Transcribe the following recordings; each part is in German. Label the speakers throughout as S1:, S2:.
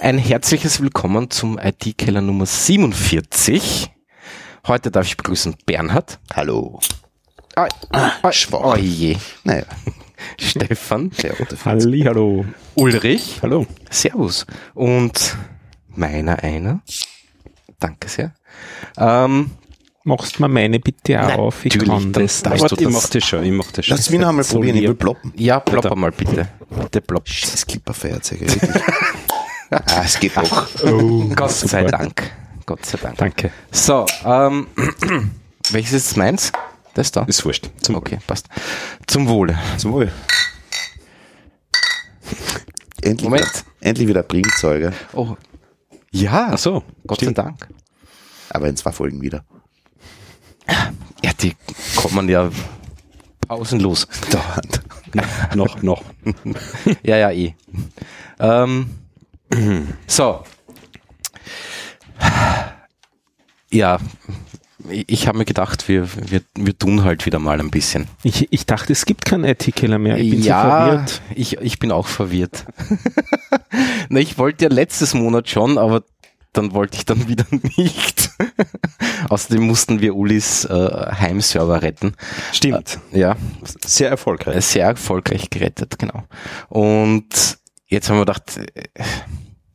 S1: Ein herzliches Willkommen zum IT-Keller Nummer 47. Heute darf ich begrüßen Bernhard.
S2: Hallo.
S1: Oh, oh,
S2: schwach.
S1: oh je.
S2: Naja,
S1: Stefan.
S2: der rote Franz.
S3: Hallihallo.
S1: Ulrich.
S3: Hallo.
S1: Servus. Und meiner einer. Danke sehr. Ähm,
S3: Machst mal meine bitte auch auf. Ich
S1: Natürlich,
S3: kann
S1: dann
S3: das.
S1: darfst
S3: Warte,
S1: du
S3: ich
S1: das.
S3: mach das schon. Ich mach das schon.
S2: Lass mich noch einmal probieren, ich will ploppen.
S1: ja, plopper mal bitte. Bitte ploppt.
S2: Das Clipper-Feuerzeug, wirklich. ah, es geht auch.
S3: Uh.
S1: Gott sei Dank. Gott sei Dank.
S3: Danke.
S1: So, ähm, welches ist meins? Das da?
S3: Ist wurscht. Zum
S1: Okay, passt. Zum Wohle.
S3: Zum Wohl.
S2: Endlich,
S1: Moment.
S2: Wieder, endlich wieder Primzeuge.
S1: Oh. Ja,
S3: Ach so.
S1: Gott
S3: stimmt.
S1: sei Dank.
S2: Aber in zwei Folgen wieder.
S1: Ja, die kommen ja pausenlos.
S2: Dauernd.
S3: Noch, noch.
S1: Ja, ja, eh. Ähm, so. Ja, ich, ich habe mir gedacht, wir, wir, wir tun halt wieder mal ein bisschen.
S3: Ich, ich dachte, es gibt keinen IT-Killer mehr. Ich bin
S1: ja,
S3: so verwirrt.
S1: Ich, ich bin auch verwirrt. Na, ich wollte ja letztes Monat schon, aber dann wollte ich dann wieder nicht. Außerdem mussten wir Ulis äh, Heimserver retten.
S3: Stimmt.
S1: Ja, äh,
S3: Sehr erfolgreich.
S1: sehr erfolgreich gerettet, genau. Und jetzt haben wir gedacht, äh,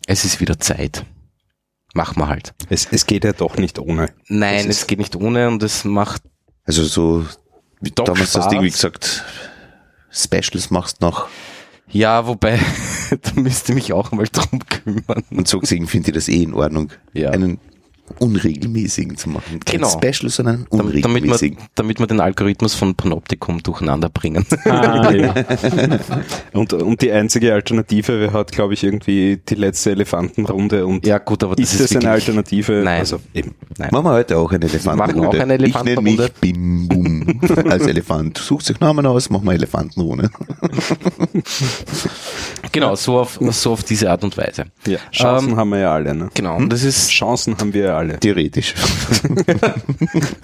S1: es ist wieder Zeit. Machen wir halt.
S4: Es, es geht ja doch nicht ohne.
S1: Nein,
S4: Das
S1: es geht nicht ohne und es macht
S2: Also so, wie
S1: Doch
S2: damals
S1: Spaß.
S2: das Ding, wie gesagt, Specials machst noch
S1: ja, wobei, da müsste ich mich auch mal drum kümmern.
S2: und so gesehen finde ich das eh in Ordnung.
S1: Ja.
S2: Einen unregelmäßigen zu machen. Kein
S1: Genau.
S2: Special, sondern einen
S1: Dam- Damit
S2: unregelmäßigen.
S1: wir, damit wir den Algorithmus von Panoptikum durcheinander bringen.
S3: Ah, ja.
S4: Und, und die einzige Alternative hat, glaube ich, irgendwie die letzte Elefantenrunde. Und
S1: ja, gut, aber das
S4: ist
S1: ist,
S4: das eine
S1: wirklich-
S4: Alternative?
S1: Nein.
S4: Also eben.
S1: Nein.
S2: Machen wir heute auch eine Elefantenrunde.
S1: machen auch eine
S2: Ich
S1: Elefantenrunde.
S2: nenne mich Bim Bum als Elefant. Sucht sich Namen aus, machen wir Elefantenrunde.
S1: Genau, so auf, so auf diese Art und Weise.
S4: Ja. Chancen
S1: Ähm,
S4: haben wir ja alle. Ne?
S1: Genau, und das ist
S4: Chancen haben wir ja alle.
S2: Theoretisch.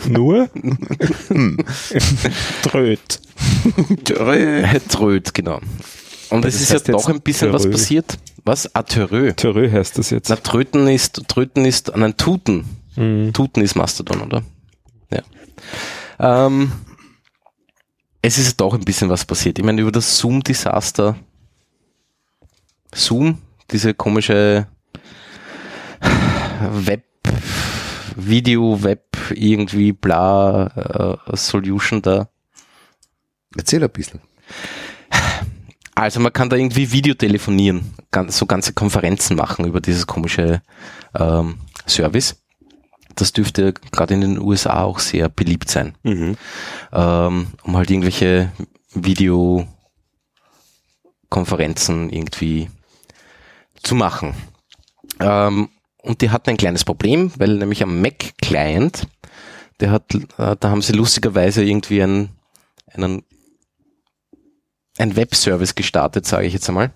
S3: Nur? Tröd.
S1: Tröd, genau. Und es
S3: das
S1: ist ja
S3: heißt jetzt
S1: doch ein bisschen was
S3: Törö.
S1: passiert. Was? Atörö.
S3: Törö heißt das jetzt.
S1: Na, Tröten ist, Tröten ist, ah, nein, Tuten.
S3: Mhm.
S1: Tuten ist Mastodon, oder? Ja. Ähm, es ist doch ein bisschen was passiert. Ich meine, über das Zoom-Desaster. Zoom, diese komische Web, Video, Web, irgendwie, bla, äh, Solution da.
S2: Erzähl ein bisschen.
S1: Also man kann da irgendwie Video telefonieren, ganz, so ganze Konferenzen machen über dieses komische ähm, Service. Das dürfte gerade in den USA auch sehr beliebt sein,
S4: Mhm.
S1: ähm, um halt irgendwelche Videokonferenzen irgendwie zu machen. Ähm, und die hatten ein kleines Problem, weil nämlich am Mac-Client, der hat, äh, da haben sie lustigerweise irgendwie einen, einen ein Webservice gestartet, sage ich jetzt einmal,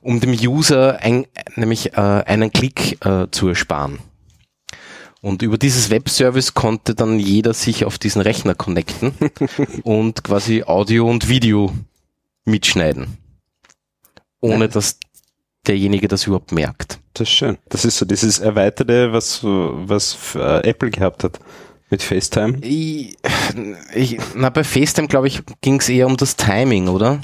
S1: um dem User ein, nämlich äh, einen Klick äh, zu ersparen. Und über dieses Webservice konnte dann jeder sich auf diesen Rechner connecten und quasi Audio und Video mitschneiden. Ohne dass derjenige das überhaupt merkt.
S4: Das ist schön. Das ist so dieses Erweiterte, was, was äh, Apple gehabt hat mit FaceTime.
S1: Ich, ich, na, bei FaceTime, glaube ich, ging es eher um das Timing, oder?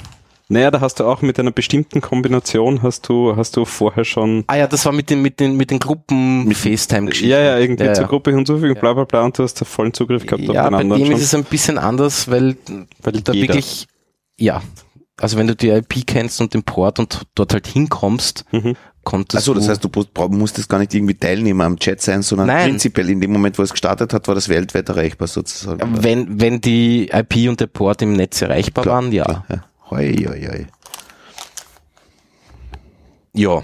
S4: Naja, da hast du auch mit einer bestimmten Kombination hast du, hast du vorher schon
S1: Ah ja, das war mit den, mit den, mit den Gruppen FaceTime-Geschichten.
S4: ja, ja, irgendwie
S1: Ja,
S4: zur
S1: ja.
S4: Gruppe hinzufügen, bla bla bla, und du hast da vollen Zugriff gehabt
S1: Ja,
S4: auf den
S1: bei
S4: anderen
S1: dem
S4: schon.
S1: ist es ein bisschen anders, weil,
S4: Weil
S1: da
S4: jeder-
S1: wirklich, ja, also wenn du die IP kennst und den Port und dort halt hinkommst,
S4: Mhm.
S1: konntest
S2: Also das
S1: du,
S2: heißt, du bra- bra- musstest gar nicht irgendwie Teilnehmer am Chat sein, sondern
S1: Nein.
S2: prinzipiell in dem Moment, wo es gestartet hat, war das weltweit erreichbar sozusagen.
S1: wenn, wenn die IP und der Port im Netz erreichbar
S2: Klar,
S1: waren, ja.
S2: Ja. Hoi, hoi, hoi.
S1: Ja.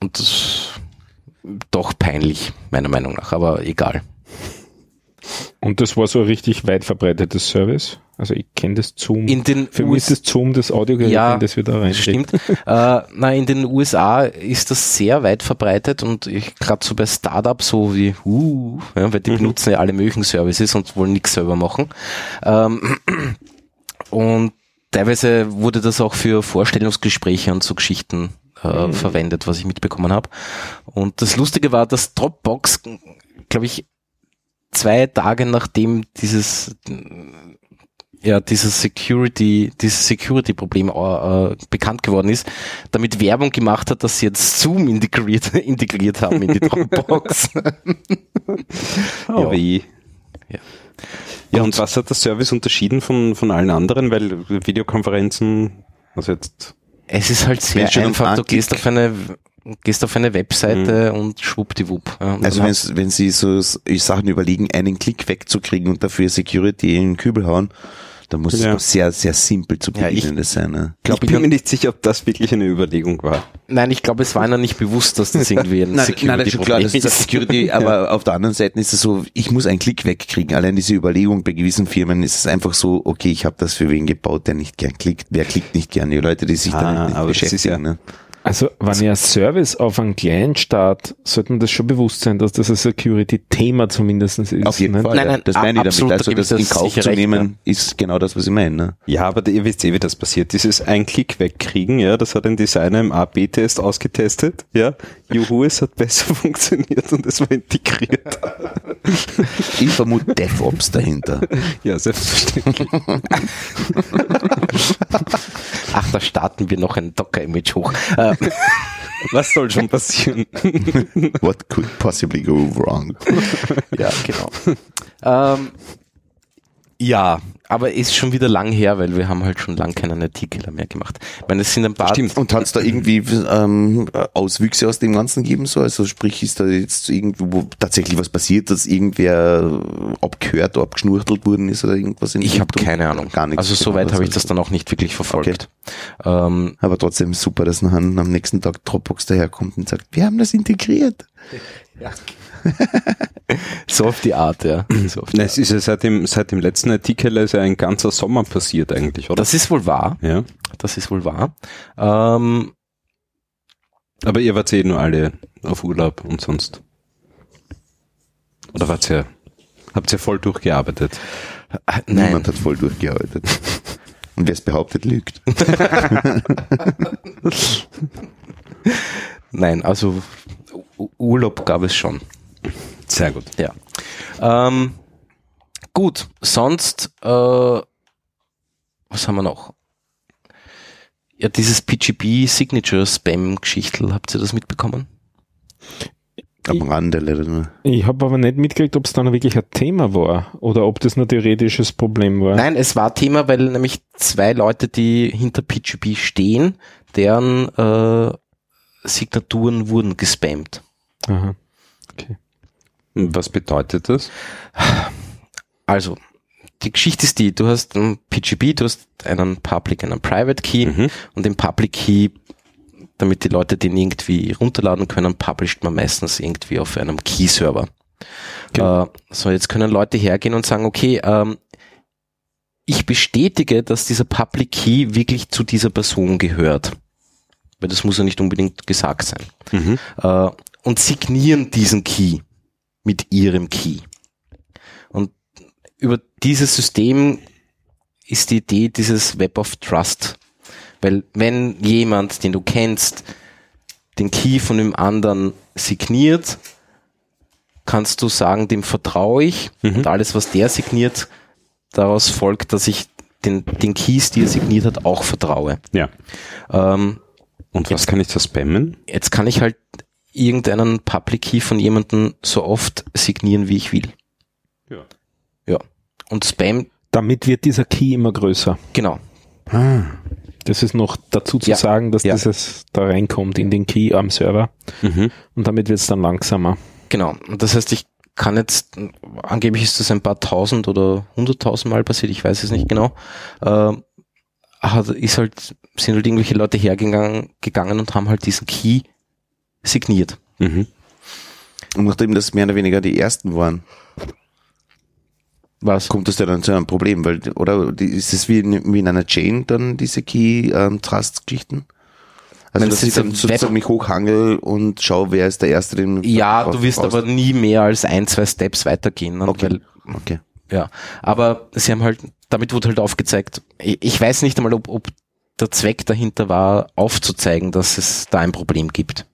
S1: Und das ist doch peinlich, meiner Meinung nach, aber egal.
S3: Und das war so ein richtig weit verbreitetes Service. Also ich kenne das Zoom.
S1: In den
S3: Für mich ist das Zoom das Audiogerät,
S1: Ja,
S3: in das wir da rein.
S1: Stimmt. äh, na, in den USA ist das sehr weit verbreitet und ich gerade so bei Startups so wie, uh, ja, weil die benutzen ja alle möglichen Services und wollen nichts selber machen. Ähm, und teilweise wurde das auch für Vorstellungsgespräche und so Geschichten äh, verwendet, was ich mitbekommen habe. Und das Lustige war, dass Dropbox, glaube ich, zwei Tage nachdem dieses ja dieses Security dieses Security Problem äh, bekannt geworden ist, damit Werbung gemacht hat, dass sie jetzt Zoom integriert integriert haben in die Dropbox.
S4: Oh.
S1: ja.
S4: Ja.
S1: Ja.
S4: ja, und was hat der Service unterschieden von, von allen anderen? Weil Videokonferenzen, also jetzt,
S1: Es ist halt sehr
S2: Bildschirm
S1: einfach, du
S2: anklick.
S1: gehst auf eine gehst auf eine Webseite und schwuppdiwupp. Ja, und
S2: Mhm. Also
S1: dann
S2: wenn's, wenn sie so s- Sachen überlegen, einen Klick wegzukriegen und dafür Security in den Kübel hauen, dann muss
S4: Ja.
S2: es sehr, sehr simpel zu
S1: Ja, ich-
S2: bedienen das sein. Ne?
S1: glaub,
S4: ich bin mir nicht sicher, ob das wirklich eine Überlegung war.
S1: Nein, ich glaube, es war ihnen nicht bewusst, dass das irgendwie ein Security-Problem
S2: das ist das
S1: ist.
S2: Security, aber auf der anderen Seite ist es so, ich muss einen Klick wegkriegen. Allein diese Überlegung bei gewissen Firmen ist es einfach so, okay, ich habe das für wen gebaut, der nicht gern klickt. Wer klickt nicht gern? Die Leute, die sich
S4: Ah,
S2: damit nicht
S4: aber das ist
S2: beschäftigen.
S4: ja-
S2: ne?
S3: Also, wenn ihr ein Service auf einen Client start, sollte man das schon bewusst sein, dass das ein Security-Thema zumindest ist. ne?
S2: Auf jeden
S3: nicht?
S2: Fall.
S1: Nein,
S2: ja.
S1: nein,
S2: das meine ich
S1: absolut,
S2: damit.
S1: da
S2: Also
S1: gebe ich
S2: das in
S1: das
S2: Kauf
S1: sicher
S2: zu
S1: recht,
S2: nehmen, ist genau das, was ich meine. Ne?
S4: Ja, aber ihr wisst eh, wie das passiert. Dieses ein Klick wegkriegen, ja, das hat ein Designer im AB-Test ausgetestet, ja. Juhu, es hat besser funktioniert und es war integriert.
S2: Ich vermute DevOps dahinter.
S4: Ja, selbstverständlich.
S1: Ach, da starten wir noch ein Docker-Image hoch. Äh,
S4: Was soll schon passieren?
S2: What could possibly go wrong?
S1: ja, genau. Ähm, ja, aber ist schon wieder lang her, weil wir haben halt schon lang keinen IT-Killer mehr gemacht. Ich meine, es sind ein paar...
S2: Und hat es da irgendwie ähm, Auswüchse aus dem Ganzen gegeben? So? Also sprich, ist da jetzt irgendwo tatsächlich was passiert, dass irgendwer abgehört, oder abgeschnurtelt worden ist oder irgendwas? In die
S1: Ich habe
S2: Richtung?
S1: keine Ahnung.
S2: Gar nichts. genau,
S1: Also soweit habe ich das dann auch nicht wirklich verfolgt. Ähm,
S2: Aber trotzdem super, dass nachher am nächsten Tag Dropbox daherkommt und sagt, wir haben das integriert.
S1: so auf die Art, ja. So auf die
S4: Na, es ist ja seit dem, seit dem letzten Artikel ist ja ein ganzer Sommer passiert eigentlich, oder?
S1: Das ist wohl wahr.
S4: ja.
S1: Das ist wohl wahr. Ähm,
S4: Aber ihr wart eh nur alle auf Urlaub und sonst. Oder wart ihr, habt ihr voll durchgearbeitet?
S1: äh, nein,
S2: Niemand hat voll durchgehalten. Und wer es behauptet, lügt.
S1: nein, also U- Urlaub gab es schon.
S4: Sehr gut.
S1: Ja. Ähm, gut, sonst, äh, was haben wir noch? Ja, dieses PGP Signature Spam Geschichtel, habt ihr das mitbekommen?
S2: Am Rande leider nur.
S3: Ich habe aber nicht mitgekriegt, ob es dann wirklich ein Thema war oder ob das nur theoretisches Problem war.
S1: Nein, es war Thema, weil nämlich zwei Leute, die hinter PGP stehen, deren äh, Signaturen wurden gespammt.
S3: Aha.
S4: Was bedeutet das?
S1: Also, die Geschichte ist die, du hast hm, ein PGP, du hast einen Public, einen Private Key
S4: Mhm.
S1: und den Public Key, damit die Leute den irgendwie runterladen können, publisht man meistens irgendwie auf einem Key-Server.
S3: Genau.
S1: Äh, so, jetzt können Leute hergehen und sagen, okay, ähm, ich bestätige, dass dieser Public Key wirklich zu dieser Person gehört. Weil das muss ja nicht unbedingt gesagt sein.
S4: Mhm.
S1: äh, und signieren diesen Key mit ihrem Key. Und über dieses System ist die Idee dieses Web of Trust. Weil wenn jemand, den du kennst, den Key von dem anderen signiert, kannst du sagen, dem vertraue ich und alles, was der signiert, daraus folgt, dass ich den, den Keys, die er signiert hat, auch vertraue.
S4: Ja.
S1: Ähm,
S4: Und was kann ich da spammen?
S1: jetzt kann ich halt irgendeinen Public Key von jemandem so oft signieren, wie ich will.
S4: Ja.
S1: Ja. Und Spam,
S3: Damit wird dieser Key immer größer.
S1: genau.
S3: Das ist noch dazu zu
S1: Ja.
S3: sagen, dass
S1: Ja.
S3: dieses da reinkommt in den Key am Server
S4: Mhm.
S3: und damit wird es dann langsamer.
S1: Genau. Und das heißt, ich kann jetzt, angeblich ist das ein paar tausend oder hunderttausend Mal passiert, ich weiß es nicht genau, äh, hat, ist halt, sind halt irgendwelche Leute hergegangen gegangen und haben halt diesen Key signiert.
S4: Mhm.
S2: Und nachdem das mehr oder weniger die ersten waren,
S1: Was?
S2: kommt das ja dann zu einem Problem, weil, oder die- ist es wie in, wie in einer Chain dann diese Key-Trust-Geschichten? also,
S1: Nein,
S2: dass
S1: das
S2: ich
S1: ist ein
S2: dann
S1: Web-
S2: sozusagen mich hochhangel und schau, wer ist der Erste, den
S1: Ja, du
S2: drauf-
S1: wirst
S2: raus-
S1: aber nie mehr als ein, zwei Steps weitergehen. ne?
S2: Okay.
S1: Weil
S2: Okay.
S1: Ja, aber sie haben halt, damit wurde halt aufgezeigt, ich, ich weiß nicht einmal, ob, ob der Zweck dahinter war, aufzuzeigen, dass es da ein Problem gibt.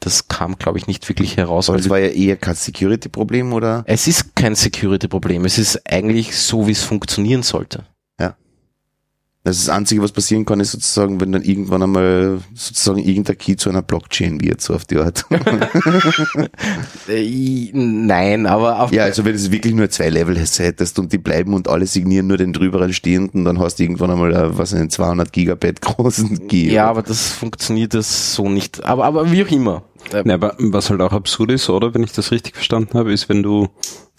S1: Das kam, glaube ich, nicht wirklich heraus.
S2: Aber
S1: weil
S2: es war ja eher kein Security-Problem, oder?
S1: es ist kein Security-Problem. Es ist eigentlich so, wie es funktionieren sollte.
S2: Also das Einzige, was passieren kann, ist sozusagen, wenn dann irgendwann einmal sozusagen irgendein Key zu einer Blockchain wird, so auf die Art.
S1: Äh, nein, aber auf
S2: ja, also wenn es wirklich nur zwei Level hättest und die bleiben und alle signieren nur den drüberen stehenden, dann hast du irgendwann einmal, äh, was einen 200 Gigabyte großen Key.
S1: ja, aber das funktioniert das so nicht. Aber, aber wie auch immer. Äh,
S4: Na, aber was halt auch absurd ist, oder, wenn ich das richtig verstanden habe, ist, wenn du,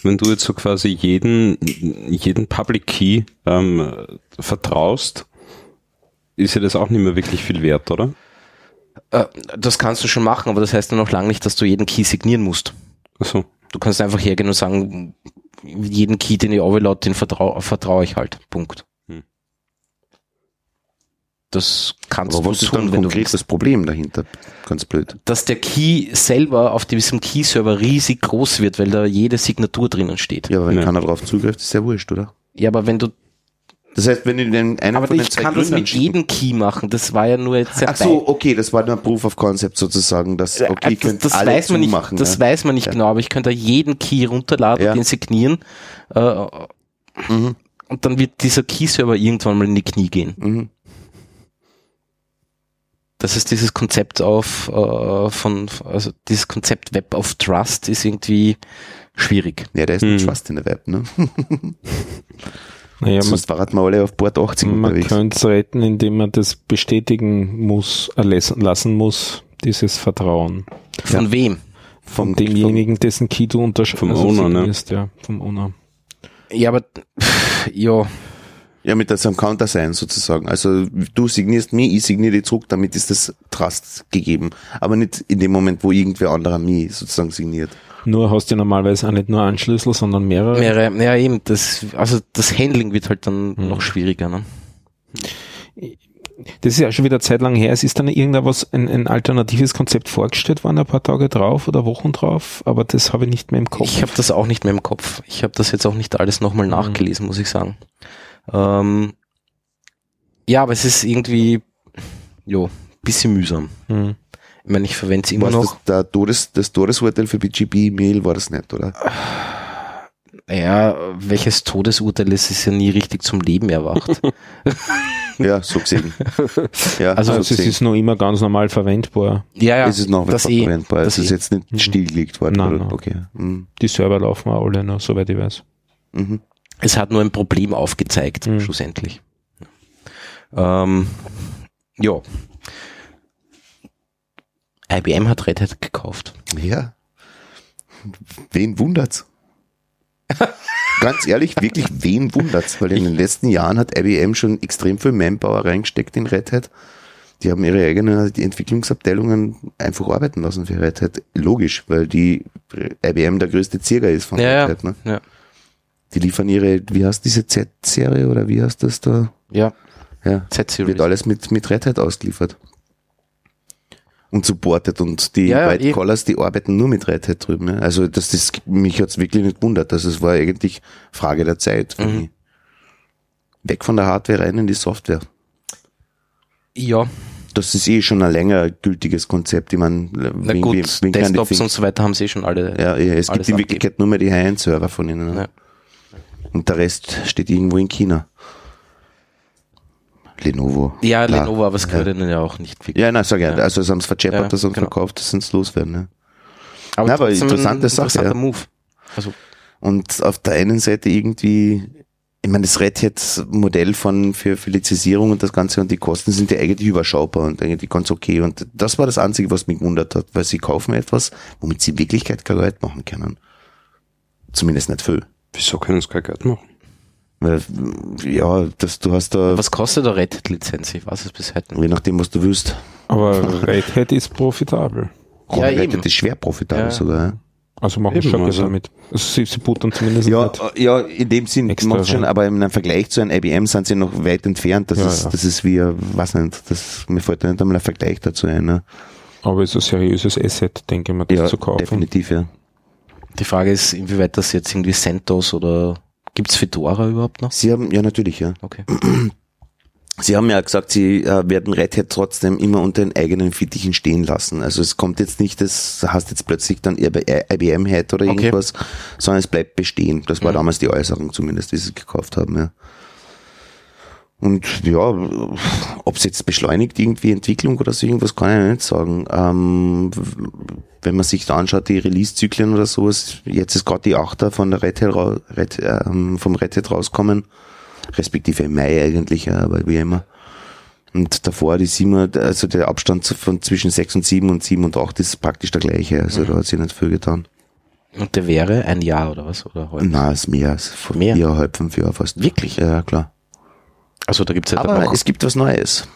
S4: wenn du jetzt so quasi jeden, jeden Public Key ähm, vertraust, ist ja das auch nicht mehr wirklich viel wert, oder?
S1: äh, das kannst du schon machen, aber das heißt nur noch lange nicht, dass du jeden Key signieren musst.
S4: Achso.
S1: Du kannst einfach hergehen und sagen, jeden Key, den ich overload, den vertraue vertrau ich halt. Punkt.
S4: Hm.
S1: Das kannst
S2: aber
S1: du
S2: was ist dann
S1: tun, wenn du
S2: konkret das Problem dahinter? Ganz blöd.
S1: dass der Key selber auf diesem Key-Server riesig groß wird, weil da jede Signatur drinnen steht. Ja,
S2: Ja, aber wenn
S4: Ja.
S2: keiner drauf zugreift, ist ja wurscht, oder?
S1: aber wenn du,
S2: Das heißt, wenn du den einen
S1: aber
S2: von den
S1: ich
S2: zwei
S1: kann das
S2: Gründern
S1: mit
S2: schicken-
S1: jedem Key machen. Das war ja nur jetzt ein
S2: Ach so, okay, das war nur ein Proof of Concept sozusagen, dass,
S1: Be-
S2: okay, ihr könnt
S1: Äh, das, das
S2: alle
S1: weiß man nicht,
S2: zumachen.
S1: das
S2: ja.
S1: weiß man nicht genau, aber ich könnte da jeden Key runterladen
S2: Ja.
S1: und den signieren. Äh, Und dann wird dieser Key-Server irgendwann mal in die Knie gehen.
S2: Mhm.
S1: das ist dieses Konzept auf äh, von also dieses Konzept Web of Trust ist irgendwie schwierig.
S2: Ja, da ist ein
S4: Hm.
S2: Trust in der Web, ne?
S3: Naja, man,
S2: Sonst waren wir alle auf Bord 80
S3: man
S2: unterwegs.
S3: könnte es retten, indem man das bestätigen muss, äh, lassen lassen muss, dieses Vertrauen.
S1: Von wem?
S3: Von demjenigen, dessen Key du unterschreibst.
S4: Vom Owner, ne?
S3: Ja, vom Owner.
S1: Ja, aber pff, ja,
S2: Ja, mit das am Counter sein sozusagen. Also du signierst mich, ich signiere dich zurück, damit ist das Trust gegeben. Aber nicht in dem Moment, wo irgendwer anderer mich sozusagen signiert.
S3: Nur hast du normalerweise auch nicht nur einen Schlüssel, sondern mehrere.
S1: mehrere, ja eben, das also das Handling wird halt dann
S3: Mhm.
S1: noch schwieriger, ne?
S3: Das ist ja schon wieder zeitlang her. Es ist dann irgendwas, ein, ein alternatives Konzept vorgestellt worden, ein paar Tage drauf oder Wochen drauf, aber das habe ich nicht mehr im Kopf.
S1: Ich habe das auch nicht mehr im Kopf. Ich habe das jetzt auch nicht alles nochmal nachgelesen, muss ich sagen. Ähm, ja, aber es ist irgendwie jo, bisschen mühsam.
S3: Hm.
S1: Ich meine, ich verwende es immer
S2: War
S1: noch.
S2: das, der Todes, das Todesurteil für BGB-Mail war das nicht, oder?
S1: Ja, welches Todesurteil es ist ja nie richtig zum Leben erwacht.
S2: Ja, so gesehen. Ja,
S1: Also,
S2: so
S3: Also es
S2: gesehen.
S3: ist noch immer ganz normal verwendbar.
S1: ja, ja.
S2: es ist noch
S1: das
S2: was
S1: eh,
S2: verwendbar. Es
S1: das
S2: ist
S1: eh.
S2: jetzt nicht stillgelegt worden.
S3: Mhm. Nein,
S2: oder?
S3: nein.
S2: Okay. Mhm.
S3: Die Server laufen auch alle noch, soweit ich weiß.
S2: Mhm.
S1: Es hat nur ein Problem aufgezeigt,
S3: Mhm.
S1: schlussendlich. Ähm, ja. IBM hat Red Hat gekauft.
S2: Ja. Wen wundert's? Ganz ehrlich, wirklich, wen wundert's? Weil in den letzten Jahren hat IBM schon extrem viel Manpower reingesteckt in Red Hat. Die haben ihre eigenen die Entwicklungsabteilungen einfach arbeiten lassen für Red Hat. Logisch, weil die IBM der größte Zieger ist von
S1: Ja,
S2: Red
S1: ja.
S2: Hat. Ne?
S1: Ja.
S2: Die liefern ihre, wie heißt diese Z-Serie oder wie heißt das da?
S1: Ja,
S2: Ja, wird
S1: Z-Series.
S2: alles mit, mit Red Hat ausgeliefert. Und supported und die
S1: Ja, ja, eh.
S2: White Collars, die arbeiten nur mit Red Hat drüben. Ja. Also das ist, mich hat's wirklich nicht wundert. Also es war eigentlich Frage der Zeit. für
S1: Mhm.
S2: mich. Weg von der Hardware rein in die Software.
S1: Ja,
S2: Das ist eh schon ein länger gültiges Konzept. Ich meine,
S1: na
S2: wen-
S1: gut,
S2: wen- wen kann die
S1: Desktops
S2: Finger-
S1: und so weiter haben sie eh schon alle.
S2: ja, ja,
S1: alles
S2: es gibt in
S1: abgeben.
S2: Wirklichkeit nur mehr die High-End-Server von ihnen. ne?
S1: Ja.
S2: Und der Rest steht irgendwo in China. Lenovo.
S1: Ja,
S2: klar.
S1: Lenovo, aber es gehört ihnen ja auch nicht wirklich.
S2: Ja, nein, sag ja. Also, sie haben es verscheppert,
S1: Ja,
S2: das haben
S1: genau.
S2: verkauft, das sind loswerden. Ne?
S1: Aber,
S2: Na, aber
S1: trotzdem ein
S2: interessante Sache,
S1: Interessanter
S2: ja.
S1: Move. Also,
S2: Und auf der einen Seite irgendwie, ich meine, das Red Hat Modell von, für, für Lizenzierung und das Ganze und die Kosten sind ja eigentlich überschaubar und eigentlich ganz okay. Und das war das Einzige, was mich gewundert hat, weil sie kaufen etwas, womit sie in Wirklichkeit kein Geld machen können. Zumindest nicht viel.
S4: Wieso können sie kein Geld machen?
S2: Weil, ja, das, du hast da,
S1: was kostet eine Red Hat-Lizenz? Ich weiß es bis heute nicht.
S2: je nachdem, was du willst.
S3: Aber Red Hat ist profitabel.
S1: Ja,
S2: Red Hat
S1: eben.
S2: ist schwer profitabel
S1: Ja.
S2: sogar. Ja.
S3: Also machen
S4: Eben,
S3: schon
S4: also.
S3: also. damit. Also sie, sie puttern zumindest
S2: Ja,
S3: nicht.
S2: äh, ja, in dem Sinn
S3: Extra
S2: macht schon,
S3: rein.
S2: aber im Vergleich zu einem IBM sind sie noch weit entfernt. Das
S3: Ja,
S2: ist,
S3: ja.
S2: das ist wie, ein- weiß nicht, das, mir fällt da nicht einmal ein Vergleich dazu ein. Ne?
S3: Aber es ist ein seriöses Asset, denke ich mal, das zu kaufen.
S2: definitiv, ja.
S1: Die Frage ist, inwieweit das jetzt irgendwie CentOS oder gibt's Fedora überhaupt noch?
S2: Sie haben, ja, natürlich, ja.
S1: Okay.
S2: Sie haben ja gesagt, Sie äh, werden Red Hat trotzdem immer unter den eigenen Fittichen stehen lassen. Also es kommt jetzt nicht, das hast jetzt plötzlich dann äh, IBM Head oder
S1: Okay.
S2: irgendwas, sondern es bleibt bestehen. Das war damals die Äußerung zumindest, wie sie es gekauft haben. Ja. Und ja, ob es jetzt beschleunigt irgendwie Entwicklung oder so irgendwas, kann ich nicht sagen. Ähm, wenn man sich da anschaut, die Release-Zyklen oder sowas, jetzt ist gerade die 8er von der Red Hat, rau- Red, ähm, vom Red Hat rauskommen respektive im Mai eigentlich, ja, aber wie immer. Und davor die 7, also der Abstand zu- von zwischen 6 und 7 und 7 und 8 ist praktisch der gleiche.
S1: Mhm.
S2: Also da hat sich nicht viel getan.
S1: Und der wäre ein Jahr oder was? Oder halb?
S2: Na, ist mehr. Ist von
S1: Mehr?
S2: Vier, halb fünf Jahre fast.
S1: Wirklich?
S2: Ja, klar.
S1: Also da gibt's ja dann
S2: Aber
S1: noch.
S2: es gibt was Neues.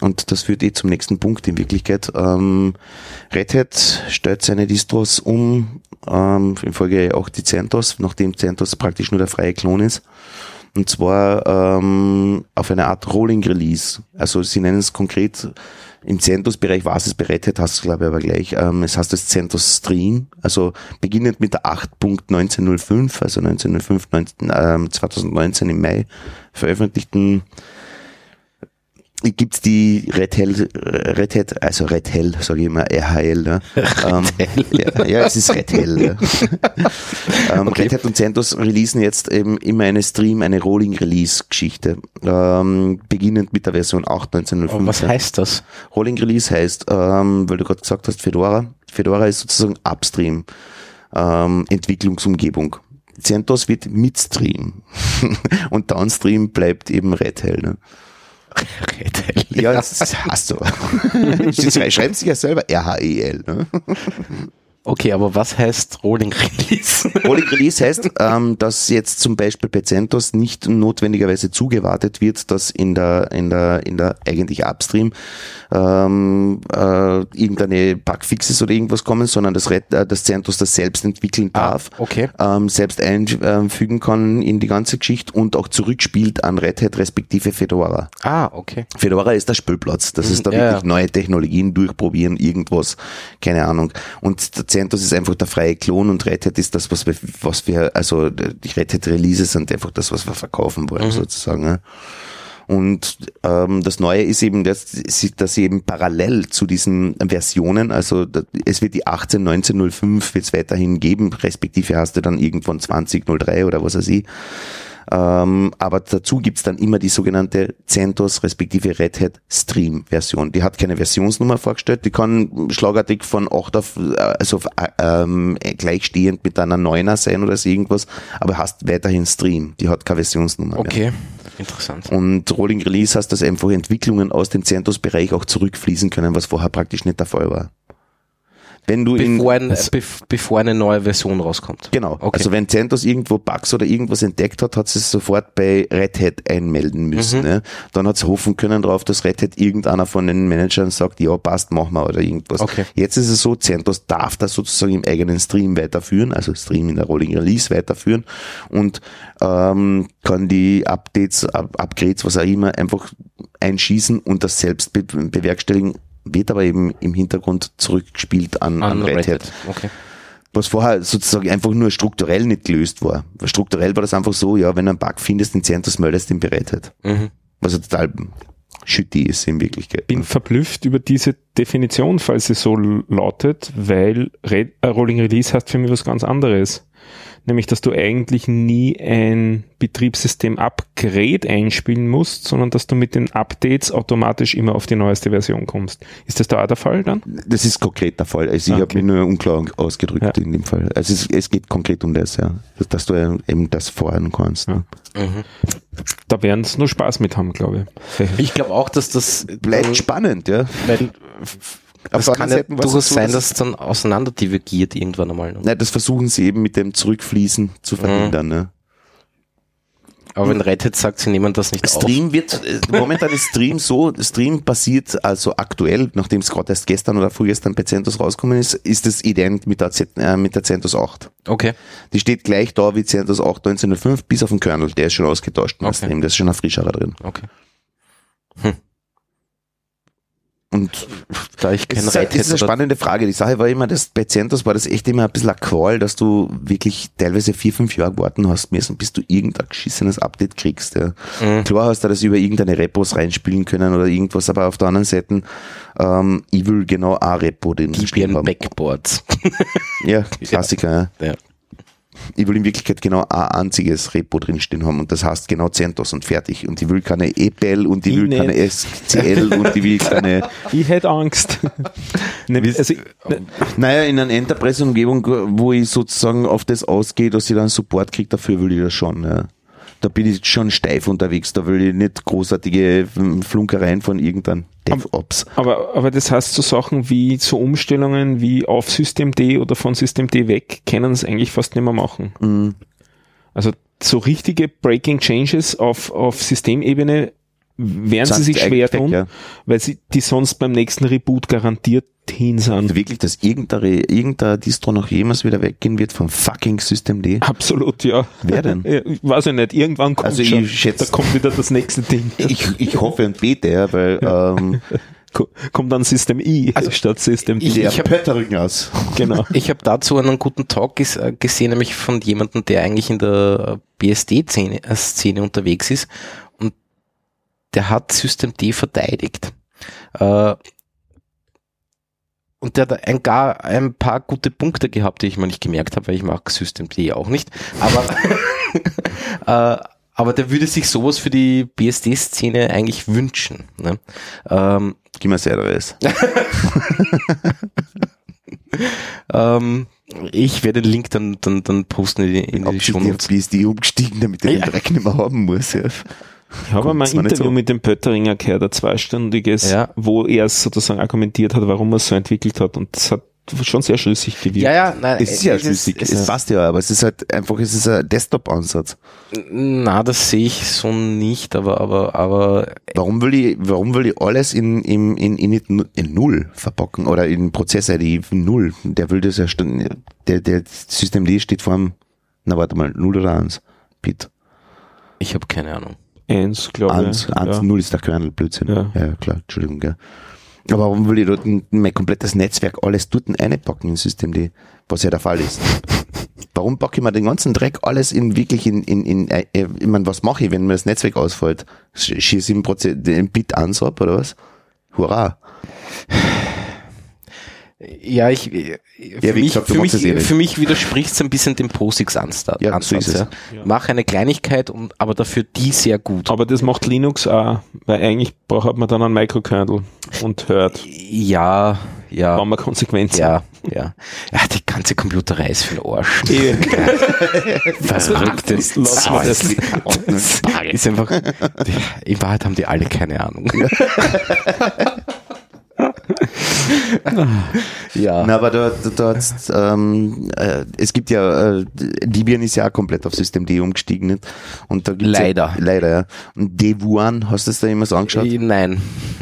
S2: Und das führt eh zum nächsten Punkt in Wirklichkeit. Ähm, Red Hat stellt seine Distros um, ähm, in Folge auch die CentOS, nachdem CentOS praktisch nur der freie Klon ist. Und zwar ähm, auf eine Art Rolling Release. Also sie nennen es konkret, im CentOS-Bereich war es es bei Red Hat, hast du glaube ich aber gleich. Ähm, es heißt das CentOS Stream, also beginnend mit der 8.1905, also 1905, 19, ähm, 2019 im Mai veröffentlichten gibt's die Red Hell, Red Hat, also Red Hell, sage ich immer, RHL. Ne? ähm, ja, ja, es ist Red Hell. Ja. ähm, Red Hat und CentOS releasen jetzt eben immer eine Stream, eine Rolling Release Geschichte. Ähm, beginnend mit der Version 8, 1905.
S1: Aber was heißt das?
S2: Rolling Release heißt, ähm, weil du gerade gesagt hast, Fedora. Fedora ist sozusagen Upstream, ähm, Entwicklungsumgebung. CentOS wird Midstream und Downstream bleibt eben Red Hell. Ne? Ja, das hast du. Sie schrei- schreiben sich ja selber R-H-E-L. Ne?
S1: Okay, aber was heißt Rolling Release?
S2: Rolling Release heißt, ähm, dass jetzt zum Beispiel bei CentOS nicht notwendigerweise zugewartet wird, dass in der, in der, in der eigentlich Upstream ähm, äh, irgendeine Bugfixes oder irgendwas kommen, sondern dass, Red, äh, dass CentOS das selbst entwickeln darf.
S1: okay.
S2: ähm, selbst einfügen kann in die ganze Geschichte und auch zurückspielt an Red Hat respektive Fedora.
S1: Ah, okay.
S2: Fedora ist der Spielplatz. Das ist da
S1: Mhm. ja,
S2: wirklich
S1: ja.
S2: neue Technologien durchprobieren, irgendwas. Keine Ahnung. Und der CentOS ist einfach der freie Klon und Red Hat ist das, was wir, was wir, also die Red Hat Releases sind einfach das, was wir verkaufen wollen,
S1: Mhm.
S2: sozusagen. Ja. Und ähm, das Neue ist eben, dass sie, dass sie eben parallel zu diesen Versionen, also da- es wird die 18, 1905 wird es weiterhin geben, respektive hast du dann irgendwann 2003 oder was weiß ich. Ähm, aber dazu gibt's dann immer die sogenannte CentOS respektive Red Hat Stream Version. Die hat keine Versionsnummer vorgestellt, die kann schlagartig von 8 auf, äh, also auf, äh, ähm, gleichstehend mit einer 9er sein oder so irgendwas, aber hast weiterhin Stream, die hat keine Versionsnummer mehr.
S1: Okay. Interessant.
S2: Und Rolling Release heißt, dass einfach Entwicklungen aus dem CentOS-Bereich auch zurückfließen können, was vorher praktisch nicht der Fall war. Wenn du in,
S1: Bevor, ein, bev- bevor eine neue Version rauskommt.
S2: genau,
S1: Okay.
S2: also wenn CentOS irgendwo Bugs oder irgendwas entdeckt hat, hat sie es sofort bei Red Hat einmelden müssen. Ne? Dann hat sie hoffen können darauf, dass Red Hat irgendeiner von den Managern sagt, ja passt, machen wir oder irgendwas.
S1: Okay.
S2: Jetzt ist es so, CentOS darf das sozusagen im eigenen Stream weiterführen, also Stream in der Rolling Release weiterführen und ähm, kann die Updates, Up Upgrades, was auch immer, einfach einschießen und das selbst be bewerkstelligen, wird aber eben im Hintergrund zurückgespielt an, an, Red Hat
S1: Okay.
S2: was vorher sozusagen einfach nur strukturell nicht gelöst war. Strukturell war das einfach so, ja, wenn du einen Bug findest, den Centers meldest, den bereitet.
S1: Mhm.
S2: halt. Was ja total shitty ist in Wirklichkeit.
S3: bin verblüfft über diese Definition, falls sie so lautet, weil Re äh, Rolling Release heißt für mich was ganz anderes. Nämlich, dass du eigentlich nie ein Betriebssystem-Upgrade einspielen musst, sondern dass du mit den Updates automatisch immer auf die neueste Version kommst. Ist das da auch der Fall dann?
S2: Das ist konkret der Fall. Also ich
S3: Ah,
S2: hab habe
S3: okay.
S2: mich nur unklar ausgedrückt
S3: Ja.
S2: in dem Fall. Also es, es geht konkret um das, ja. Dass, dass du eben das fahren kannst. ne.
S3: Da werden es nur Spaß mit haben, glaube ich.
S1: Ich glaube auch, dass das
S2: Bleibt spannend, ja.
S1: weil das
S2: Auf der
S1: kann
S2: anderen
S1: ja
S2: Seite war es
S1: durchaus
S2: so,
S1: sein,
S2: dass-
S1: dass es dann auseinander divergiert irgendwann einmal. ne?
S2: Nein, das versuchen sie eben mit dem Zurückfließen zu
S3: Mhm.
S2: verhindern. Ne?
S1: Aber wenn Red Hat sagt, sie nehmen das nicht auf.
S2: Stream wird, äh, momentan ist Stream so, Stream basiert also aktuell, nachdem es gerade erst gestern oder vorgestern bei CentOS rausgekommen ist, ist es ident mit der, Z, äh, mit der CentOS 8.
S1: Okay.
S2: Die steht gleich da wie CentOS 8 1905 bis auf den Kernel, der ist schon ausgetauscht, okay.
S1: Okay.
S2: Stream, der ist schon ein frischerer drin.
S1: Okay.
S2: Und
S1: Da ich kein
S2: es ist, halt,
S1: Recht
S2: das ist eine
S1: hätte,
S2: spannende Frage. Die Sache war immer, dass bei Zentos war das echt immer ein bisschen ein Call, dass du wirklich teilweise vier, fünf Jahre warten hast müssen, bis du irgendein geschissenes Update kriegst. Ja. Klar hast du das über irgendeine Repos reinspielen können oder irgendwas, aber auf der anderen Seite ähm, Evil genau ein Repo, den sie
S1: die
S2: spielen
S1: spielen
S2: haben.
S1: Backboards.
S2: Ja, Klassiker. Ja.
S1: Ja.
S2: Ich will in Wirklichkeit genau ein einziges Repo drinstehen haben und das heißt genau Centos und fertig. Und ich will keine EPL und ich will
S3: Inet.
S2: keine SCL und ich will keine.
S3: Ich hätte Angst. ne, also, ne,
S2: Naja, in einer Enterprise-Umgebung, wo ich sozusagen auf das ausgehe, dass ich dann Support kriege, dafür will ich das schon. Ja. Da bin ich schon steif unterwegs, da will ich nicht großartige ähm, Flunkereien von irgendeinem DevOps.
S3: aber, aber das heißt, so Sachen wie so Umstellungen wie auf System D oder von System D weg, können es eigentlich fast nicht mehr machen.
S2: Mhm.
S3: Also so richtige Breaking Changes auf, auf Systemebene werden sie
S2: Sind
S3: sich schwer
S2: eigentlich weg,
S3: tun,
S2: ja.
S3: weil sie die sonst beim nächsten Reboot garantiert hin sind.
S2: Und wirklich, dass irgendeine, irgendeine Distro noch jemals wieder weggehen wird vom fucking System D.
S3: Absolut, ja.
S2: Wer denn?
S3: Ja, ich weiß ich nicht, irgendwann kommt
S2: Also ich
S3: schon,
S2: schätze-
S3: da kommt wieder das nächste Ding.
S2: Ich, ich hoffe und bete, ja, weil ähm,
S3: Ko- Kommt dann System I
S2: Also
S3: statt System D.
S1: Ich-
S2: der
S1: ich hab-
S2: Pöttering aus.
S3: Genau.
S1: Ich habe dazu einen guten Talk ges äh, gesehen, nämlich von jemandem, der eigentlich in der BSD-Szene äh, Szene unterwegs ist und der hat System D verteidigt. Äh, und der hat ein, gar ein paar gute Punkte gehabt, die ich mir nicht gemerkt habe, weil ich mag System D auch nicht. Aber, äh, aber der würde sich sowas für die BSD-Szene eigentlich wünschen. Ne? Ähm,
S2: Gib mir Serveres.
S1: ähm, ich werde den Link dann, dann, dann posten in die, in die Show Notes.
S2: Wie ist die umgestiegen, damit ich den
S1: Ja.
S2: Dreck nicht mehr haben muss? Ja.
S3: Ich habe mal ein
S2: zwar nicht so.
S3: Interview mit dem Pötteringer gehört, ein zweistündiges,
S1: Ja.
S3: wo er es sozusagen argumentiert hat, warum er es so entwickelt hat. Und das hat schon sehr schlüssig gewirkt.
S1: Ja, ja, nein,
S2: Es ist ja
S1: es ist-
S2: schlüssig,
S1: es
S2: es passt ja, aber es ist halt einfach, es ist ein Desktop-Ansatz.
S1: Na, das sehe ich so nicht, aber, aber, aber
S2: Warum will ich, warum will ich alles in, in, in, Init nu- in Null verpacken oder in Prozess-ID Null? Der will das ja, schon- der, der System D steht vor einem, na warte mal, Null oder eins? Bit.
S1: ich habe keine Ahnung.
S3: Eins, glaube
S2: Eins,
S3: ich.
S2: eins,
S3: Ja.
S2: Null ist der Kernel, Blödsinn.
S3: Ja.
S2: Ja. klar, Entschuldigung, gell. Aber warum will ich dort n- mein komplettes Netzwerk alles dort einpacken in System D, was ja der Fall ist? Warum packe ich mir den ganzen Dreck alles in wirklich in, in, in, äh, äh, ich meine, was mache ich, wenn mir das Netzwerk ausfällt? Sch- Schieß ich im Proze- den Bit ans ab oder was? Hurra!
S1: Ja, ich, für,
S2: wie
S1: mich,
S2: gesagt, du
S1: für, mich,
S2: magst es eh nicht.
S1: für mich widerspricht es ein bisschen dem POSIX-Ansatz.
S2: Ja, so ist es.
S1: Mach eine Kleinigkeit, und, aber dafür die sehr gut.
S3: Aber das macht Linux auch, weil eigentlich braucht man dann einen Microkernel und hört,
S1: ja, ja,
S3: brauchen wir Konsequenzen.
S1: ja, ja. Ja, die ganze Computerei ist für den Arsch.
S3: Eh,
S1: Verrückte
S3: lass mal das.
S1: Das ist einfach, in Wahrheit haben die alle keine Ahnung. ja.
S2: Na, aber da, da, da hat's, ähm, äh, es gibt ja, äh, Debian ist ja auch komplett auf System D umgestiegen. Nicht? Und da gibt's
S1: Leider.
S2: Ja, leider, ja. Und Devuan, hast du das da jemals angeschaut?
S1: Äh, Nein.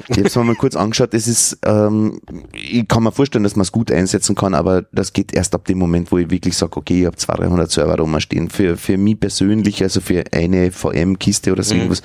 S2: Ich hab's mir mal kurz angeschaut. Es ist, ähm, ich kann mir vorstellen, dass man es gut einsetzen kann, aber das geht erst ab dem Moment, wo ich wirklich sage, okay, ich habe 200, 300 Server rumstehen. Für, für mich persönlich, also für eine VM-Kiste oder so
S1: Mhm.
S2: irgendwas,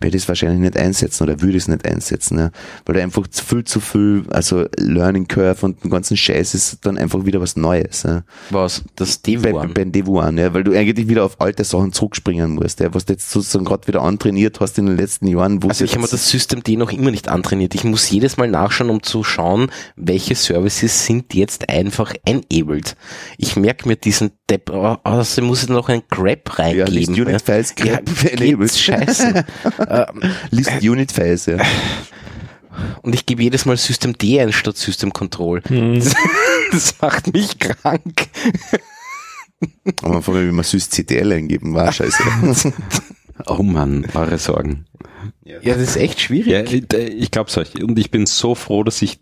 S2: werde ich es wahrscheinlich nicht einsetzen oder würde ich es nicht einsetzen. Ja. Weil da einfach zu viel zu viel, also Learning Curve und den ganzen Scheiß ist dann einfach wieder was Neues. Ja.
S1: Was? Das
S2: Bei,
S1: Devuan.
S2: bei Devuan, ja, weil du eigentlich wieder auf alte Sachen zurückspringen musst, ja, was du jetzt sozusagen gerade wieder antrainiert hast in den letzten Jahren. Wo
S1: Also ich habe mir das System D noch immer nicht antrainiert. Ich muss jedes Mal nachschauen, um zu schauen, welche Services sind jetzt einfach enabled. Ich merke mir diesen Depp, oh, außerdem muss ich noch einen Grab
S2: ja, List
S1: reingeben.
S2: Unit Files
S1: ja,
S2: enabled.
S1: geht's scheiße. Ähm,
S2: List Unit Files, ja.
S1: und ich gebe jedes Mal System D ein statt System Control. Das, das macht mich krank.
S2: Am Anfang habe ich immer süß CTL eingeben, war scheiße.
S4: Oh Mann, eure Sorgen.
S1: Ja, das ist echt schwierig.
S4: äh, Ja, ich ich glaub's euch. Und ich bin so froh, dass ich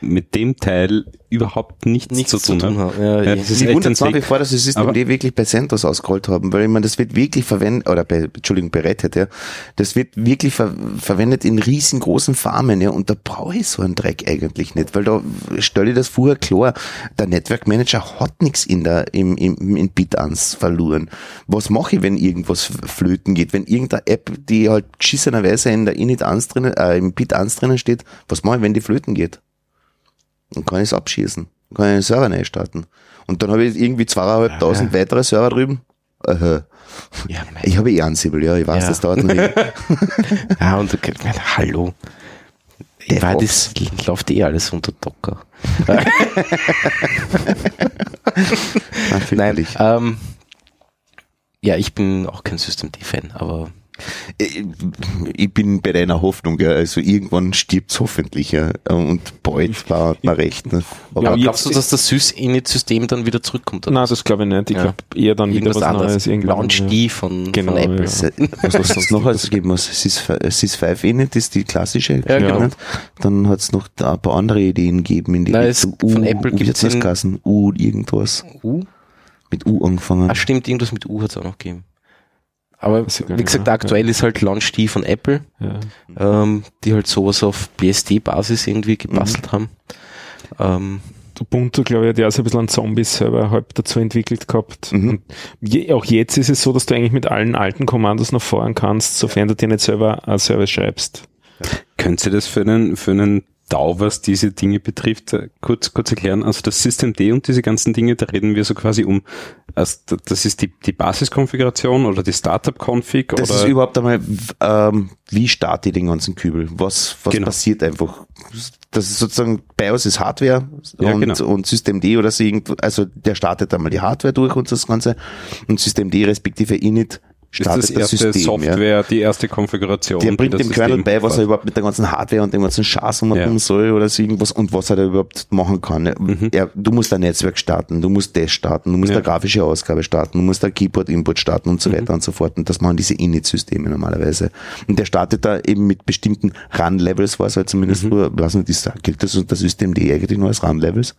S4: mit dem Teil überhaupt nichts,
S1: nichts
S4: zu tun, hat.
S1: hat. Ja,
S4: Ja,
S1: eh.
S4: das ist
S2: Ich
S4: echt
S2: wundere
S4: ein
S2: mich nach wie
S4: Weg.
S2: vor, dass sie das System
S4: Aber-
S2: die wirklich bei CentOS ausgerollt haben, weil ich meine, das wird wirklich verwendet, oder bei, Entschuldigung, bei Red Hat, ja, das wird wirklich ver verwendet in riesengroßen Farmen, ja, und da brauche ich so einen Dreck eigentlich nicht, weil da stelle ich das vorher klar, der Netzwerkmanager hat nichts in der, im, im, in Bitans verloren. Was mache ich, wenn irgendwas flöten geht? Wenn irgendeine App, die halt geschissenerweise in der Init-Ans drinnen, äh, im Bit-Ans drinnen steht, was mache ich, wenn die flöten geht? Dann kann ich es abschießen. Dann kann ich den Server neu starten. Und dann habe ich irgendwie zweieinhalbtausend weitere Server drüben. Aha.
S1: ja, mein,
S2: Ich habe eh Ansible, ja, ich weiß,
S1: Ja.
S2: das dauert noch ewig.
S1: ah, und, okay, mein, hallo.
S2: DevOps.
S1: War das läuft eh alles unter Docker.
S2: Nein,
S1: Nein,
S2: fürchterlich.
S1: ähm, ja, ich bin auch kein System D-Fan, aber
S2: Ich- Ich bin bei deiner Hoffnung, ja. also irgendwann stirbt's hoffentlich, ja. Und bald war hat man recht. Ne?
S3: Ja,
S2: Aber
S1: Aber
S3: jetzt-
S1: glaubst du, dass das SysInit-System dann wieder zurückkommt?
S3: Nein, das glaube ich nicht. Ich
S1: Ja.
S3: glaube eher dann wieder was anderes. irgendwann,
S1: Launch
S3: ja.
S1: die von,
S3: Genau,
S1: von Apple.
S3: ja.
S2: was was sonst noch alles geben muss, Sys5 Init ist die klassische,
S1: Ja,
S3: genau.
S2: nicht? dann hat's noch da ein paar andere Ideen gegeben in die
S1: Nein, es- von Apple
S2: U,
S1: gibt's
S2: gibt's das
S1: den-
S2: Kassen, U irgendwas,
S1: U?
S2: mit U angefangen.
S1: Ah, stimmt, irgendwas mit U hat es auch noch gegeben. Aber
S3: Weiß ich gar
S1: wie
S3: nicht
S1: gesagt,
S3: mehr.
S1: aktuell ist halt Launch D von Apple,
S3: Ja.
S1: ähm, die halt sowas auf BSD-Basis irgendwie gebastelt haben. Ähm,
S3: Ubuntu, glaube ich, hat ja auch so ein bisschen einen Zombie-Server halb dazu entwickelt gehabt.
S2: Mhm.
S3: Und je, auch jetzt ist es so, dass du eigentlich mit allen alten Kommandos noch fahren kannst, sofern du dir nicht selber einen Service schreibst.
S4: Könntest du das für einen, für einen DAO, was diese Dinge betrifft, äh, kurz, kurz erklären? Also das System D und diese ganzen Dinge, da reden wir so quasi um, also d- das ist die, die Basiskonfiguration oder die Startup-Config oder
S2: Das ist überhaupt einmal, w- ähm, wie starte ich den ganzen Kübel? Was, was
S4: Genau.
S2: passiert einfach? Das ist sozusagen, BIOS ist Hardware
S4: Ja,
S2: und,
S4: genau.
S2: und System D oder so irgendwo, also der startet einmal die Hardware durch und das Ganze und System D respektive Init
S4: ist das
S2: startet das,
S4: erste
S2: System. ja.
S4: Software, die erste Konfiguration.
S2: Der
S4: die
S2: bringt
S4: das
S2: dem Kernel
S4: System
S2: bei, was
S4: quasi-
S2: er überhaupt mit der ganzen Hardware und dem ganzen Schaß um
S4: Ja.
S2: soll oder so irgendwas und was er da überhaupt machen kann. Er- Er, du musst ein Netzwerk starten, du musst das starten, du musst
S4: Ja.
S2: eine grafische Ausgabe starten, du musst ein Keyboard-Input starten und so weiter und so fort. Und das machen diese Init-Systeme normalerweise. Und der startet da eben mit bestimmten Run-Levels, war es halt zumindest früher. Lass uns das, gilt das unter System D eigentlich nur als Run-Levels?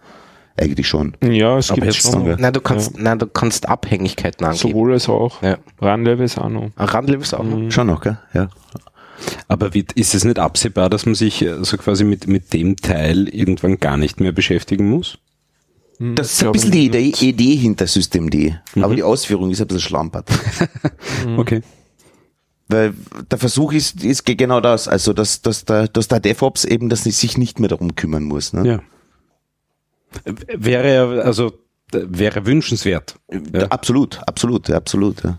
S2: Eigentlich schon.
S3: Ja, es
S2: Aber
S3: gibt
S2: jetzt
S3: schon.
S2: dann,
S1: nein, du kannst, nein, du kannst Abhängigkeiten angeben.
S3: Sowohl als auch.
S1: Ja.
S3: Run-Levels auch noch.
S1: Randlevel ist auch noch.
S2: Schon noch, gell? Ja.
S4: Aber wie, ist es nicht absehbar, dass man sich äh, so quasi mit, mit dem Teil irgendwann gar nicht mehr beschäftigen muss?
S2: Das ist
S3: glaub
S2: ein bisschen
S3: ich
S2: die Idee, Idee hinter System D. Aber die Ausführung ist ein bisschen schlampert.
S4: Okay.
S2: Weil der Versuch ist, ist ge- genau das, also dass, dass, der, dass der DevOps eben das nicht, sich nicht mehr darum kümmern muss. Ne?
S4: Ja. W- Wäre ja, also, d- wäre wünschenswert.
S2: Da- Absolut, absolut, ja, absolut. Ja.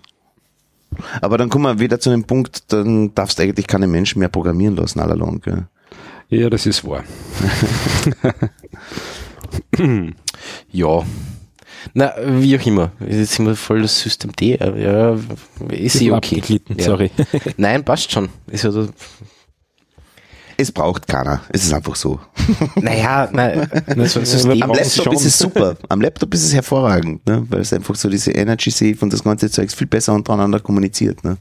S2: Aber dann kommen wir wieder zu dem Punkt, dann darfst du eigentlich keine Menschen mehr programmieren lassen, all along. Gell?
S4: Ja, das ist wahr.
S1: Ja. Na, wie auch immer. Jetzt sind wir voll das System D. äh, Ja, ist eh okay.
S3: Abgeglitten,
S1: Ja.
S3: Sorry.
S1: Nein, passt schon. Ist ja so,
S2: Es braucht keiner, es ist einfach so.
S1: naja, nein. so ein
S2: Am
S1: System,
S3: Brauchen sie
S2: Laptop
S3: schon.
S2: ist es super, am Laptop ist es hervorragend, ne? weil es einfach so diese Energy Save und das ganze Zeug viel besser untereinander kommuniziert. Ne?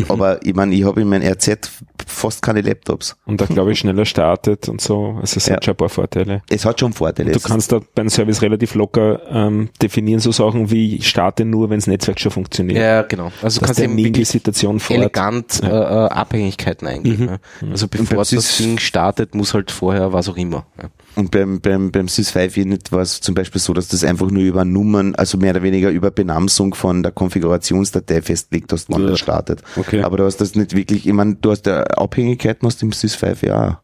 S3: Mhm.
S2: Aber ich meine, ich habe in meinem RZ fast keine Laptops.
S3: Und da glaube ich schneller startet und so. Also es hat
S2: Ja.
S3: schon ein paar Vorteile.
S2: Es hat schon Vorteile.
S3: Du
S2: es ist
S3: kannst da beim Service relativ locker ähm, definieren, so Sachen wie ich starte nur, wenn das Netzwerk schon funktioniert.
S1: ja, genau. Also du
S3: Dass
S1: kannst
S3: der
S1: eben
S3: nie in die
S1: wirklich
S3: Situation fährt.
S1: elegant äh, äh, Abhängigkeiten eingehen. Ne? Also bevor das
S2: beim Sys-
S1: Ding startet, muss halt vorher was auch immer. Ja.
S2: Und beim, beim, beim Sys5-Unit war es zum Beispiel so, dass das einfach nur über Nummern, also mehr oder weniger über Benamsung von der Konfigurationsdatei festlegt, dass man
S4: Ja.
S2: das startet.
S4: Okay.
S2: Aber du hast das nicht wirklich, ich meine, du hast ja Abhängigkeiten aus dem Sys5 ja.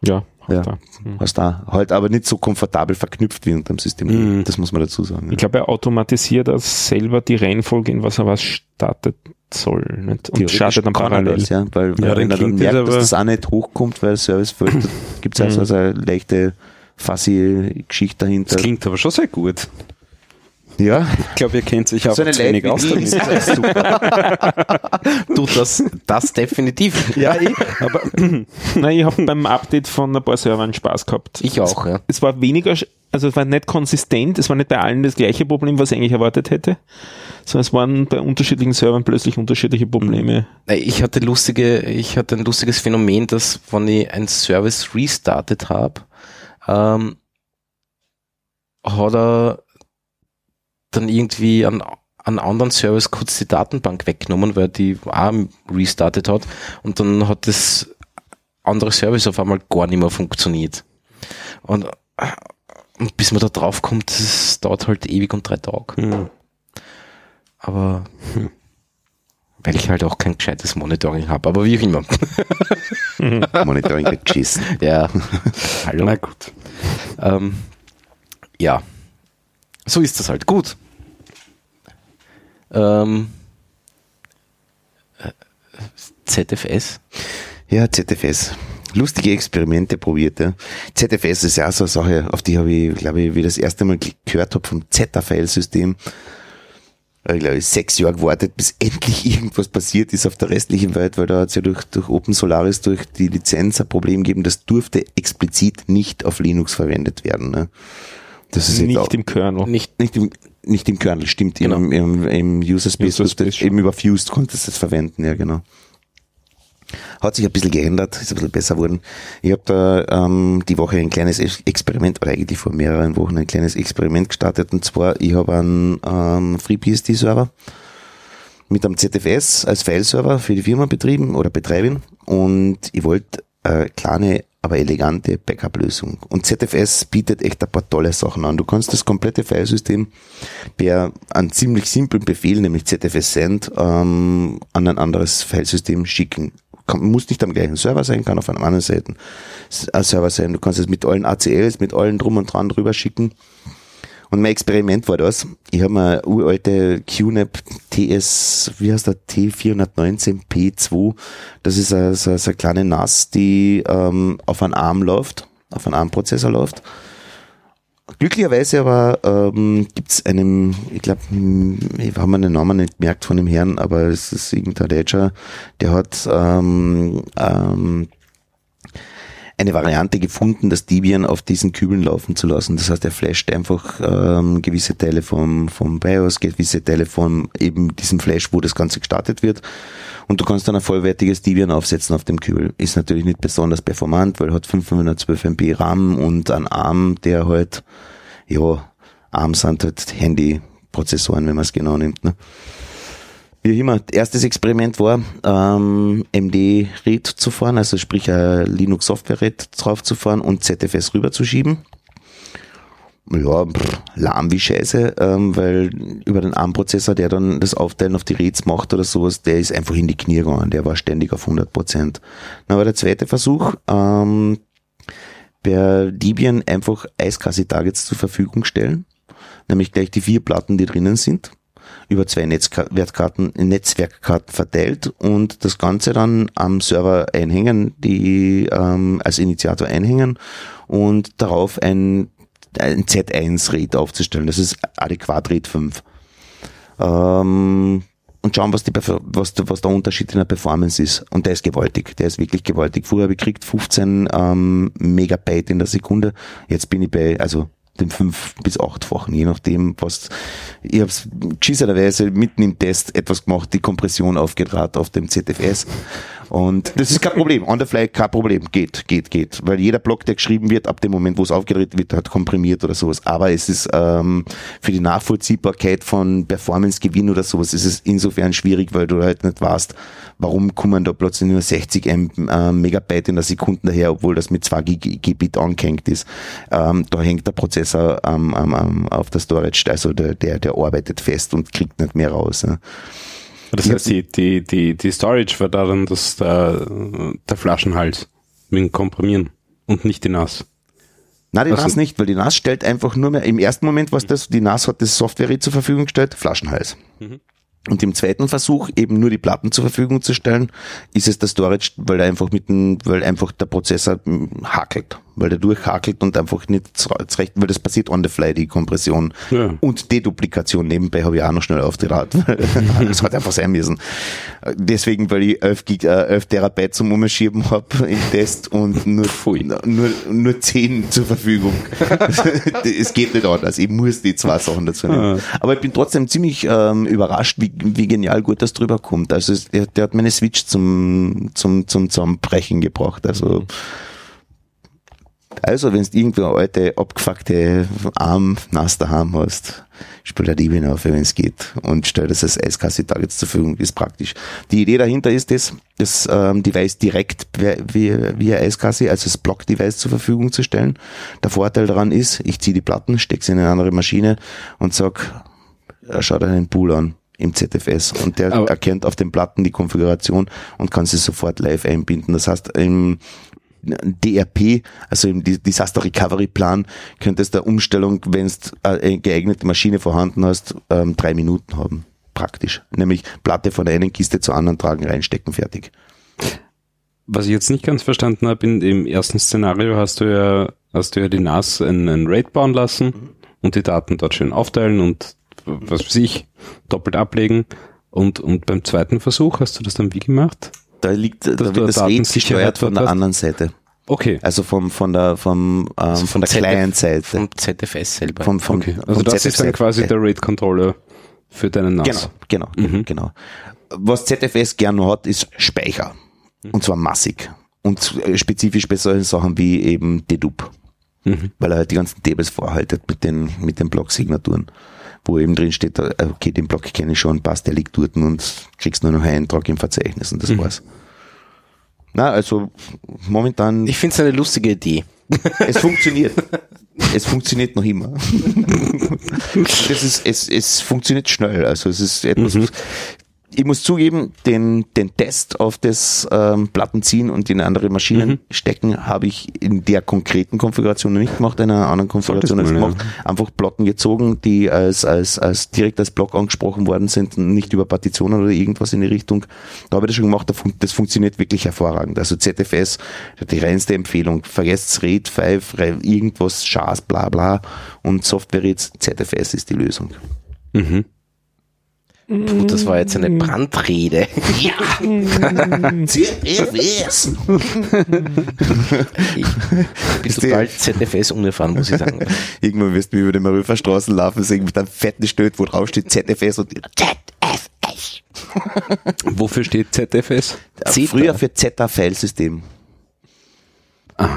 S3: Ja, hat
S2: Ja.
S3: er.
S2: Hast da halt aber nicht so komfortabel verknüpft wie unter dem System.
S4: Mhm.
S2: Das muss man dazu sagen.
S3: Ich
S2: Ja.
S3: glaube, er automatisiert auch selber die Reihenfolge, in was er was startet soll. Nicht? Und
S2: Theoretisch
S3: startet dann
S2: kann er
S3: parallel.
S2: Das, ja, weil, weil wenn
S4: Ja, dann
S2: er dann
S4: klingt das
S2: merkt, dass
S4: aber- Mhm.
S2: das auch nicht hochkommt, weil Service fällt, gibt es also so eine leichte, fuzzy Geschichte dahinter.
S4: Das klingt aber schon sehr gut.
S2: Ja,
S4: Ich glaube, ihr kennt sich auch
S2: so eine
S4: zu wenig
S2: Leitlinie
S4: aus
S2: ist
S4: damit.
S2: das super.
S1: Du, das, das definitiv.
S2: Ja, ich,
S4: Aber
S3: Nein, ich habe beim Update von ein paar Servern Spaß gehabt.
S1: Ich auch, ja.
S3: Es war weniger, sch- also es war nicht konsistent, es war nicht bei allen das gleiche Problem, was ich eigentlich erwartet hätte, sondern es waren bei unterschiedlichen Servern plötzlich unterschiedliche Probleme.
S1: Nein, Ich hatte lustige, ich hatte ein lustiges Phänomen, dass wenn ich einen Service restartet habe, ähm, hat er dann irgendwie an einen anderen Service kurz die Datenbank weggenommen, weil die auch restartet hat und dann hat das andere Service auf einmal gar nicht mehr funktioniert. Und, äh, und bis man da drauf kommt, das dauert halt ewig und drei Tage.
S4: Hm.
S1: Aber weil ich halt auch kein gescheites Monitoring habe, aber wie auch immer.
S2: Monitoring wird geschissen.
S1: Ja. Hallo.
S4: Na gut.
S1: Ähm, ja, so ist das halt. Gut. Ähm, äh, ZFS?
S2: Ja, ZFS. Lustige Experimente probiert. Ja. ZFS ist ja auch so eine Sache, auf die habe ich, glaube ich, wie ich das erste Mal gehört habe vom Z-File-System. Habe Ich glaube, sechs Jahre gewartet, bis endlich irgendwas passiert ist auf der restlichen Welt, weil da hat es ja durch, durch Open Solaris, durch die Lizenz ein Problem gegeben, das durfte explizit nicht auf Linux verwendet werden. Ne. Das ist jetzt auch-
S3: Nicht im Kernel.
S1: Nicht.
S2: nicht im, nicht im Kernel, stimmt.
S1: Genau.
S2: Im, im, im User Space,
S3: User
S2: durfte-
S3: Space schon.
S2: eben über Fused konntest du es verwenden, ja genau. Hat sich ein bisschen geändert, ist ein bisschen besser geworden. Ich habe da ähm, die Woche ein kleines Ex- Experiment, oder eigentlich vor mehreren Wochen ein kleines Experiment gestartet. Und zwar, ich habe einen ähm, FreeBSD-Server mit einem ZFS als File-Server für die Firma betrieben oder betreiben. Und ich wollte eine kleine, aber elegante Backup-Lösung. Und ZFS bietet echt ein paar tolle Sachen an. Du kannst das komplette Filesystem per einem ziemlich simplen Befehl, nämlich ZFS Send, ähm, an ein anderes Filesystem schicken. Kann, muss nicht am gleichen Server sein, kann auf einem anderen Seiten S- äh, Server sein. Du kannst es mit allen ACLs, mit allen drum und dran drüber schicken. Und mein Experiment war das. Ich habe mir eine uralte QNAP TS, wie heißt der, T419P2. Das ist eine, so, so eine kleine NAS, die ähm, auf einen ARM läuft, auf einen ARM-Prozessor läuft. Glücklicherweise aber ähm, gibt's einen, ich glaube, ich habe mir den Namen nicht gemerkt von dem Herrn, aber es ist irgendein Deutscher, der hat ähm, ähm, eine Variante gefunden, das Debian auf diesen Kübeln laufen zu lassen. Das heißt, er flasht einfach ähm, gewisse Teile vom, vom BIOS, gewisse Teile von eben diesem Flash, wo das Ganze gestartet wird. Und du kannst dann ein vollwertiges Debian aufsetzen auf dem Kübel. Ist natürlich nicht besonders performant, weil hat 512 MB RAM und einen ARM, der halt, ja, ARM sind halt Handy-Prozessoren, wenn man es genau nimmt. Ne? Wie immer, erstes Experiment war, ähm, MD-RED zu fahren, also sprich ein Linux-Software-RED drauf zu fahren und ZFS rüberzuschieben. Ja, pff, lahm wie Scheiße, ähm, weil über den ARM-Prozessor, der dann das Aufteilen auf die REDs macht oder sowas, der ist einfach in die Knie gegangen, der war ständig auf 100%. Dann war der zweite Versuch, ähm, per Debian einfach Eiskasse-Targets zur Verfügung stellen, nämlich gleich die vier Platten, die drinnen sind über zwei Netzwerkkarten, Netzwerkkarten verteilt und das Ganze dann am Server einhängen, die ähm, als Initiator einhängen und darauf ein, ein Z1-RAID aufzustellen. Das ist adäquat RAID 5. Ähm, und schauen, was, die, Perfor- was, der- was der Unterschied in der Performance ist. Und der ist gewaltig. Der ist wirklich gewaltig. Vorher habe ich gekriegt 15 ähm, Megabyte in der Sekunde. Jetzt bin ich bei, also dem fünf bis achtfachen, je nachdem, was ich habe geschissenerweise mitten im Test etwas gemacht, die Kompression aufgedraht auf dem ZFS. Und das ist kein Problem. On the fly kein Problem. Geht, geht, geht. Weil jeder Block, der geschrieben wird, ab dem Moment, wo es aufgedreht wird, hat komprimiert oder sowas. Aber es ist ähm, für die Nachvollziehbarkeit von Performance-Gewinn oder sowas ist es insofern schwierig, weil du halt nicht weißt, warum kommen da plötzlich nur 60 M, äh, Megabyte in der Sekunde daher, obwohl das mit 2 Gig- Gbit angehängt ist. Ähm, da hängt der Prozessor ähm, ähm, ähm, auf der Storage, also der, der, der arbeitet fest und kriegt nicht mehr raus. Ne?
S4: Das heißt, die, die, die, die Storage war da dann das, der, der Flaschenhals mit dem Komprimieren und nicht die Nass.
S2: Na, die
S4: Also-
S2: NAS nicht, weil die NAS stellt einfach nur mehr, im ersten Moment was das, die NAS hat das Software zur Verfügung gestellt, Flaschenhals. Und im zweiten Versuch, eben nur die Platten zur Verfügung zu stellen, ist es das Storage, weil er einfach mit dem, weil einfach der Prozessor mm, hakelt, weil der durchhakelt und einfach nicht zra- zurecht, weil das passiert on the fly, die Kompression
S4: Ja.
S2: und Deduplikation nebenbei habe ich auch noch schnell aufgerat. das hat einfach sein müssen. Deswegen, weil ich 11, Gig, äh, 11 Terabyte zum Umschieben habe im Test und nur,
S4: Pfui.
S2: nur, nur 10 zur Verfügung. es geht nicht anders. Ich muss die zwei Sachen dazu nehmen. Aber ich bin trotzdem ziemlich ähm, überrascht, wie, wie genial gut das drüber kommt. Also es, der, der hat meine Switch zum, zum, zum Zusammenbrechen gebracht. Also Also, wenn du irgendwo eine alte, abgefuckte Arm nass daheim hast, spiel halt Ebene auf, wenn es geht. Und stell das als Eiskasse-Targets zur Verfügung, ist praktisch. Die Idee dahinter ist es, das, das ähm, Device direkt via, via Eiskasse, also das Block-Device zur Verfügung zu stellen. Der Vorteil daran ist, ich ziehe die Platten, stecke sie in eine andere Maschine und sag, äh, schau dir einen Pool an im ZFS und der
S4: Aber-
S2: erkennt auf den Platten die Konfiguration und kann sie sofort live einbinden. Das heißt, im DRP, also im Di- Disaster Recovery Plan, könntest du eine Umstellung, wenn du eine geeignete Maschine vorhanden hast, ähm, drei Minuten haben. Praktisch. Nämlich Platte von der einen Kiste zur anderen tragen, reinstecken, fertig.
S4: Was ich jetzt nicht ganz verstanden habe, in dem ersten Szenario hast du ja, hast du ja die NAS einen, einen RAID bauen lassen und die Daten dort schön aufteilen und was weiß ich, doppelt ablegen. Und, und beim zweiten Versuch hast du das dann wie gemacht?
S2: Da liegt, da
S4: du
S2: wird das
S4: Datensicherheit
S2: RAID gesteuert von der
S4: verpasst?
S2: anderen Seite.
S4: Okay.
S2: Also vom, von der, vom, ähm,
S4: Also
S2: von
S1: vom
S2: der
S1: ZF
S2: Client-Seite.
S1: vom ZFS selber.
S2: Vom, vom,
S4: okay.
S2: vom
S4: Also das ist dann
S2: ZF-Seite.
S4: quasi der RAID-Controller für deinen NAS.
S2: Genau, genau, genau. Was ZFS gern noch hat, ist Speicher. Und zwar massig. Und äh, spezifisch bei solchen Sachen wie eben Dedup. Weil er halt die ganzen Tables vorhaltet mit den, mit den Block-Signaturen. Wo eben drin steht, äh, okay, den Block kenne ich schon, passt, der liegt dort und kriegst nur noch einen Eintrag im Verzeichnis und das war's. Na, also momentan,
S1: Ich finde es eine lustige Idee.
S2: es funktioniert. Es funktioniert noch immer. das ist, es, es funktioniert schnell. Also es ist etwas. Ich muss zugeben, den, den Test auf das ähm, Platten ziehen und in andere Maschinen
S4: Mhm.
S2: stecken, habe ich in der konkreten Konfiguration noch nicht gemacht, in einer anderen Konfiguration habe
S4: Solltest
S2: ich
S4: mal, ja.
S2: gemacht. Einfach Platten gezogen, die als, als, als direkt als Block angesprochen worden sind, nicht über Partitionen oder irgendwas in die Richtung. Da habe ich das schon gemacht, da fun- das funktioniert wirklich hervorragend. Also ZFS, die reinste Empfehlung. Vergesst RAID 5, irgendwas, Schaas, bla bla und Software RAIDs, ZFS ist die Lösung.
S4: Mhm.
S1: Puh, das war jetzt eine Brandrede. Ja.
S2: ZFS!
S1: Ich bin total ZFS unerfahren, muss ich sagen.
S2: Irgendwann wirst du mir über den Maröfer Straßen laufen, sehen mit einem fetten Stöd, wo drauf steht ZFS und ZFS. Genau.
S4: Wofür steht ZFS?
S1: Zeta.
S2: Früher für Zeta-File-System.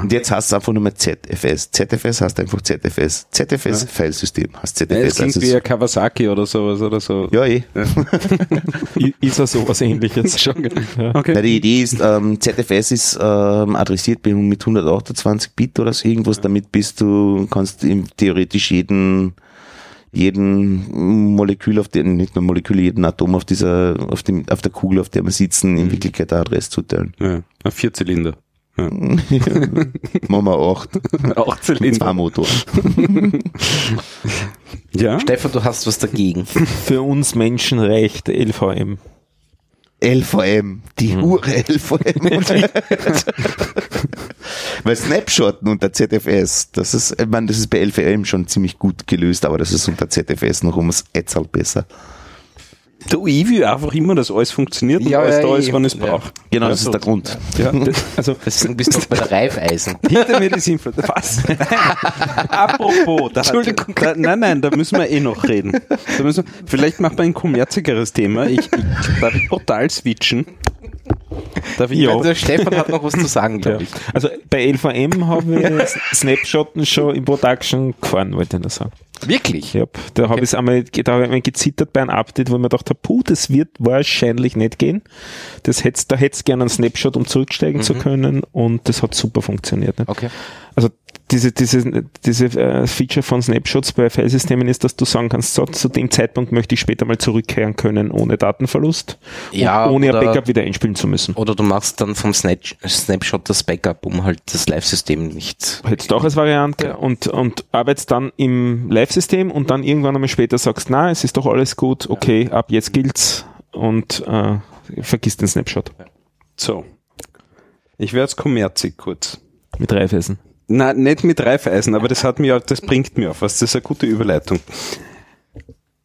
S2: Und jetzt heißt es einfach nur mehr ZFS. ZFS heißt einfach ZFS. ZFS-File-System heißt
S4: Es
S2: ZFS.
S4: klingt
S2: Also
S4: wie
S2: es-
S4: ein Kawasaki oder sowas oder so.
S2: ja, eh.
S3: I- Ist ja sowas ähnliches.
S4: Schon, gell?
S3: Ja.
S2: Na,
S4: Okay.
S2: die Idee ist, ähm, ZFS ist ähm, adressiert mit 128 Bit oder so irgendwas. Damit bist du, kannst im, theoretisch jeden jeden Molekül auf den, nicht nur Molekül, jeden Atom auf dieser, auf dem, auf der Kugel, auf der wir sitzen, in Wirklichkeit eine Adresse zuteilen.
S4: Ja. Ein Vierzylinder.
S2: Machen wir acht,
S4: Auch
S2: zwei
S4: Zylinder.
S2: Motoren.
S4: Ja.
S1: Stefan, du hast was dagegen.
S3: Für uns Menschenrecht LVM.
S2: LVM, die Hure LVM. Weil Snapshotten unter ZFS, das ist, ich meine, das ist bei LVM schon ziemlich gut gelöst, aber das ist unter ZFS noch ums Etzel besser.
S4: Du, ich will einfach immer, dass alles funktioniert und
S1: Ja,
S4: alles
S1: ja,
S4: da ist,
S1: ja.
S4: wann es
S1: Ja.
S4: braucht. Also,
S2: Genau, das ist der Grund.
S3: Ja, das, also
S1: Deswegen bist du noch bei der Reifeisen.
S4: Hinter mir die Sinnflut. Was? Apropos, da
S1: Entschuldigung.
S4: Hat, da, nein, nein, da müssen wir eh noch reden. Da müssen wir, vielleicht macht man ein kommerzigeres Thema. Ich, ich darf ich brutal switchen. Darf ich
S3: Ja.
S4: Also,
S1: Der Stefan hat noch was zu sagen,
S3: Ja.
S1: glaube ich.
S3: Also bei LVM haben wir Snapshotten schon in Production gefahren, wollte ich nur sagen.
S1: Wirklich?
S3: Ja, da habe ich einmal, da hab ich einmal gezittert bei einem Update, wo ich mir dachte, puh, das wird wahrscheinlich nicht gehen. Das hätt's, da hätt's gerne einen Snapshot, um zurücksteigen zu können und das hat super funktioniert. Ne?
S1: Mhm. Okay.
S3: Also diese, diese, diese äh, Feature von Snapshots bei Filesystemen ist, dass du sagen kannst, so, zu dem Zeitpunkt möchte ich später mal zurückkehren können ohne Datenverlust
S1: Ja,
S3: und ohne ein
S1: oder-
S3: Backup wieder einspielen zu müssen.
S1: Oder du machst dann vom Snatch- Snapshot das Backup, um halt das Live-System nicht.
S3: Hättest du auch als Variante und, und arbeitest dann im Live-System und dann irgendwann einmal später sagst, na, es ist doch alles gut, okay, ab jetzt gilt's und äh, vergiss den Snapshot
S4: so. Ich werde es kommerzig kurz.
S3: mit Reifeisen.
S4: Na, nicht mit Reifeisen, aber das hat mir, auf- das bringt mir auf was. Das ist eine gute Überleitung.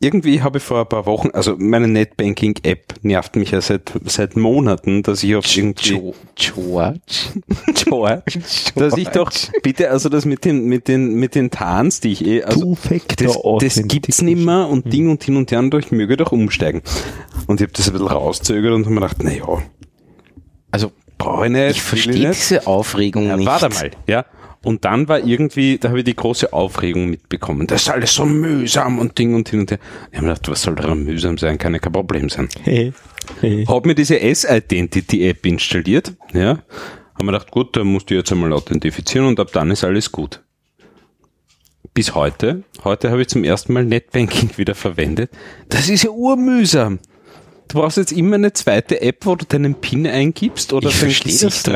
S4: Irgendwie habe ich vor ein paar Wochen, also meine Netbanking-App nervt mich ja seit, seit Monaten, dass ich auf irgendwie
S1: Jo- George?
S4: George, dass ich doch bitte, also das mit den mit den mit den Tarns, die ich eh, also das, das gibt's nimmer und Ding und hin und her und ich möge doch umsteigen. Und ich habe das ein bisschen rauszögert und habe mir gedacht, naja,
S1: Also,
S4: brauche ich nicht. will
S1: ich verstehe
S4: nicht.
S1: diese Aufregung
S4: Ja,
S1: nicht.
S4: Äh, warte mal, ja. Und dann war irgendwie, da habe ich die große Aufregung mitbekommen. Das ist alles so mühsam und Ding und hin und her. Ich habe mir gedacht, was soll daran mühsam sein? Kann ja kein Problem sein. Hab mir diese S-Identity-App installiert, ja. Haben mir gedacht, gut, dann musst du jetzt einmal authentifizieren und ab dann ist alles gut. Bis heute. Heute habe ich zum ersten Mal Netbanking wieder verwendet. Das ist ja urmühsam. Du brauchst jetzt immer eine zweite App, wo du deinen PIN eingibst oder
S1: Ich
S4: dein
S1: verstehe das
S4: Gesicht
S1: nicht.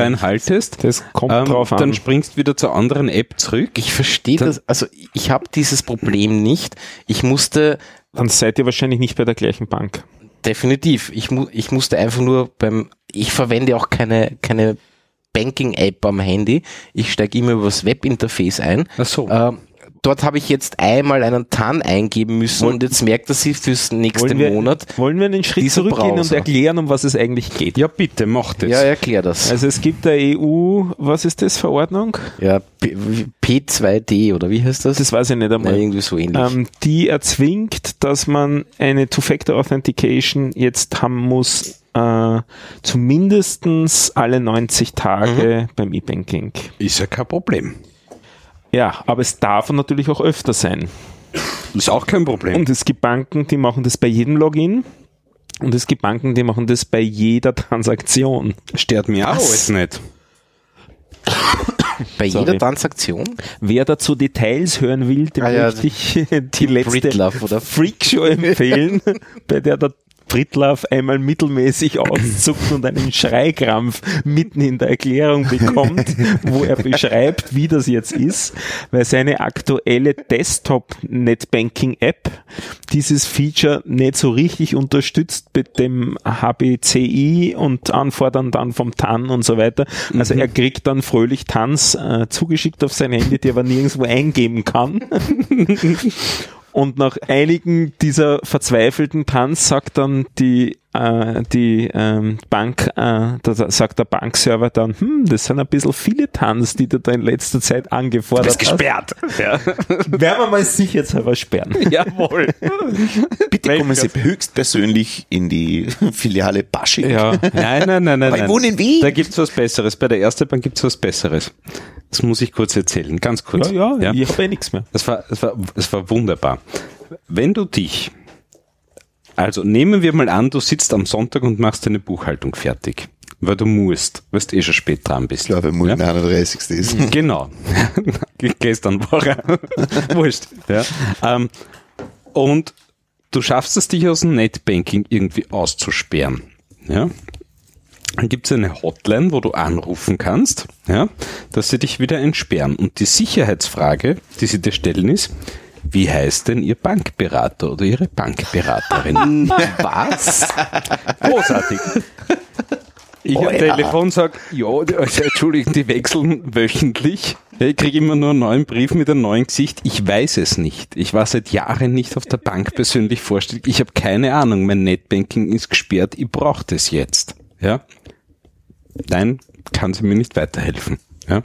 S4: reinhaltest.
S3: Das kommt
S4: Ähm,
S3: drauf
S4: Dann
S3: an.
S4: springst wieder zur anderen App zurück.
S1: Ich verstehe das, also ich habe dieses Problem nicht. Ich musste
S3: Dann seid ihr wahrscheinlich nicht bei der gleichen Bank.
S1: Definitiv. Ich, mu ich musste einfach nur beim, ich verwende auch keine, keine Banking-App am Handy. Ich steige immer über das Webinterface ein.
S4: Ach so.
S1: Ähm, dort habe ich jetzt einmal einen TAN eingeben müssen
S3: Wollen-
S1: und jetzt merkt er sich fürs nächste
S3: Wollen wir,
S1: Monat.
S3: wollen wir einen Schritt
S1: Dieser
S3: zurückgehen und
S1: Browser.
S3: erklären, um was es eigentlich geht?
S4: ja, bitte, mach das.
S1: Ja, erklär das.
S3: Also es gibt der EU, was ist das, Verordnung?
S1: ja, P P2D oder wie heißt das?
S3: Das weiß ich nicht
S1: Nein,
S3: einmal.
S1: irgendwie so ähnlich.
S3: Ähm, die erzwingt, dass man eine Two-Factor-Authentication jetzt haben muss, äh, zumindestens alle 90 Tage beim E-Banking.
S4: Mhm. Ist ja kein Problem.
S3: Ja, aber es darf natürlich auch öfter sein.
S4: Ist auch kein Problem.
S3: Und es gibt Banken, die machen das bei jedem Login. Und es gibt Banken, die machen das bei jeder Transaktion.
S4: Stört mir auch alles nicht.
S1: Bei
S3: sorry.
S1: jeder Transaktion?
S3: Wer dazu Details hören will, dem
S1: Ah ja,
S3: möchte ich die letzte
S1: Britlove oder
S3: Freakshow empfehlen, bei der der Britlaff einmal mittelmäßig auszuckt und einen Schreikrampf mitten in der Erklärung bekommt, wo er beschreibt, wie das jetzt ist, weil seine aktuelle Desktop-Netbanking-App dieses Feature nicht so richtig unterstützt mit dem HBCI und Anfordern dann vom TAN und so weiter. Also er kriegt dann fröhlich TANs äh, zugeschickt auf sein Handy, die er aber nirgendwo eingeben kann. Und nach einigen dieser verzweifelten Tanz sagt dann die, äh, die ähm, Bank, äh, da, da sagt der Bankserver dann, hm, das sind ein bisschen viele Tanz, die du da in letzter Zeit angefordert hast.
S4: gesperrt. Ja.
S3: Werden wir mal sicher selber sperren.
S4: Jawohl.
S2: Bitte kommen Sie höchstpersönlich in die Filiale Basching.
S3: Ja.
S4: Nein, nein, nein, nein.
S2: Weil ich
S4: nein.
S2: wohne in Wien.
S4: Da gibt's was Besseres. Bei der ersten Bank gibt's was Besseres. Das muss ich kurz erzählen. Ganz kurz.
S3: Ja, ja, ich habe eh nichts mehr.
S4: Es war, es war, es war wunderbar. Wenn du dich, also nehmen wir mal an, du sitzt am Sonntag und machst deine Buchhaltung fertig, weil du musst, weil du eh schon spät dran bist.
S2: Ich glaube, morgen ja? Hm. 31. ist.
S4: Genau. Gestern war er. Wurscht. Ja. Ähm, und du schaffst es, dich aus dem Netbanking irgendwie auszusperren. Ja. Dann gibt es eine Hotline, wo du anrufen kannst, ja, dass sie dich wieder entsperren. Und die Sicherheitsfrage, die sie dir stellen, ist, wie heißt denn Ihr Bankberater oder Ihre Bankberaterin? Was? Großartig. Ich am Telefon sag, ja, also, Entschuldigung, die wechseln wöchentlich. Ich kriege immer nur einen neuen Brief mit einem neuen Gesicht. Ich weiß es nicht. Ich war seit Jahren nicht auf der Bank persönlich vorstellig. Ich habe keine Ahnung. Mein Netbanking ist gesperrt. Ich brauche das jetzt. Ja? Nein, kann sie mir nicht weiterhelfen. Ja?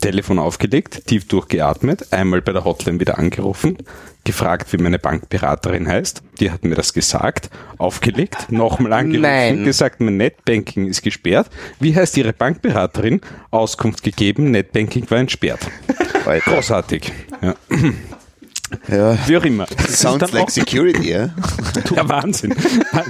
S4: Telefon aufgelegt, tief durchgeatmet, einmal bei der Hotline wieder angerufen, gefragt, wie meine Bankberaterin heißt. Die hat mir das gesagt, aufgelegt, nochmal angerufen,
S1: Nein.
S4: gesagt, mein Netbanking ist gesperrt. Wie heißt Ihre Bankberaterin? Auskunft gegeben, Netbanking war entsperrt.
S2: Alter.
S4: Großartig. Ja.
S2: Ja.
S4: Wie auch immer.
S2: Sounds like Security, ja?
S4: Ja, Wahnsinn.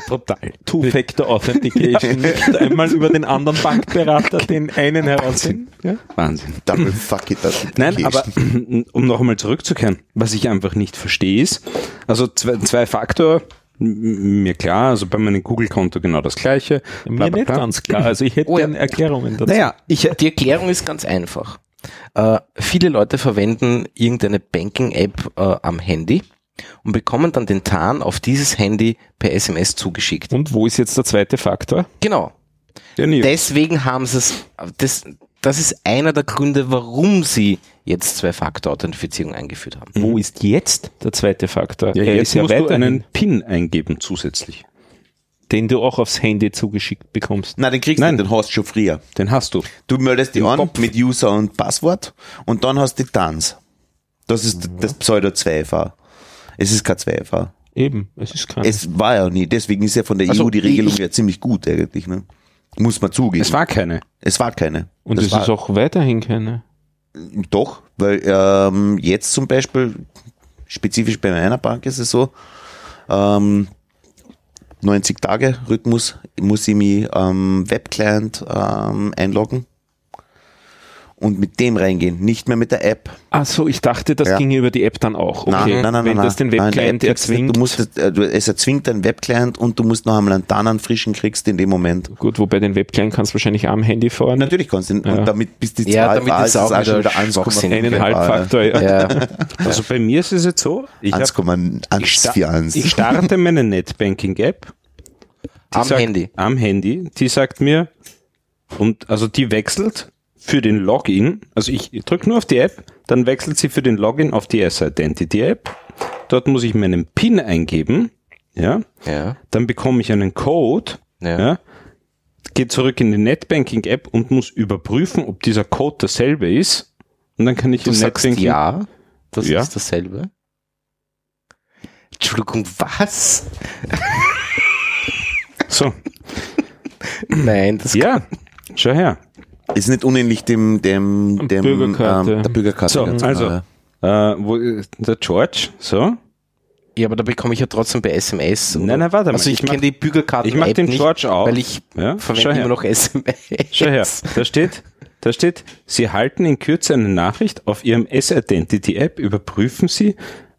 S4: Total.
S3: Two-Factor Authentication. Nicht einmal über den anderen Bankberater, den einen herausfinden. Ja.
S4: Wahnsinn.
S2: Double fuck it. das-
S4: Nein, aber um noch einmal zurückzukehren, was ich einfach nicht verstehe ist, also zwei, zwei Faktor, m- mir klar, also bei meinem Google-Konto genau das gleiche.
S3: Mir nicht ganz klar. Also ich hätte
S1: Oh ja.
S3: gerne Erklärungen dazu.
S4: Naja, ich,
S1: Die Erklärung ist ganz einfach. Äh, viele Leute verwenden irgendeine Banking-App äh, am Handy und bekommen dann den TAN auf dieses Handy per SMS zugeschickt.
S3: Und wo ist jetzt der zweite Faktor?
S1: Genau.
S4: ja, nee,
S1: Deswegen haben sie es, das, das ist einer der Gründe, warum sie jetzt Zwei-Faktor-Authentifizierung eingeführt haben.
S3: Wo ist jetzt der zweite Faktor?
S4: ja, jetzt musst du
S3: weiterhin-
S4: einen PIN eingeben zusätzlich.
S3: den du auch aufs Handy zugeschickt bekommst.
S2: Nein, den kriegst
S4: Nein.
S2: du, den hast du schon früher.
S4: Den hast du.
S2: Du meldest dich an
S4: Kopf.
S2: mit User und Passwort und dann hast du die Tanz. Das ist das Pseudo 2FA. Es ist kein 2FA.
S3: Eben, es ist kein.
S2: Es war ja nie, deswegen ist ja von der
S1: Also,
S2: EU die Regelung
S1: ich-
S2: ja ziemlich gut eigentlich, ne? Muss man zugeben.
S4: Es war keine.
S2: es war keine.
S3: und
S2: Das
S3: es
S2: war-
S3: ist auch weiterhin keine.
S2: Doch, weil ähm, jetzt zum Beispiel, spezifisch bei meiner Bank ist es so, ähm, 90 Tage Rhythmus muss ich mich am Webclient ähm, einloggen und mit dem reingehen, nicht mehr mit der App.
S3: Achso, ich dachte, das
S2: Ja.
S3: ginge über die App dann auch. Okay,
S2: Nein, nein, nein,
S3: wenn
S2: nein,
S3: das den
S2: nein. Nein,
S3: Webclient
S2: der App kriegst du-
S3: erzwingt.
S2: Du musst, äh, du, es erzwingt deinen Webclient und du musst noch einmal einen dann einen frischen kriegst in dem Moment.
S3: Gut, wobei den Webclient kannst du wahrscheinlich am Handy fahren.
S2: Natürlich kannst du ihn,
S3: Ja.
S2: und damit bis die zwei
S1: Ja, damit
S2: war,
S1: ist auch wieder Schwachsinn.
S3: Einen
S2: 1,5 war.
S3: Halbfaktor. Ja.
S1: Ja,
S4: Also bei mir ist es jetzt so, ich, hab, ich, sta ich
S2: 1,141.
S4: starte meine Netbanking-App Die
S1: am
S4: sagt-
S1: Handy.
S4: Am Handy. Die sagt mir, und also die wechselt für den Login. Also ich drücke nur auf die App, dann wechselt sie für den Login auf die S-Identity-App. Dort muss ich meinen PIN eingeben. Ja.
S1: Ja,
S4: Dann bekomme ich einen Code.
S1: ja.
S4: Ja. Geht zurück in die Netbanking-App und muss überprüfen, ob dieser Code dasselbe ist. Und dann kann ich
S1: Du
S4: im
S1: sagst
S4: Netbanking.
S1: ja, das
S4: Ja.
S1: ist dasselbe. Entschuldigung, was?
S4: So,
S1: Nein, das
S4: ja. Schau her.
S2: Ist nicht unähnlich dem, dem, dem
S3: Bürgerkarte.
S2: Ähm, der Bürgerkarte.
S4: So,
S2: ganz
S4: also.
S2: klar,
S4: Äh, wo, der George, so.
S1: Ja, aber da bekomme ich ja trotzdem bei SMS.
S4: Nein, nein, warte mal.
S1: Also ich,
S4: Ich mach-
S1: kenne die Bürgerkarten.
S4: Ich mach den
S1: nicht,
S4: George auf.
S1: Weil ich
S4: Ja, schau
S1: verwende
S4: her.
S1: immer noch SMS.
S4: Schau her, da steht, da steht, Sie halten in Kürze eine Nachricht auf Ihrem S-Identity-App, überprüfen Sie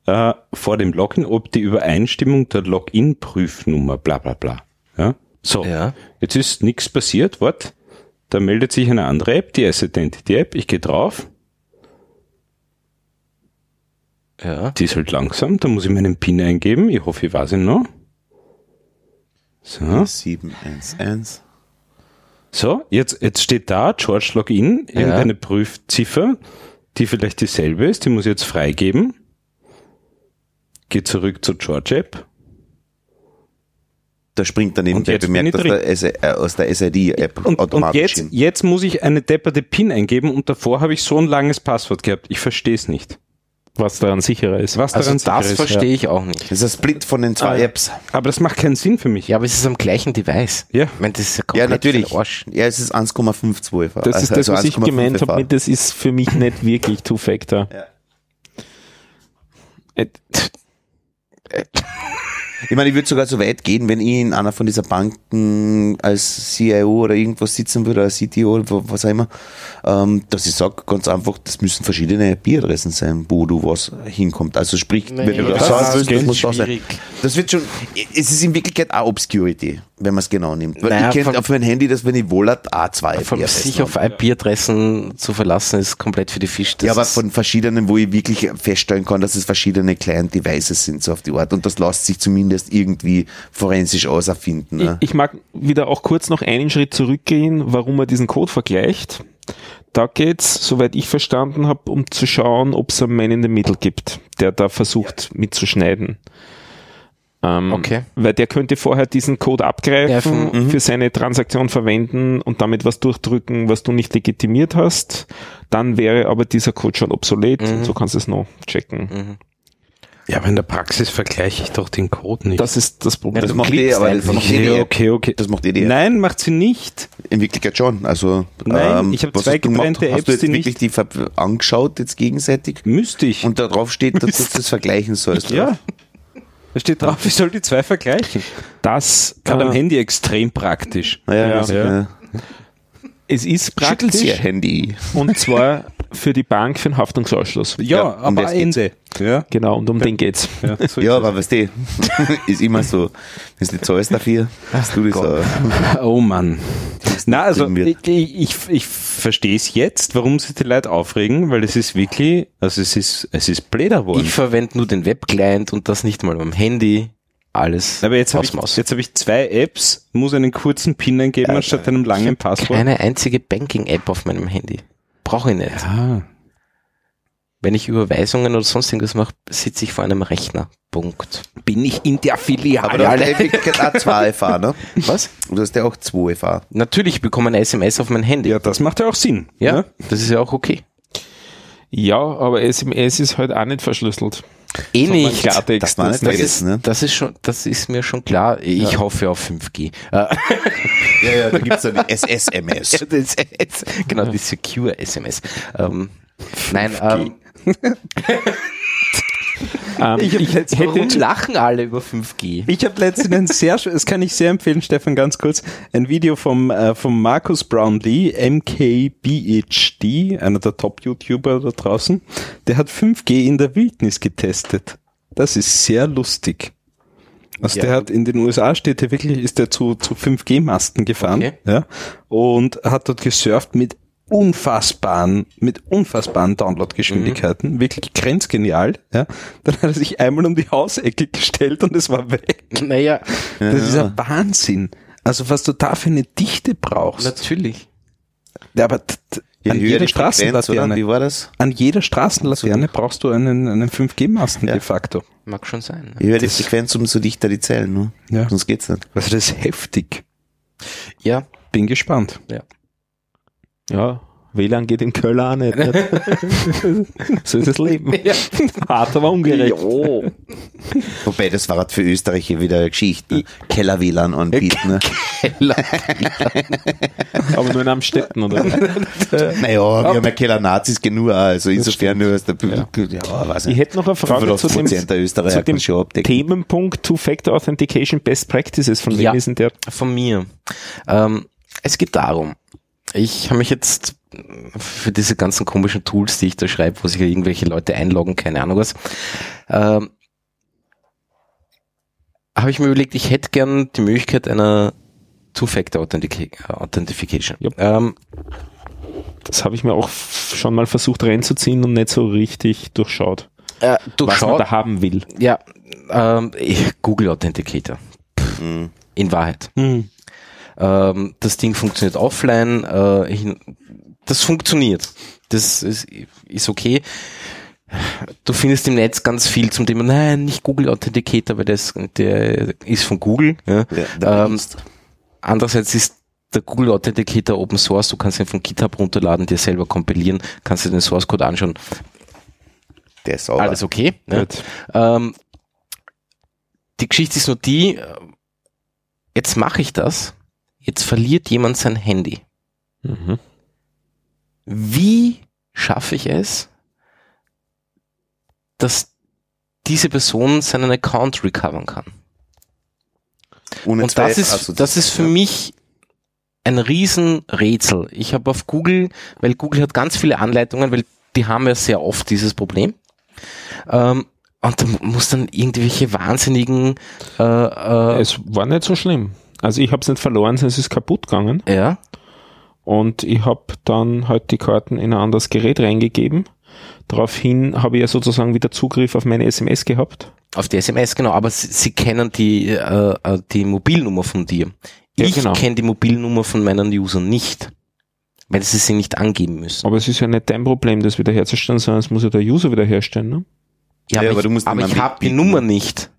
S4: äh, vor dem Login, ob die Übereinstimmung der Login-Prüfnummer, bla bla bla. Ja? So,
S1: Ja.
S4: jetzt ist nichts passiert, what? Da meldet sich eine andere App, die S-Identity-App, ich gehe drauf,
S1: Ja.
S4: die ist halt langsam, da muss ich meinen PIN eingeben, ich hoffe, ich weiß ihn noch. So. hm?
S2: äh, 711.
S4: So, jetzt, jetzt steht da George Login, irgendeine Prüfziffer, die vielleicht dieselbe ist, die muss ich jetzt freigeben. Geh zurück zu George App.
S2: Da springt dann eben
S4: Und
S2: der
S4: jetzt bin ich
S2: bemerkt aus der, S äh, aus der SID-App
S4: Und, und
S2: automatisch
S4: jetzt,
S2: hin.
S4: jetzt muss ich eine depperte PIN eingeben und davor habe ich so ein langes Passwort gehabt. Ich verstehe es nicht.
S3: Was daran sicherer ist.
S4: Was
S1: Also
S4: daran sicher
S1: das
S4: ist.
S1: verstehe ich auch nicht.
S2: Das ist ein Split von den zwei
S4: Ah, ja.
S2: Apps.
S4: Aber das macht keinen Sinn für mich.
S1: Ja, aber es ist am gleichen Device.
S4: Ja.
S1: Ich meine, das ist ja
S2: Ja,
S1: komplett
S2: natürlich.
S1: für den Arsch.
S2: Ja, es ist 1,512.
S3: Das ist
S2: also
S3: das, was ich gemeint habe. mit, Das ist für mich nicht wirklich Two-Factor.
S2: Ja.
S3: Äh,
S2: Ich meine, ich würde sogar so weit gehen, wenn ich in einer von dieser Banken als CIO oder irgendwas sitzen würde, als CTO oder wo- was auch immer, ähm, dass ich sage ganz einfach, das müssen verschiedene IP-Adressen sein, wo du was hinkommt. Also sprich, wenn du das
S4: das ist
S2: sagen willst, das
S4: ganz
S2: muss da sein. Das wird schon, es ist in Wirklichkeit auch Obscurity, wenn man es genau nimmt. Weil
S1: Naja,
S2: ich
S1: vom-
S2: kenne auf mein Handy, dass wenn ich Volat A2
S1: Vor allem
S2: IP-Adressen
S1: sich auf
S2: habe.
S1: IP-Adressen zu verlassen, ist komplett für die Fisch. Das
S2: ja, aber
S1: ist-
S2: von verschiedenen, wo ich wirklich feststellen kann, dass es verschiedene Client-Devices sind, so auf die Art. Und das lässt sich zumindest irgendwie forensisch auserfinden. Ne?
S3: Ich, ich mag wieder auch kurz noch einen Schritt zurückgehen, warum man diesen Code vergleicht. Da geht's, soweit ich verstanden habe, um zu schauen, ob es einen Man in the Middle gibt, der da versucht mitzuschneiden. Ähm,
S1: Okay.
S3: Weil der könnte vorher diesen Code abgreifen,
S1: Greifen, mhm.
S3: für seine Transaktion verwenden und damit was durchdrücken, was du nicht legitimiert hast. Dann wäre aber dieser Code schon obsolet
S4: Mhm.
S3: und so kannst du es noch checken.
S4: Ja, aber in der Praxis vergleiche ich doch den Code nicht.
S3: Das ist das Problem. Also
S2: das macht eh,
S1: klickst
S2: aber das
S1: einfach.
S2: macht eh die
S4: okay,
S2: App.
S4: okay, okay.
S2: Das macht eh die App.
S4: Nein, macht sie nicht.
S2: In Wirklichkeit schon. Also,
S4: Nein, ich hab
S2: was
S4: zwei
S2: hast du gemacht?
S4: getrennte
S2: Hast du
S4: Apps,
S2: jetzt
S4: die
S2: wirklich die ver- angeschaut, jetzt gegenseitig?
S4: Müsste ich.
S2: Und da drauf steht, dass du das vergleichen sollst.
S4: ja. Da steht drauf, ich soll die zwei vergleichen.
S3: das
S4: Gerade am
S3: äh,
S4: Handy extrem praktisch.
S2: Ja, ja,
S4: Ja.
S2: ja.
S3: es ist
S2: Schüttelt
S3: praktisch.
S2: ihr Handy.
S3: Und zwar für die Bank für den Haftungsausschluss.
S4: Ja,
S2: Ja, um
S4: aber
S2: das geht's.
S4: Ende. Ja.
S3: Genau, und um den geht's.
S4: Ja, so
S2: Ja,
S4: ist
S2: aber weißt du, ist immer so. Wenn du zahlst dafür, hast du das auch.
S4: es. oh Mann. Na, also
S2: kriegen wir.
S4: ich, ich, ich verstehe es jetzt, warum sich die Leute aufregen, weil es ist wirklich, also es ist, es ist bläder
S1: ich
S4: geworden.
S1: verwende nur den Webclient und das nicht mal am Handy. Alles.
S4: Aber jetzt habe ich,
S1: Ausmaß.
S4: jetzt hab ich zwei Apps, muss einen kurzen PIN eingeben anstatt einem langen Passwort.
S1: keine einzige Banking-App auf meinem Handy. Brauche ich nicht.
S4: Ah,
S1: Wenn ich Überweisungen oder sonst irgendwas mache, sitze ich vor einem Rechner. Punkt.
S4: bin ich in der Filiale?
S2: Aber du hast ja in Wirklichkeit auch zwei FA, ne?
S1: Was?
S2: Du hast ja auch zwei FA.
S1: Natürlich ich bekomme eine SMS auf mein Handy.
S4: ja, das macht ja auch Sinn.
S1: Ja,
S4: ne?
S1: das ist ja auch okay.
S3: Ja, aber SMS ist halt auch nicht verschlüsselt.
S1: Eh
S3: Sondern
S1: nicht.
S3: Klartext.
S2: Das war nicht
S3: Das ist-
S2: vergessen, ne?
S1: Das ist schon, das ist mir schon klar. Ich hoffe auf 5G. Äh,
S2: Ja, ja, da gibt's dann die SSMS.
S1: das ist, genau, die Secure SMS. Ähm, Nein, ähm,
S3: Ähm,
S1: ich, hab jetzt,
S3: hätte-
S1: warum lachen alle über 5G?
S5: Ich habe letztens ein sehr, schön- das kann ich sehr empfehlen, Stefan, ganz kurz, ein Video vom, äh, vom Markus Brownlee, MKBHD, einer der Top-YouTuber da draußen. Der hat 5G in der Wildnis getestet. Das ist sehr lustig. Also
S1: Ja.
S5: der hat in den USA steht der wirklich, ist der zu, zu 5G-Masten gefahren
S1: Okay.
S5: ja, und hat dort gesurft mit unfassbaren, mit unfassbaren Download-Geschwindigkeiten,
S1: Mhm.
S5: wirklich grenzgenial. Ja. Dann hat er sich einmal um die Hausecke gestellt und es war weg.
S1: Naja,
S5: Das ist ja Wahnsinn. Also was du da für eine Dichte brauchst.
S1: natürlich.
S5: Ja, aber t- t-
S2: Je
S5: an
S2: höher
S5: jeder
S2: die Frequenz, oder?
S5: Straßenlaterne,
S2: Wie war das?
S5: an jeder Straßenlaterne brauchst du einen, einen 5G-Masten
S2: Ja.
S5: de facto.
S1: Mag schon sein. ne?
S2: Je höher die Frequenz, umso dichter die Zellen. Ne?
S5: Ja.
S2: Sonst geht's nicht.
S5: Also das ist heftig.
S1: Ja,
S5: Bin gespannt.
S3: Ja, WLAN geht in Köln auch nicht. nicht? so ist das Leben. Hart, aber ungerecht.
S2: Wobei, das war halt für Österreich hier wieder eine Geschichte. Ne? Keller-WLAN anbieten. Ne?
S3: Aber nur in Amstetten, oder?
S2: Naja, wir haben ja Keller-Nazis genug. Also insofern nur aus der... Ja, weiß
S3: Ich
S2: nicht.
S3: hätte noch eine Frage zu dem,
S2: 85% der Österreicher
S3: zu dem
S2: kann schon abdecken.
S3: Themenpunkt Two-Factor Authentication Best Practices. Von wem
S1: Ja.
S3: ist denn der?
S1: von mir. Ähm, es geht darum, ich habe mich jetzt für diese ganzen komischen Tools, die ich da schreibe, wo sich irgendwelche Leute einloggen, keine Ahnung was, ähm, habe ich mir überlegt, ich hätte gern die Möglichkeit einer Two-Factor-Authentification.
S3: Jupp.
S1: Ähm,
S3: Das habe ich mir auch f- schon mal versucht reinzuziehen und nicht so richtig durchschaut,
S1: äh,
S3: was man
S1: durchschaut,
S3: da haben will.
S1: ja, ähm, ich- Google Authenticator,
S2: Mhm.
S1: in Wahrheit.
S5: Hm.
S1: Ähm, das Ding funktioniert offline. Äh, hin- das funktioniert. Das ist, ist okay. Du findest im Netz ganz viel zum Thema, nein, nicht Google Authenticator, weil das, der ist von Google. Ja.
S2: Ja, da
S1: Ähm,
S2: benutzt.
S1: Andererseits ist der Google Authenticator Open Source, du kannst ihn von GitHub runterladen, dir selber kompilieren, kannst dir den Source Code anschauen.
S2: der ist sauber.
S1: Alles okay. Ne?
S3: Gut.
S1: Ähm, die Geschichte ist nur die, äh, jetzt mache ich das, jetzt verliert jemand sein Handy.
S3: Mhm.
S1: wie schaffe ich es, dass diese Person seinen Account recovern kann?
S2: Ohne
S1: Und
S2: zwei
S1: das ist,
S2: Assozi-
S1: das ist für
S2: Ja.
S1: mich ein Riesenrätsel. Ich habe auf Google, weil Google hat ganz viele Anleitungen, weil die haben ja sehr oft dieses Problem. Ähm, und da muss dann irgendwelche wahnsinnigen äh, äh,
S3: Es war nicht so schlimm. Also ich habe es nicht verloren, sondern es ist kaputt gegangen.
S1: ja,
S3: Und ich habe dann halt die Karten in ein anderes Gerät reingegeben. Daraufhin habe ich ja sozusagen wieder Zugriff auf meine SMS gehabt.
S1: auf die SMS, genau, aber sie, sie kennen die, äh, äh, die Mobilnummer von dir.
S3: Ja,
S1: ich
S3: genau.
S1: kenne die Mobilnummer von meinen Usern nicht, weil sie sie nicht angeben müssen.
S3: Aber es ist ja nicht dein Problem, das wiederherzustellen, sondern es muss ja der User wiederherstellen. Ne?
S2: Ja, aber
S1: ich,
S2: du musst
S1: aber
S2: jemanden
S1: ich habe die
S2: bieten.
S1: Nummer nicht.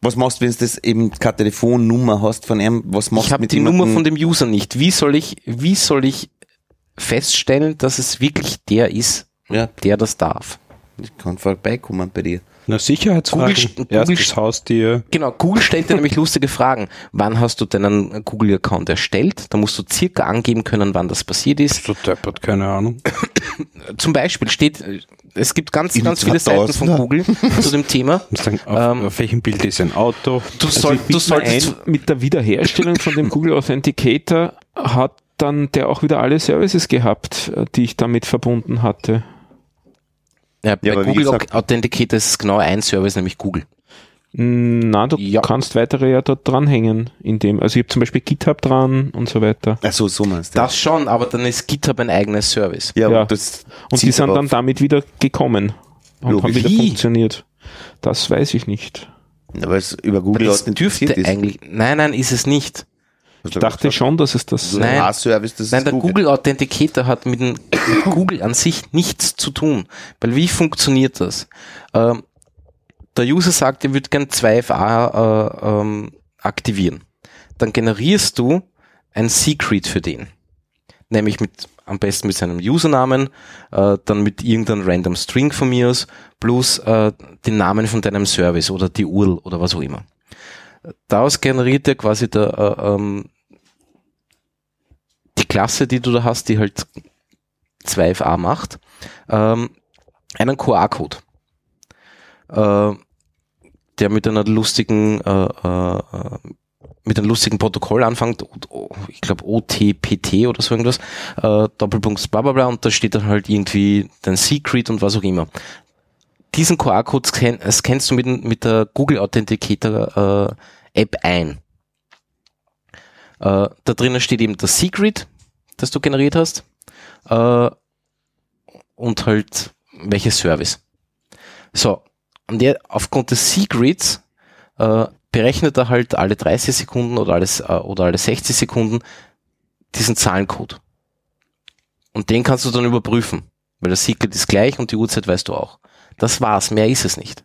S2: Was machst du, wenn du das eben keine Telefonnummer hast von ihm? Was machst
S1: Ich
S2: du
S1: habe
S2: mit
S1: die
S2: jemandem?
S1: Nummer von dem User nicht. Wie soll ich, wie soll ich feststellen, dass es wirklich der ist,
S2: Ja.
S1: der das darf?
S2: Ich kann vorbeikommen bei dir.
S4: Na,
S1: Google-
S4: Sicherheitsfragen.
S1: Google-
S4: Erstes Haustier.
S1: Genau, Google stellt dir nämlich lustige Fragen. Wann hast du deinen Google-Account erstellt? Da musst du circa angeben können, wann das passiert ist.
S4: So deppert, keine Ahnung.
S1: Zum Beispiel steht, äh, es gibt ganz,
S2: In
S1: ganz viele Seiten von
S2: 2000er.
S1: Google zu dem Thema.
S4: Muss sagen, auf,
S1: Ähm,
S4: auf welchem Bild ist ein Auto? Also
S1: Du, soll, du solltest,
S3: Ein, mit der Wiederherstellung von dem Google Authenticator hat dann der auch wieder alle Services gehabt, äh, die ich damit verbunden hatte.
S1: ja, bei
S2: aber wie
S1: Google
S2: gesagt-
S1: Authenticator ist es genau ein Service, nämlich Google.
S3: Hm, Na, du
S1: Ja.
S3: kannst weitere ja dort dranhängen, in dem, also ich habe zum Beispiel GitHub dran und so weiter.
S2: Ach so, so meinst du.
S1: Das schon, aber dann ist GitHub ein eigenes Service.
S2: ja,
S3: ja.
S2: Und das
S3: Und die
S2: zieht
S3: sind
S2: aber
S3: dann damit wieder gekommen und haben
S2: Logisch.
S3: wieder
S1: Wie?
S3: funktioniert. Das weiß ich nicht.
S2: auf- Aber es über Google
S1: Das dürfte
S2: authentifiziert ist.
S1: eigentlich. Nein, nein, ist es nicht.
S2: Hast du
S3: Ich dachte
S2: gesagt?
S3: schon, dass es das.
S1: Nein.
S2: Ah, Service, das
S1: Nein, der
S2: ist
S1: Google Authenticator hat mit, dem, mit Google an sich nichts zu tun. Weil wie funktioniert das? Ähm, der User sagt, er würde gern 2FA äh, ähm, aktivieren. Dann generierst du ein Secret für den. Nämlich mit am besten mit seinem Usernamen, äh, dann mit irgendeinem random String von mir aus, plus äh, den Namen von deinem Service oder die URL oder was auch immer. Daraus generiert er quasi der, äh, ähm, die Klasse, die du da hast, die halt 2FA macht, ähm, einen QR-Code, äh, der mit einer lustigen, äh, äh, äh, mit einem lustigen Protokoll anfängt, und, oh, ich glaube OTPT oder so irgendwas, äh, Doppelpunkt bla bla bla und da steht dann halt irgendwie dein Secret und was auch immer. Diesen QR-Code scan, äh, scannst du mit, dem- mit der Google Authenticator äh, App ein. Äh, da drinnen steht eben das Secret, das du generiert hast. Äh, und halt welches Service. So, und der, aufgrund des Secrets äh, berechnet er halt alle 30 Sekunden oder, alles, äh, oder alle 60 Sekunden diesen Zahlencode. Und den kannst du dann überprüfen, weil das Secret ist gleich und die Uhrzeit weißt du auch. Das war's, mehr ist es nicht.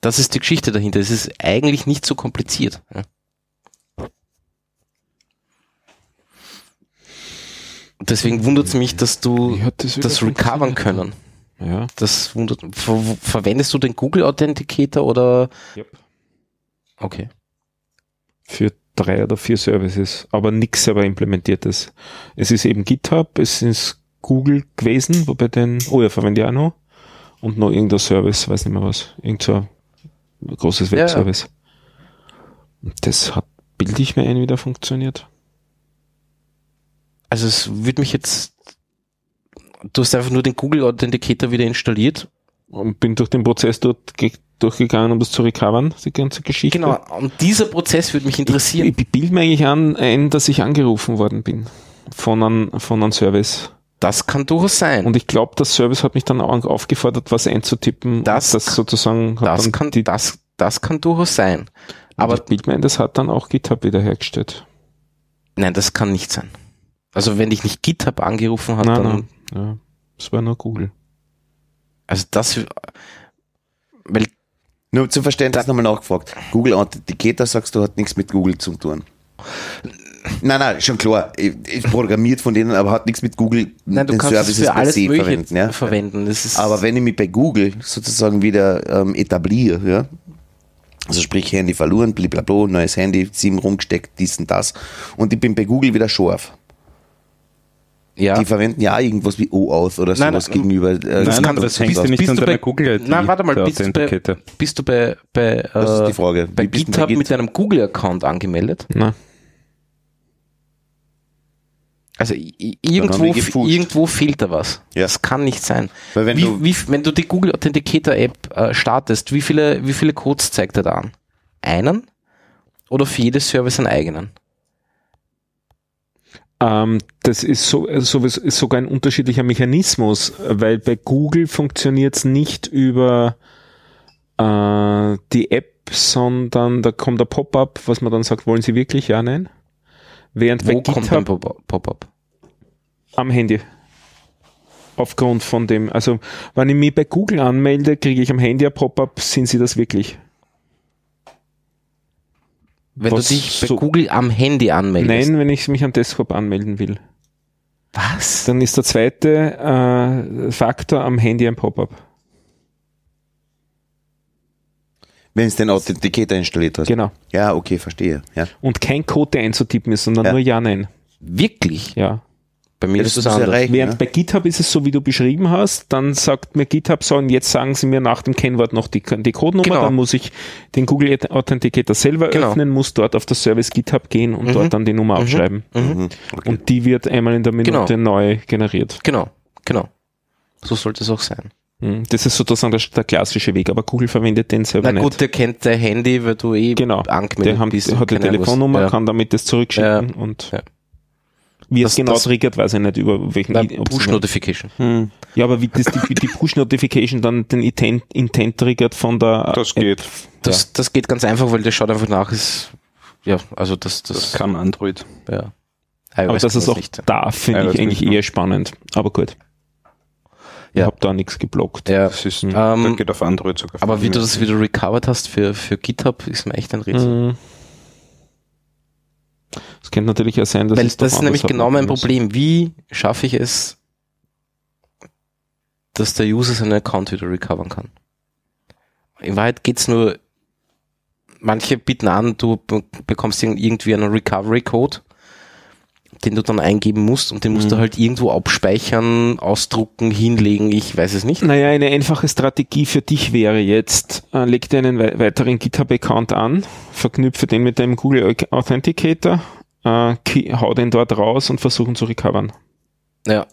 S1: Das ist die Geschichte dahinter. Es ist eigentlich nicht so kompliziert. Ja. Und Deswegen wundert es mich, dass du
S3: Wie hat das wieder
S1: das recovern
S3: funktioniert?
S1: können.
S3: Ja.
S1: Das wundert ver Verwendest du den Google Authenticator oder?
S3: Yep.
S1: Okay.
S3: für drei oder vier Services, aber nichts selber implementiertes. Es ist eben GitHub, es ist Google gewesen, wobei den, oh ja, verwende ich auch noch. Und noch irgendein Service, weiß nicht mehr was. Irgend so ein großes
S1: Ja, ja.
S3: Webservice. Und das hat, bilde ich mir ein, wieder funktioniert.
S1: Also es würde mich jetzt. Du hast einfach nur den Google Authenticator wieder installiert.
S3: Und bin durch den Prozess dort ge- durchgegangen, um das zu recovern, die ganze Geschichte.
S1: Genau. Und dieser Prozess würde mich interessieren.
S3: Ich, ich bilde mir eigentlich an, ein, dass ich angerufen worden bin von einem, von einem Service.
S1: das kann durchaus sein.
S3: Und ich glaube, das Service hat mich dann auch aufgefordert, was einzutippen.
S1: Das-
S3: das sozusagen hat
S1: das
S3: dann
S1: kann
S3: die,
S1: das das kann durchaus sein.
S3: aber
S1: Aber
S3: ich bild mir ein, das hat dann auch GitHub wiederhergestellt.
S1: nein, das kann nicht sein. Also wenn dich nicht GitHub angerufen hat,
S3: Nein,
S1: dann
S3: nein. Ja, das war nur Google.
S1: also das weil
S2: Nur zum Verständnis nochmal nachgefragt. Google Authenticator, sagst du, hat nichts mit Google zu tun. Nein, nein, schon klar. Ich, ich programmiert von denen, aber hat nichts mit Google
S1: nein, du
S2: den
S1: kannst es
S2: Services
S1: für
S2: per
S1: alles
S2: se
S1: mögliche
S2: verwenden. Ja?
S1: verwenden. Das ist
S2: Aber wenn ich mich bei Google sozusagen wieder ähm, etabliere, ja, also sprich Handy verloren, blablabla, neues Handy, SIM rumgesteckt, dies und das, und ich bin bei Google wieder scharf.
S1: ja.
S2: Die verwenden ja auch irgendwas wie OAuth oder
S1: Nein,
S2: sowas
S1: nein,
S2: gegenüber. Äh,
S1: das
S4: Nein,
S1: kann-
S4: aber
S1: das bist-
S4: ja nicht
S1: bist
S4: an
S1: du
S4: deiner
S1: bei-
S4: Google-ID.
S1: Nein, warte mal,
S4: der
S1: bist du bei,
S4: Authenticator.
S1: bist du bei, bei,
S2: Das ist
S1: äh,
S2: die Frage.
S1: bei
S2: Wie bist du
S1: GitHub
S2: bei
S1: mit deinem Google-Account angemeldet?
S3: Na,
S1: Also i- i-
S2: haben wir
S1: irgendwo, f-
S2: gefuscht.
S1: irgendwo fehlt da was.
S2: Ja.
S1: Das kann nicht sein.
S2: Weil wenn
S1: wie,
S2: du-
S1: wie, f- wenn du die Google Authenticator App äh, startest, wie viele, wie viele Codes zeigt er da an? Einen? Oder für jedes Service einen eigenen?
S3: ähm, das ist, so, also sowas- ist sogar ein unterschiedlicher Mechanismus, weil bei Google funktioniert es nicht über äh, die App, sondern da kommt der Pop-up, was man dann sagt, wollen Sie wirklich? Ja, nein. Während
S1: Wo
S3: bei
S1: kommt
S3: GitHub
S1: ein Pop- Pop-up?
S3: Am Handy. Aufgrund von dem, also wenn ich mich bei Google anmelde, kriege ich am Handy ein Pop-up, sind sie das wirklich?
S1: Wenn
S3: Was
S1: du dich bei
S3: so-
S1: Google am Handy anmeldest.
S3: Nein, wenn ich mich am Desktop anmelden will.
S1: Was?
S3: Dann ist der zweite äh, Faktor am Handy ein Pop-up.
S1: Also
S2: Wenn es den Authenticator installiert hast.
S3: Genau.
S2: Ja, okay, verstehe. Ja.
S3: Und kein Code, der einzutippen ist, sondern
S2: Ja.
S3: nur Ja, Nein.
S1: Wirklich?
S3: Ja.
S1: Bei mir
S2: Ja,
S1: ist
S2: das
S1: das
S2: ist ja
S1: anders.
S2: reich,
S3: Während
S2: ne?
S3: bei GitHub ist es so, wie du beschrieben hast, dann sagt mir GitHub so, und jetzt sagen sie mir nach dem Kennwort noch die, die Codenummer,
S1: Genau.
S3: dann muss ich den Google Authenticator selber
S1: Genau.
S3: öffnen, muss dort auf das Service GitHub gehen und
S1: Mhm.
S3: dort dann die Nummer aufschreiben.
S2: Mhm.
S3: Und die wird einmal in der Minute
S1: Genau.
S3: neu generiert.
S1: Genau, genau. So sollte es auch sein.
S3: Mhm. Das ist sozusagen der, der klassische Weg, aber Google verwendet den selber
S1: Na gut,
S3: nicht.
S1: der kennt dein Handy, weil du eh
S3: Genau.
S1: angemeldet
S3: Der haben,
S1: bist. und
S3: hat die
S1: keine Ahnung was.
S3: Telefonnummer,
S1: Ja.
S3: kann damit das zurückschicken und
S1: Ja.
S3: wie
S1: Das-
S3: es genau
S1: das-
S3: triggert, weiß ich nicht, über welchen
S1: Nein,
S3: ob es
S1: Push
S3: nur-
S1: Notification.
S3: Hm, Ja, aber wie das die, die Push-Notification dann den Intent, Intent triggert von der
S4: Das
S3: App.
S4: geht.
S1: Das, das geht ganz einfach, weil der schaut einfach nach, ist, ja, also das, das,
S4: Das kann Android.
S1: ja. Ah,
S3: Äh, Aber
S1: iOS
S3: das
S1: kann
S3: ist auch
S1: nicht.
S3: da, finde
S4: Ja, das
S3: ich eigentlich
S4: nicht, ne?
S3: eher spannend. Aber gut. Ich
S1: Ja.
S3: habe da nichts geblockt.
S1: Ja.
S4: Das ist,
S1: Ähm,
S4: das geht auf Android sogar.
S1: Aber wie du das wieder recovered hast für, für GitHub, ist mir echt ein Rätsel.
S3: Mhm. Es könnte natürlich ja sein, dass
S1: weil
S3: es
S1: das, ist
S3: doch anders
S1: nämlich genau
S3: abmachen
S1: mein
S3: muss.
S1: Problem. Wie schaffe ich es, dass der User seinen Account wieder recovern kann? In Wahrheit geht's nur manche bieten an, du be- bekommst irg- irgendwie einen Recovery-Code, den du dann eingeben musst und den musst du
S3: Mhm.
S1: halt irgendwo abspeichern, ausdrucken, hinlegen, ich weiß es nicht.
S3: Naja, eine einfache Strategie für dich wäre jetzt, äh, leg dir einen wei- weiteren GitHub-Account an, verknüpfe den mit deinem Google Au- Authenticator, äh, key- hau den dort raus und versuchen zu recovern.
S1: Ja.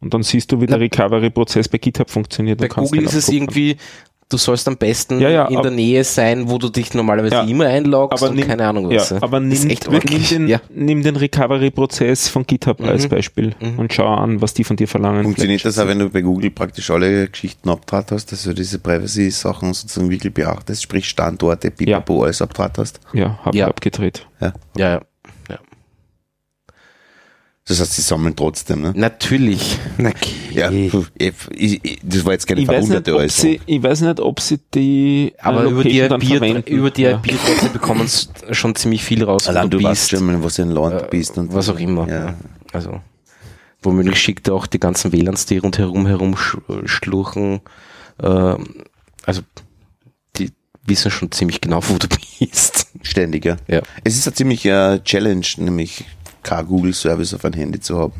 S3: Und dann siehst du, wie der Recovery-Prozess bei GitHub funktioniert.
S1: Bei
S3: und kannst
S1: Google
S3: den
S1: ist es
S3: abrufen.
S1: irgendwie, du sollst am besten
S3: Ja, ja,
S1: in
S3: ab-
S1: der Nähe sein, wo du dich normalerweise
S3: Ja.
S1: immer einloggst
S3: Aber
S1: und
S3: nimm-
S1: keine Ahnung was.
S3: Ja, aber nimm,
S1: ist echt
S3: nimm
S1: wirklich,
S3: den,
S1: ja. Mhm.
S3: nimm den Recovery-Prozess von GitHub als Beispiel und schau an, was die von dir verlangen.
S2: Funktioniert
S3: Vielleicht-
S2: das auch, wenn du bei Google praktisch alle Geschichten abtrat hast, dass du diese Privacy-Sachen sozusagen wirklich beachtest, sprich Standorte, Pipapo, alles abtrat hast?
S3: Ja, hab
S1: Ja.
S3: abgedreht.
S2: Ja.
S1: ja, ja.
S2: Das heißt, sie sammeln trotzdem, ne?
S1: Natürlich.
S2: Ja, puh, ich, ich, ich- das war jetzt keine
S3: Ich weiß, nicht,
S2: verwunderte
S3: ob
S2: Äußerung.
S3: sie, ich weiß nicht, ob sie die äh,
S1: Aber über die,
S3: Location dann
S1: IP,
S3: verwenden.
S1: über die
S3: Ja.
S1: IP-Adresse bekommen s- schon ziemlich viel raus,
S2: Allein
S1: wo
S2: du
S1: also du
S2: weißt
S1: bist,
S2: schon, mal, was in Land du bist und
S1: was auch immer.
S2: Ja.
S1: Also womöglich schickt er auch die ganzen WLANs, die rundherum herumschlurchen. Ähm, also die wissen schon ziemlich genau, wo du bist.
S2: Ständig, ja.
S1: Ja.
S2: Es ist eine ziemlich äh, Challenge, nämlich kein Google-Service auf ein Handy zu haben.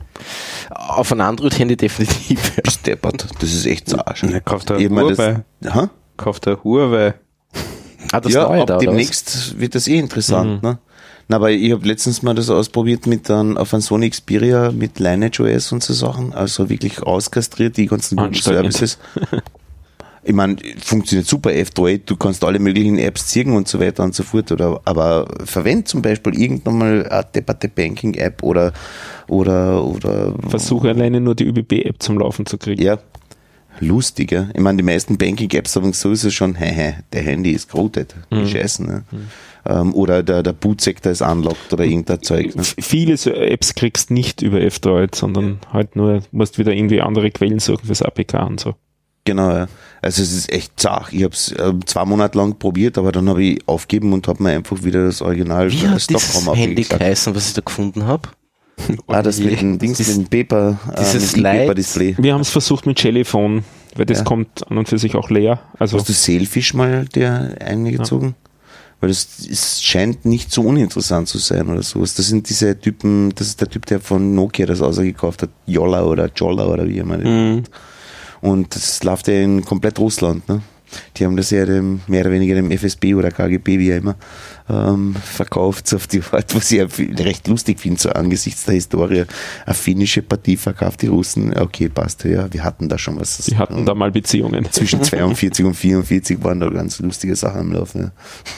S1: Auf ein Android-Handy definitiv.
S2: Steppert, das ist echt so arsch.
S4: Ja, kauft er
S2: Ich mein, das-
S4: Huawei.
S2: Ha?
S4: Kauft der Huawei.
S1: Ah, das
S2: ja,
S1: neue
S2: ab
S1: da, oder was? Mhm.
S2: demnächst wird das eh interessant. Ne? Na, aber ich habe letztens mal das ausprobiert mit dann auf einem Sony Xperia mit Lineage OS und so Sachen. Also wirklich auskastriert, die ganzen Google
S3: Anstrengend.
S2: Services. Ich meine, funktioniert super, F3, du kannst alle möglichen Apps ziehen und so weiter und so fort. Oder, aber verwend zum Beispiel irgendwann mal eine debatte Banking App oder, oder, oder
S3: Versuche alleine nur die ÖBB-App zum Laufen zu kriegen.
S2: ja, lustig, ja. Ich meine, die meisten Banking-Apps haben sowieso schon, hey, hey, der Handy ist geroutet.
S1: Hm.
S2: Mhm. Scheiße, ne? Ähm, oder der, der Bootsektor ist unlocked
S1: Hm.
S2: oder irgendein Zeug. Ne?
S3: F- Viele so Apps kriegst nicht über F-Droid, sondern halt nur, musst wieder irgendwie andere Quellen suchen fürs APK und so.
S2: Genau, ja. Also es ist echt zart. Ich habe es ähm, zwei Monate lang probiert, aber dann habe ich aufgeben und habe mir einfach wieder das Original
S1: Wie
S2: äh,
S1: hat dieses Handy
S2: abgeklappt.
S1: geheißen, was ich da gefunden Oh habe?
S2: Ah, das mit dem Dings,
S1: Dieses-
S2: mit dem Paper, äh,
S1: dieses
S2: mit dem
S1: Light.
S2: Paper-Display.
S3: Wir haben es versucht mit Jellyphone, weil das
S2: Ja.
S3: kommt an und für sich auch leer. Also
S2: Hast du Selfish mal dir eingezogen? Weil das ist, scheint nicht so uninteressant zu sein oder sowas. Das sind diese Typen, das ist der Typ, der von Nokia das ausgekauft hat, Jolla oder Jolla oder wie immer. Mhm. Und das läuft ja in komplett Russland, ne? Die haben das ja dem, mehr oder weniger dem FSB oder KGB, wie auch immer, ähm, verkauft auf die Art, was ich ja viel- recht lustig finde, so angesichts der Historie. Eine finnische Partie verkauft die Russen, okay, passt, ja, wir hatten da schon was.
S3: die hatten da mal Beziehungen.
S2: zwischen 42 und 44 waren da ganz lustige Sachen am Laufen. Ja.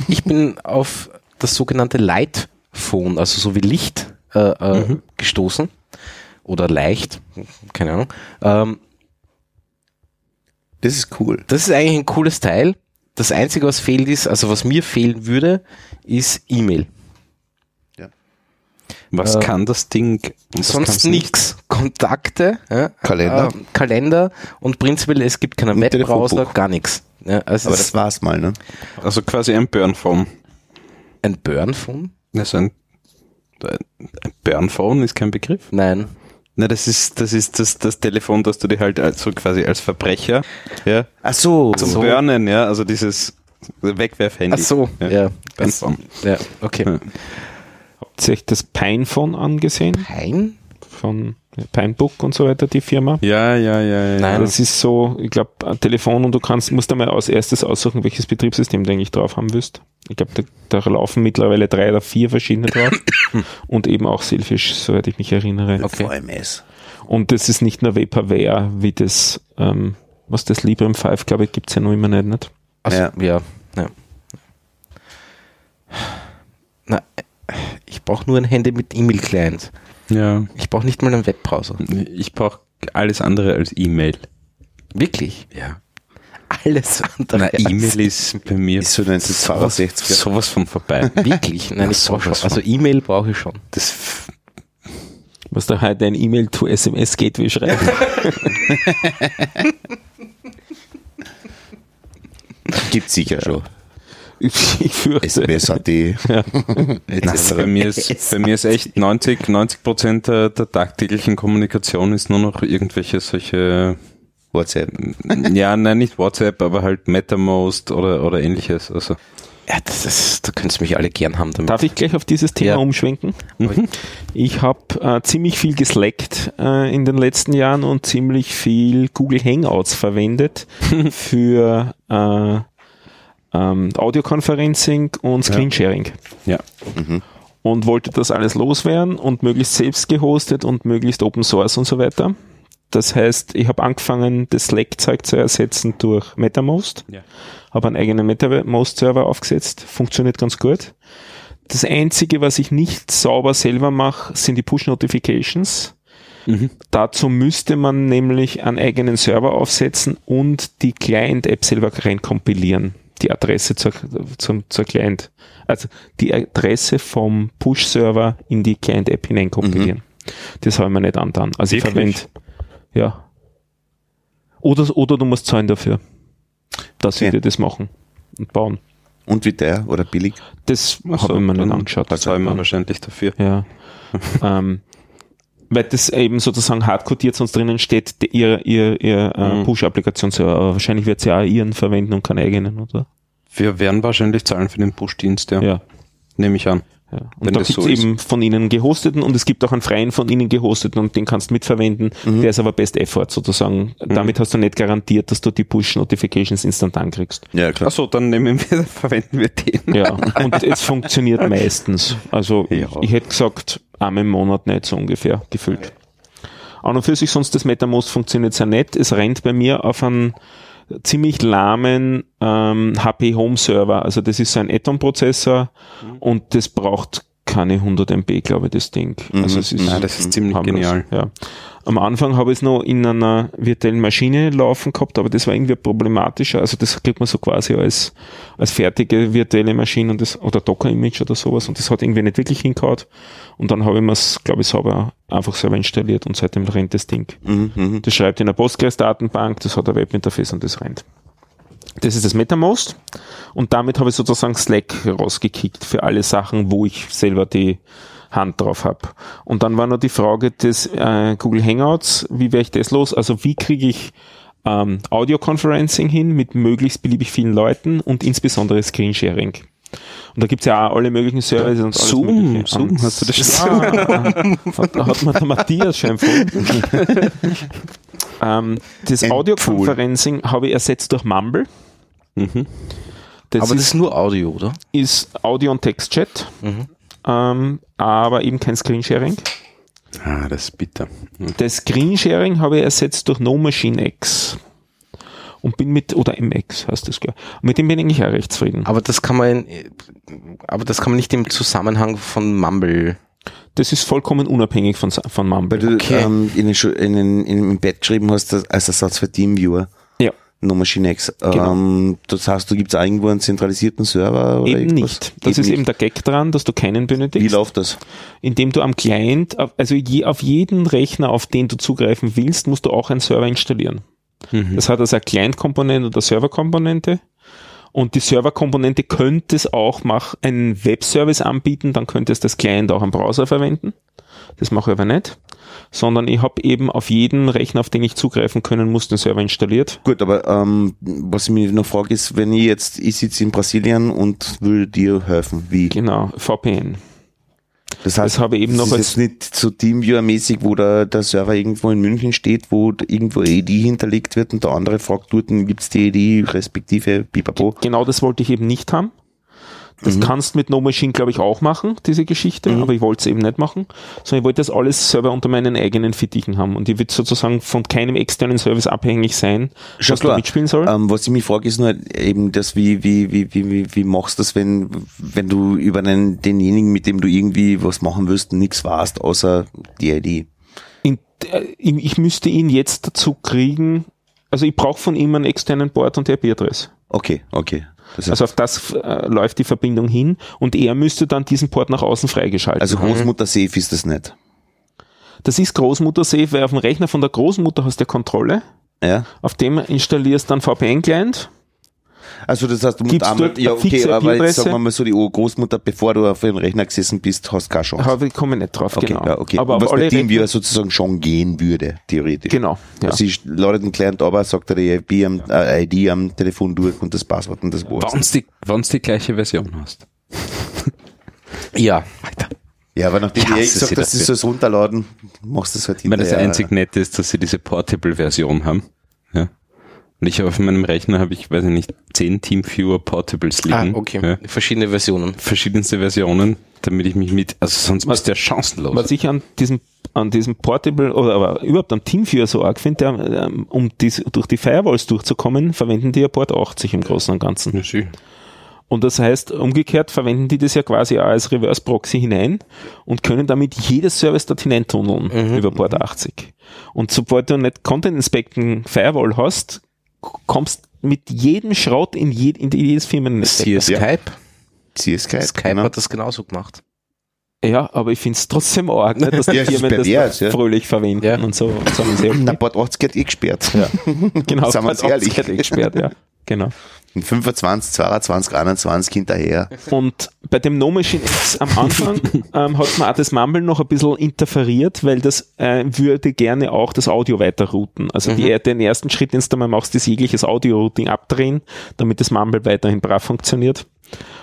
S1: Ich bin auf das sogenannte Lightphone, also so wie Licht, äh, äh,
S2: Mhm.
S1: gestoßen. Oder leicht, keine Ahnung. Ähm,
S2: Das ist cool.
S1: das ist eigentlich ein cooles Teil. Das Einzige, was fehlt ist, also was mir fehlen würde, ist E-Mail.
S4: Was
S1: Äh,
S4: kann das Ding? Was kann's
S1: Sonst nichts. Kontakte, ja,
S2: Kalender.
S1: ähm, Kalender und prinzipiell, es gibt keinen
S2: Und
S1: Webbrowser,
S2: Telefonbuch.
S1: gar nichts. Ja, also
S2: Aber
S1: es
S2: das
S1: ist
S2: war's mal, ne?
S4: Also quasi ein Burn-Phone.
S1: ein Burn-Phone?
S4: Also ein, ein Burn-Phone ist kein Begriff.
S1: Nein.
S4: Na, das ist, das ist das, das Telefon, das du dir halt als, so quasi als Verbrecher, ja,
S2: Ach so.
S4: zum Burnen, ja, also dieses Wegwerfhandy.
S1: Ach so, ja.
S4: ja.
S1: Das-
S4: Burn-Phone.
S1: ja okay.
S2: Hm.
S4: Ja.
S3: Habt ihr euch das Pinephone angesehen?
S1: Nein?
S3: Von Pinebook und so weiter, die Firma?
S4: Ja, ja, ja, ja.
S1: Nein.
S4: Nein.
S3: Das ist so, ich glaube, ein Telefon und du kannst, musst einmal als erstes aussuchen, welches Betriebssystem du eigentlich drauf haben willst. Ich glaube, da, da laufen mittlerweile drei oder vier verschiedene drauf und eben auch Selfish, soweit ich mich erinnere.
S1: Okay.
S2: VMS.
S3: Und das ist nicht nur Vaporware, wie das, ähm, was das Librem 5, glaube ich, gibt's ja noch immer nicht. nicht?
S1: Also,
S2: Ja.
S1: ja. ja, Na, ich brauche nur ein Handy mit E-Mail-Client.
S4: Ja.
S1: Ich brauche nicht mal einen Webbrowser.
S4: Ich brauche alles andere als E-Mail.
S1: Wirklich.
S4: Ja.
S1: Alles andere.
S4: Na,
S1: als-
S4: E-Mail ist bei mir
S2: Ist so 1962. er
S4: sowas von vorbei.
S1: Wirklich. Nein, ich brauche schon.
S4: sowas von.
S1: Also E-Mail brauche ich schon.
S4: Das,
S3: Was da halt ein E-Mail to SMS Gateway schreibt.
S2: Gibt's sicher schon.
S3: ich fürchte.
S2: SMS hat die.
S4: bei, mir ist, bei mir ist echt 90, 90 Prozent der, der tagtäglichen Kommunikation ist nur noch irgendwelche solche,
S2: WhatsApp.
S4: ja, nein, nicht WhatsApp, aber halt MetaMost oder, oder ähnliches. Also
S1: Ja, das ist, da könntest du mich alle gern haben damit.
S3: Darf ich gleich auf dieses Thema
S1: Ja.
S3: umschwenken? Mhm. Ich habe äh, ziemlich viel gesleckt äh, in den letzten Jahren und ziemlich viel Google Hangouts verwendet für äh, ähm, Audioconferencing und Screensharing.
S4: Ja.
S3: Und wollte das alles loswerden und möglichst selbst gehostet und möglichst Open Source und so weiter. Das heißt, ich habe angefangen, das Slack-Zeug zu ersetzen durch MetaMost.
S4: Ja.
S3: Habe einen eigenen MetaMost-Server aufgesetzt. Funktioniert ganz gut. Das Einzige, was ich nicht sauber selber mache, sind die Push-Notifications.
S4: Mhm.
S3: Dazu müsste man nämlich einen eigenen Server aufsetzen und die Client-App selber reinkompilieren. Die Adresse zur, zum, zur Client. Also die Adresse vom Push-Server in die Client-App
S4: Mhm.
S3: hineinkompilieren. Das habe ich mir nicht antan. Also ich
S4: Wirklich?
S3: verwende. Ja. Oder, oder du musst zahlen dafür, dass sie
S2: Okay.
S3: dir das machen und bauen.
S2: Und wie teuer oder billig?
S3: Das
S4: Ach so,
S3: habe ich mir nicht
S4: also dann
S3: angeschaut.
S4: Da zahlen wir wahrscheinlich dafür.
S3: Ja. ähm, weil das eben sozusagen hardcodiert sonst drinnen steht, die, ihr, ihr, ihr äh,
S4: Mhm.
S3: Push-Applikation zu. Aber wahrscheinlich wird sie auch ihren verwenden und keinen eigenen, oder?
S4: Wir werden wahrscheinlich zahlen für den Push-Dienst, ja.
S3: Ja.
S4: Nehme ich an.
S3: ja. Und
S4: Wenn
S3: da
S4: das
S3: gibt's
S4: so ist.
S3: eben von ihnen gehosteten und es gibt auch einen freien von ihnen gehosteten und den kannst du mitverwenden.
S4: Mhm.
S3: Der ist aber Best Effort sozusagen. Damit hast du nicht garantiert, dass du die Push-Notifications instant ankriegst.
S2: Ja, klar.
S4: Achso, dann nehmen wir, verwenden wir den.
S3: Ja. und es funktioniert meistens. Also
S4: Ja.
S3: ich, ich hätte gesagt, einmal im Monat nicht so ungefähr gefühlt. An und für sich sonst das MetaMost funktioniert sehr nett. Es rennt bei mir auf einen ziemlich lahmen ähm, HP Home Server. Also das ist so ein atom prozessor
S4: Mhm.
S3: und das braucht keine 100 MB, glaube ich, das Ding. Also es ist
S4: Mhm. Nein, das ist ziemlich
S3: harmlos.
S4: genial.
S3: Ja. Am Anfang habe ich es noch in einer virtuellen Maschine laufen gehabt, aber das war irgendwie problematischer. Also das kriegt man so quasi als, als fertige virtuelle Maschine und das, oder Docker-Image oder sowas und das hat irgendwie nicht wirklich hingehauen. Und dann habe ich mir es, glaube ich, sauber einfach selber installiert und seitdem rennt das Ding.
S2: Mhm, mhm.
S3: Das schreibt in der Postgres-Datenbank, das hat ein Webinterface und das rennt. Das ist das MetaMost und damit habe ich sozusagen Slack rausgekickt für alle Sachen, wo ich selber die Hand drauf habe. Und dann war noch die Frage des äh, Google Hangouts, wie wäre ich das los? Also wie kriege ich ähm, Audio-Conferencing hin mit möglichst beliebig vielen Leuten und insbesondere Screensharing. Und da gibt's ja auch alle möglichen Services und alles
S4: Zoom,
S3: mögliche.
S4: Zoom,
S3: Und-
S4: hast du das schon-
S3: Ah, hat, hat man der Matthias schon empfohlen. ähm, das
S2: Empfohlen.
S3: Audio-Conferencing habe ich ersetzt durch Mumble.
S4: Mhm.
S3: Das
S1: Aber das
S3: ist,
S1: ist nur Audio, oder?
S3: ist Audio- und Text-Chat, ähm, aber eben kein Screensharing.
S4: Ah, das ist bitter.
S3: Das Screensharing habe ich ersetzt durch No Machine X. Und bin mit, oder MX heißt das, gell. Mit dem bin ich eigentlich auch recht zufrieden.
S1: Aber das kann man, in, aber das kann man nicht im Zusammenhang von Mumble.
S3: Das ist vollkommen unabhängig von, Sa- von
S2: Weil
S3: Mumble.
S2: du
S1: Okay.
S2: ähm, in den, Schu- in den, in, im Bett geschrieben hast, dass, als Ersatz für Teamviewer.
S3: Ja.
S2: No Machine X. Ähm, das heißt, du gibt's irgendwo einen zentralisierten Server oder
S3: Eben
S2: irgendwas?
S3: nicht. Das ist eben der Gag dran, dass du keinen
S2: Wie
S3: benötigst.
S2: läuft das?
S3: indem du am Client, auf- also je, auf jeden Rechner, auf den du zugreifen willst, musst du auch einen Server installieren. Das hat also eine Client-Komponente und eine Server-Komponente. Und die Server-Komponente könnte es auch mach, einen Web-Service anbieten, dann könnte es das Client auch am Browser verwenden. Das mache ich aber nicht. Sondern ich habe eben auf jeden Rechner, auf den ich zugreifen können muss, den Server installiert.
S2: Gut, aber ähm, was ich mich noch frage ist, wenn ich jetzt, ich sitze in Brasilien und will dir helfen, wie?
S3: Genau, VPN.
S2: Das heißt,
S3: Das habe ich eben noch
S2: das
S3: als-
S2: ist jetzt nicht so Teamviewer-mäßig, wo der, der Server irgendwo in München steht, wo da irgendwo eine ID hinterlegt wird und der andere fragt dort, gibt's die ID respektive Pipapo.
S3: Genau das wollte ich eben nicht haben.
S2: Mhm.
S3: Das kannst mit No Machine, glaube ich, auch machen, diese Geschichte, aber ich wollte es eben nicht machen, sondern ich wollte das alles selber unter meinen eigenen Fittichen haben und ich will sozusagen von keinem externen Service abhängig sein,
S2: Schon
S3: was
S2: klar.
S3: du mitspielen soll.
S2: Ähm, was ich mich frage, ist nur eben das, wie, wie, wie, wie, wie, wie machst du das, wenn, wenn du über den, denjenigen, mit dem du irgendwie was machen willst, nichts weißt, außer die ID.
S3: In, äh, ich ich müsste ihn jetzt dazu kriegen, also ich brauche von ihm einen externen Port und IP-Adresse.
S2: Okay, okay. Das heißt,
S3: Also auf das äh, läuft die Verbindung hin und er müsste dann diesen Port nach außen freigeschalten.
S2: also Großmutter safe ist das nicht.
S3: das ist Großmutter-Safe, weil auf dem Rechner von der Großmutter hast du ja Kontrolle.
S2: Ja?
S3: Auf dem installierst dann VPN-Client
S2: Also das heißt, du musst
S3: Gibst du
S2: einmal,
S3: eine
S2: ja okay,
S3: fixe
S2: aber jetzt
S3: IP-Adresse?
S2: sagen wir mal so, die Großmutter, bevor du auf den Rechner gesessen bist, hast keine Chance.
S3: Aber ich komme nicht drauf,
S2: Okay,
S3: genau.
S2: ja, okay.
S3: Aber
S2: was
S3: auf alle
S2: mit dem
S3: Rechner,
S2: wir sozusagen schon gehen würde, theoretisch. Also
S3: genau. Ja.
S2: Sie lautet einen Client aber, sagt er die IP am, äh, ID am Telefon durch und das Passwort und das
S4: Wenn
S2: war's.
S4: du die, wenn's die gleiche Version hast.
S1: Ja,
S2: Ja, aber nachdem
S1: Ich
S2: ich,
S1: hasse
S2: ich gesagt
S1: sie
S2: dass du
S1: dafür.
S2: sollst runterladen, machst du es halt
S4: Ich
S2: hinterher.
S4: meine, das einzig Nette ist, dass sie diese Portable-Version haben. Ja. Und ich habe auf meinem Rechner, habe ich, weiß ich nicht, 10 TeamViewer Portables
S1: ah,
S4: liegen.
S1: okay.
S4: Ja.
S1: Verschiedene Versionen.
S4: Verschiedenste Versionen, damit ich mich mit, also sonst bist du ja chancenlos.
S3: Was ich an diesem, an diesem Portable oder aber überhaupt am Teamviewer so arg finde, der, ähm, um dies, durch die Firewalls durchzukommen, verwenden die ja Port 80 im Großen und Ganzen.
S4: Ja, sicher.
S3: Und das heißt, umgekehrt verwenden die das ja quasi auch als Reverse Proxy hinein und können damit jedes Service dort hineintunneln
S2: Mhm.
S3: über Port 80. Und sobald du nicht Content Inspecting Firewall hast, k- kommst mit jedem Schrott in, jed in jedes Firmennetzwerk.
S1: Siehe Skype.
S2: Sie ist Skype.
S1: Skype
S2: genau.
S1: hat das genauso gemacht.
S3: Ja, aber ich find's trotzdem arg, nicht, dass die
S2: Ja, es ist
S3: Firmen das
S2: pervers,
S3: noch
S2: ja.
S3: fröhlich verwenden
S1: Ja.
S3: und so. Das haben sie
S2: Na,
S3: ja
S2: Port 80 hat eh gesperrt. Ja.
S3: genau,
S2: Sagen wir uns
S3: Port 80
S2: ehrlich.
S3: hat eh gesperrt, ja. Genau.
S2: 25, 22, 21 hinterher.
S3: Und bei dem No Machine X am Anfang ähm, hat man auch das Mumble noch ein bisschen interferiert, weil das äh, würde gerne auch das Audio weiterrouten. Also die, den ersten Schritt, den du da mal machst, ist jegliches Audio-Routing abdrehen, damit das Mumble weiterhin brav funktioniert.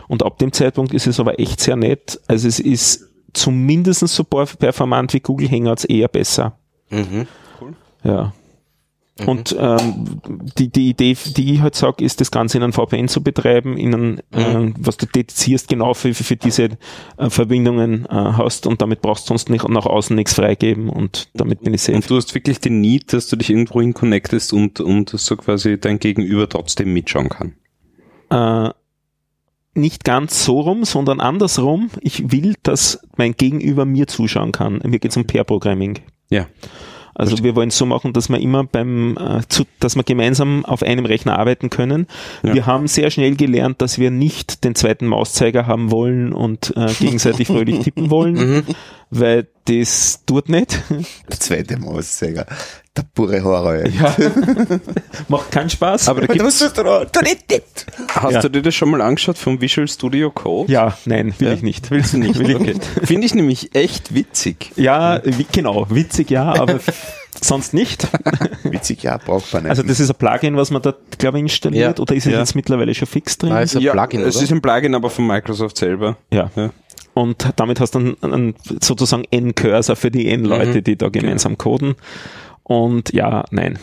S3: Und ab dem Zeitpunkt ist es aber echt sehr nett. Also es ist zumindest so performant wie Google Hangouts eher besser.
S1: Mhm.
S3: Ja. Und ähm, die, die Idee, die ich halt sage, ist, das Ganze in einem VPN zu betreiben, in einem, ähm, was du dedizierst genau für, für für diese äh, Verbindungen äh, hast und damit brauchst du sonst nicht nach außen nichts freigeben und damit bin ich safe.
S4: Und du hast wirklich den Need, dass du dich irgendwo hin connectest und, und so quasi dein Gegenüber trotzdem mitschauen kann.
S3: äh, nicht ganz so rum, sondern andersrum. Ich will, dass mein Gegenüber mir zuschauen kann. Mir geht's um Pair-Programming.
S4: Ja.
S3: Also wir wollen es so machen, dass wir immer beim, äh, zu, dass wir gemeinsam auf einem Rechner arbeiten können.
S4: Ja.
S3: Wir haben sehr schnell gelernt, dass wir nicht den zweiten Mauszeiger haben wollen und äh, gegenseitig fröhlich tippen wollen,
S1: Mhm.
S3: weil das tut nicht.
S2: Der zweite Mauszeiger. Der pure Horror. ey.
S3: Macht keinen Spaß.
S4: Aber da gibt's,
S2: Dritte.
S4: hast
S3: Ja.
S4: du dir das schon mal angeschaut vom Visual Studio Code?
S3: ja, nein, will
S4: Ja?
S3: ich nicht.
S4: Willst du nicht?
S3: Will ich
S4: Okay. Finde ich nämlich echt witzig.
S3: Ja, wi- genau, witzig ja, aber f- sonst nicht.
S2: Witzig, ja, braucht man nicht.
S3: Also das ist ein Plugin, was man da, glaube ich, installiert
S1: Ja.
S3: oder ist es
S4: Ja.
S3: jetzt mittlerweile schon fix drin?
S1: Nein, ist ein Plugin,
S4: es
S1: oder?
S4: ist ein Plugin, aber von Microsoft selber.
S3: ja.
S4: Ja.
S3: Und damit hast du dann einen, sozusagen N-Cursor für die N-Leute, die da gemeinsam coden. Und ja, nein.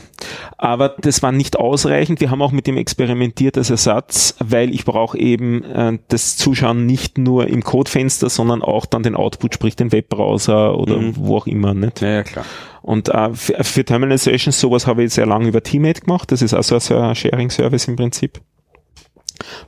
S3: Aber das war nicht ausreichend. Wir haben auch mit dem experimentiert als Ersatz, weil ich brauche eben äh, das Zuschauen nicht nur im Codefenster, sondern auch dann den Output, sprich den Webbrowser oder wo auch immer. Nicht?
S4: Ja, ja klar.
S3: Und äh, für, für Terminal Sessions sowas habe ich sehr lange über Teammate gemacht. Das ist auch so ein- so ein Sharing-Service im Prinzip,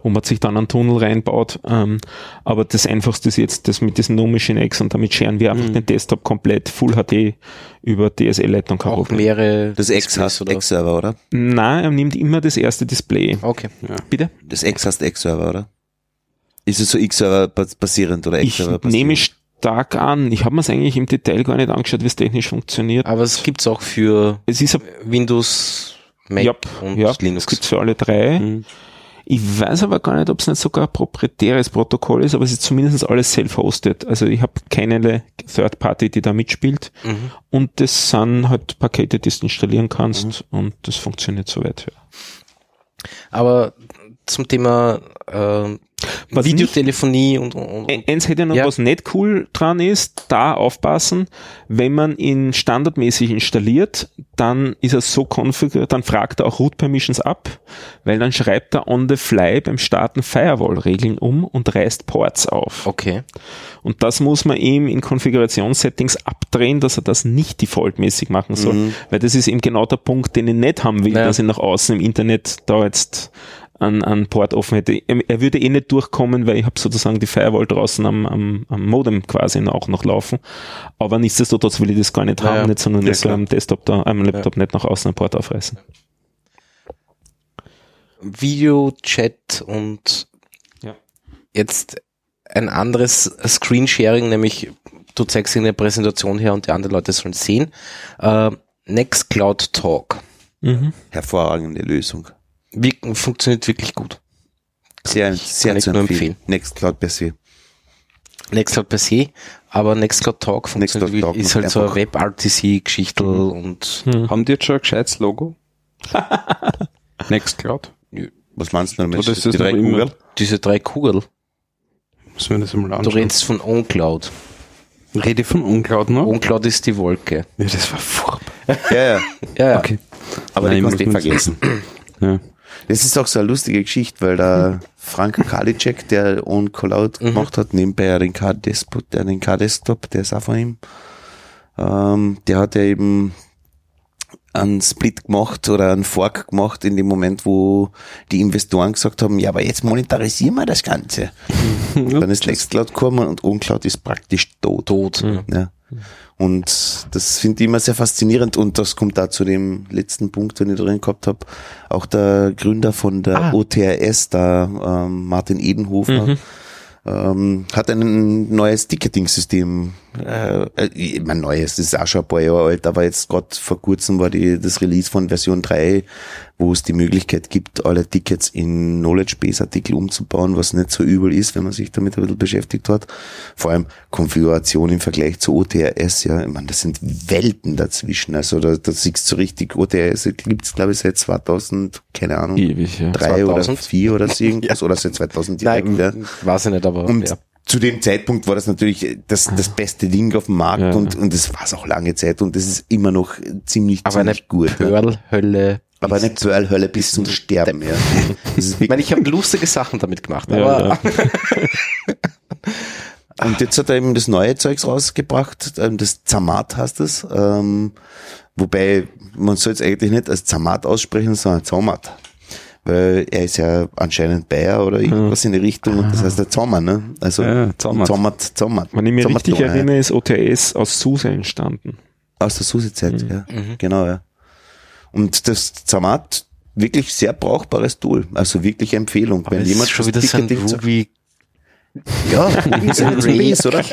S3: wo man sich dann einen Tunnel reinbaut. Ähm, aber das Einfachste ist jetzt das mit diesem No Machine X und damit scheren wir einfach
S1: Mhm.
S3: den Desktop komplett Full HD über DSL-Leitung. kein
S1: Auch
S3: Problem.
S1: mehrere
S2: das X
S1: Displays
S2: heißt X-Server, oder?
S3: Nein, er nimmt immer das erste Display.
S1: Okay.
S3: Bitte?
S2: Das X heißt X-Server, oder? Ist es so X-Server bas- basierend oder
S3: Ich
S2: X-Server basierend?
S3: nehme stark an. Ich habe mir es eigentlich im Detail gar nicht angeschaut, wie es technisch funktioniert.
S1: Aber es gibt's auch für
S3: Es ist ein
S1: Windows, Mac
S3: Yep,
S1: und
S3: ja,
S1: Linux. Mhm.
S3: Das gibt's für alle drei.
S4: Mhm.
S3: Ich weiß aber gar nicht, ob es nicht sogar ein proprietäres Protokoll ist, aber es ist zumindest alles self-hosted. Also ich habe keinerlei Third-Party, die da mitspielt.
S1: Mhm.
S3: Und das sind halt Pakete, die du installieren kannst
S1: Mhm.
S3: und das funktioniert soweit. Ja.
S1: Aber zum Thema äh,
S3: Was
S1: Videotelefonie und, und, und
S3: E- Eins hätte ich noch
S1: Ja.
S3: was nicht cool dran ist, da aufpassen, wenn man ihn standardmäßig installiert, dann ist er so konfiguriert, dann fragt er auch Root Permissions ab, weil dann schreibt er on the fly beim Starten Firewall-Regeln um und reißt Ports auf.
S1: okay.
S3: Und das muss man ihm in Konfigurationssettings abdrehen, dass er das nicht defaultmäßig machen soll. Weil das ist eben genau der Punkt, den ich nicht haben will,
S1: Ja.
S3: dass ich nach außen im Internet da jetzt an, an Port offen hätte. Er, er würde eh nicht durchkommen, weil ich habe sozusagen die Firewall draußen am, am, am Modem quasi auch noch laufen. Aber nichtsdestotrotz will ich das gar nicht
S1: Ja, ja.
S3: haben, nicht, sondern
S4: Ja,
S3: ich soll
S4: klar.
S3: am Desktop da, am Laptop nicht nach außen einen Port aufreißen.
S1: Videochat und
S3: Ja.
S1: jetzt ein anderes Screensharing, nämlich du zeigst eine Präsentation her und die anderen Leute sollen sehen. Äh, Nextcloud Talk.
S3: Mhm.
S2: Hervorragende Lösung.
S1: wirken, funktioniert wirklich gut.
S2: Sehr, sehr
S1: ich
S2: zu
S1: nur
S2: empfehlen.
S1: empfehlen.
S2: Nextcloud per se.
S1: Nextcloud per se, aber Nextcloud Talk funktioniert,
S2: Nextcloud Talk
S1: ist
S2: macht
S1: halt so eine
S2: einfach- Mhm.
S1: Web-RTC-Geschichtel und
S4: Haben die jetzt schon ein gescheites Logo? Nextcloud?
S2: Was meinst du damit?
S4: Oder ist das
S2: Die drei
S4: noch immer-
S2: Kugeln?
S1: diese drei Kugeln.
S4: Müssen wir das einmal
S1: Du
S4: anschauen?
S1: redest von OnCloud.
S4: Rede von Uncloud noch?
S1: OnCloud ist die Wolke.
S4: Ja, das war furchtbar.
S2: Ja, ja.
S1: Ja, ja.
S4: Okay.
S2: Aber die
S4: Nein,
S2: kannst du eh
S4: muss man-
S2: vergessen.
S4: Ja.
S2: Das ist auch so eine lustige Geschichte, weil der Frank Kalicek, der On Cloud gemacht hat, nebenbei den K-Desktop, der den K-Desktop, der ist auch von ihm, ähm, der hat ja eben einen Split gemacht oder einen Fork gemacht in dem Moment, wo die Investoren gesagt haben, ja, aber jetzt monetarisieren wir das Ganze. Dann ist Nextcloud gekommen und OnCloud ist praktisch tot.
S1: Tot.
S2: Ja. Und das finde ich immer sehr faszinierend und das kommt da zu dem letzten Punkt, den ich drin gehabt habe. Auch der Gründer von der OTRS, da ähm, Martin Edenhofer, ähm, hat ein neues Ticketing-System. Äh, äh, ich mein neues das ist auch schon ein paar Jahre alt, aber jetzt gerade vor kurzem war die, das Release von Version 3, wo es die Möglichkeit gibt, alle Tickets in Knowledge-Base-Artikel umzubauen, was nicht so übel ist, wenn man sich damit ein bisschen beschäftigt hat. Vor allem Konfiguration im Vergleich zu OTRS, ja, ich meine, das sind Welten dazwischen. Also da, da siehst du richtig, OTRS gibt's glaube ich, seit 2000, keine Ahnung,
S3: Ewig, ja.
S2: drei oder
S1: 2000?
S2: vier oder so irgendwas, oder seit 2000 direkt,
S1: Nein,
S2: ja.
S1: weiß ich nicht, aber
S2: Und
S1: ja.
S2: zu dem Zeitpunkt war das natürlich das, das beste Ding auf dem Markt
S3: Ja.
S2: und, und das war es auch lange Zeit und das ist immer noch ziemlich,
S1: Aber eine
S2: ziemlich gut. ja.
S1: Pearl-Hölle.
S2: Aber eine Pfeilhölle bis zum Sterben, ja. Das ist
S1: Ich meine, ich habe lustige Sachen damit gemacht,
S3: Ja,
S1: aber
S3: ja.
S2: Und jetzt hat er eben das neue Zeugs rausgebracht, ähm, das Zamat heißt es. Ähm, wobei man soll es eigentlich nicht als Zamat aussprechen, sondern Zamat. Weil er ist ja anscheinend Bayer oder irgendwas in die Richtung und das heißt der Zommer, ne? Also
S4: Ja, ja, Zamat.
S2: Zamat, Zamat.
S3: Wenn ich mich
S2: Zamat
S3: richtig
S2: Donau, ja.
S3: erinnere, ist OTS aus SUSE entstanden.
S2: Aus der Susi-Zeit,
S1: Mhm.
S2: ja. Genau, ja. Und das Zamat, wirklich sehr brauchbares Tool. Also wirklich Empfehlung.
S1: aber
S2: Wenn
S1: es
S2: jemand
S1: ist schon
S2: das
S1: wieder so ein
S2: Ticketing zu-
S1: Ruby.
S2: Ja, ist ein Release, oder?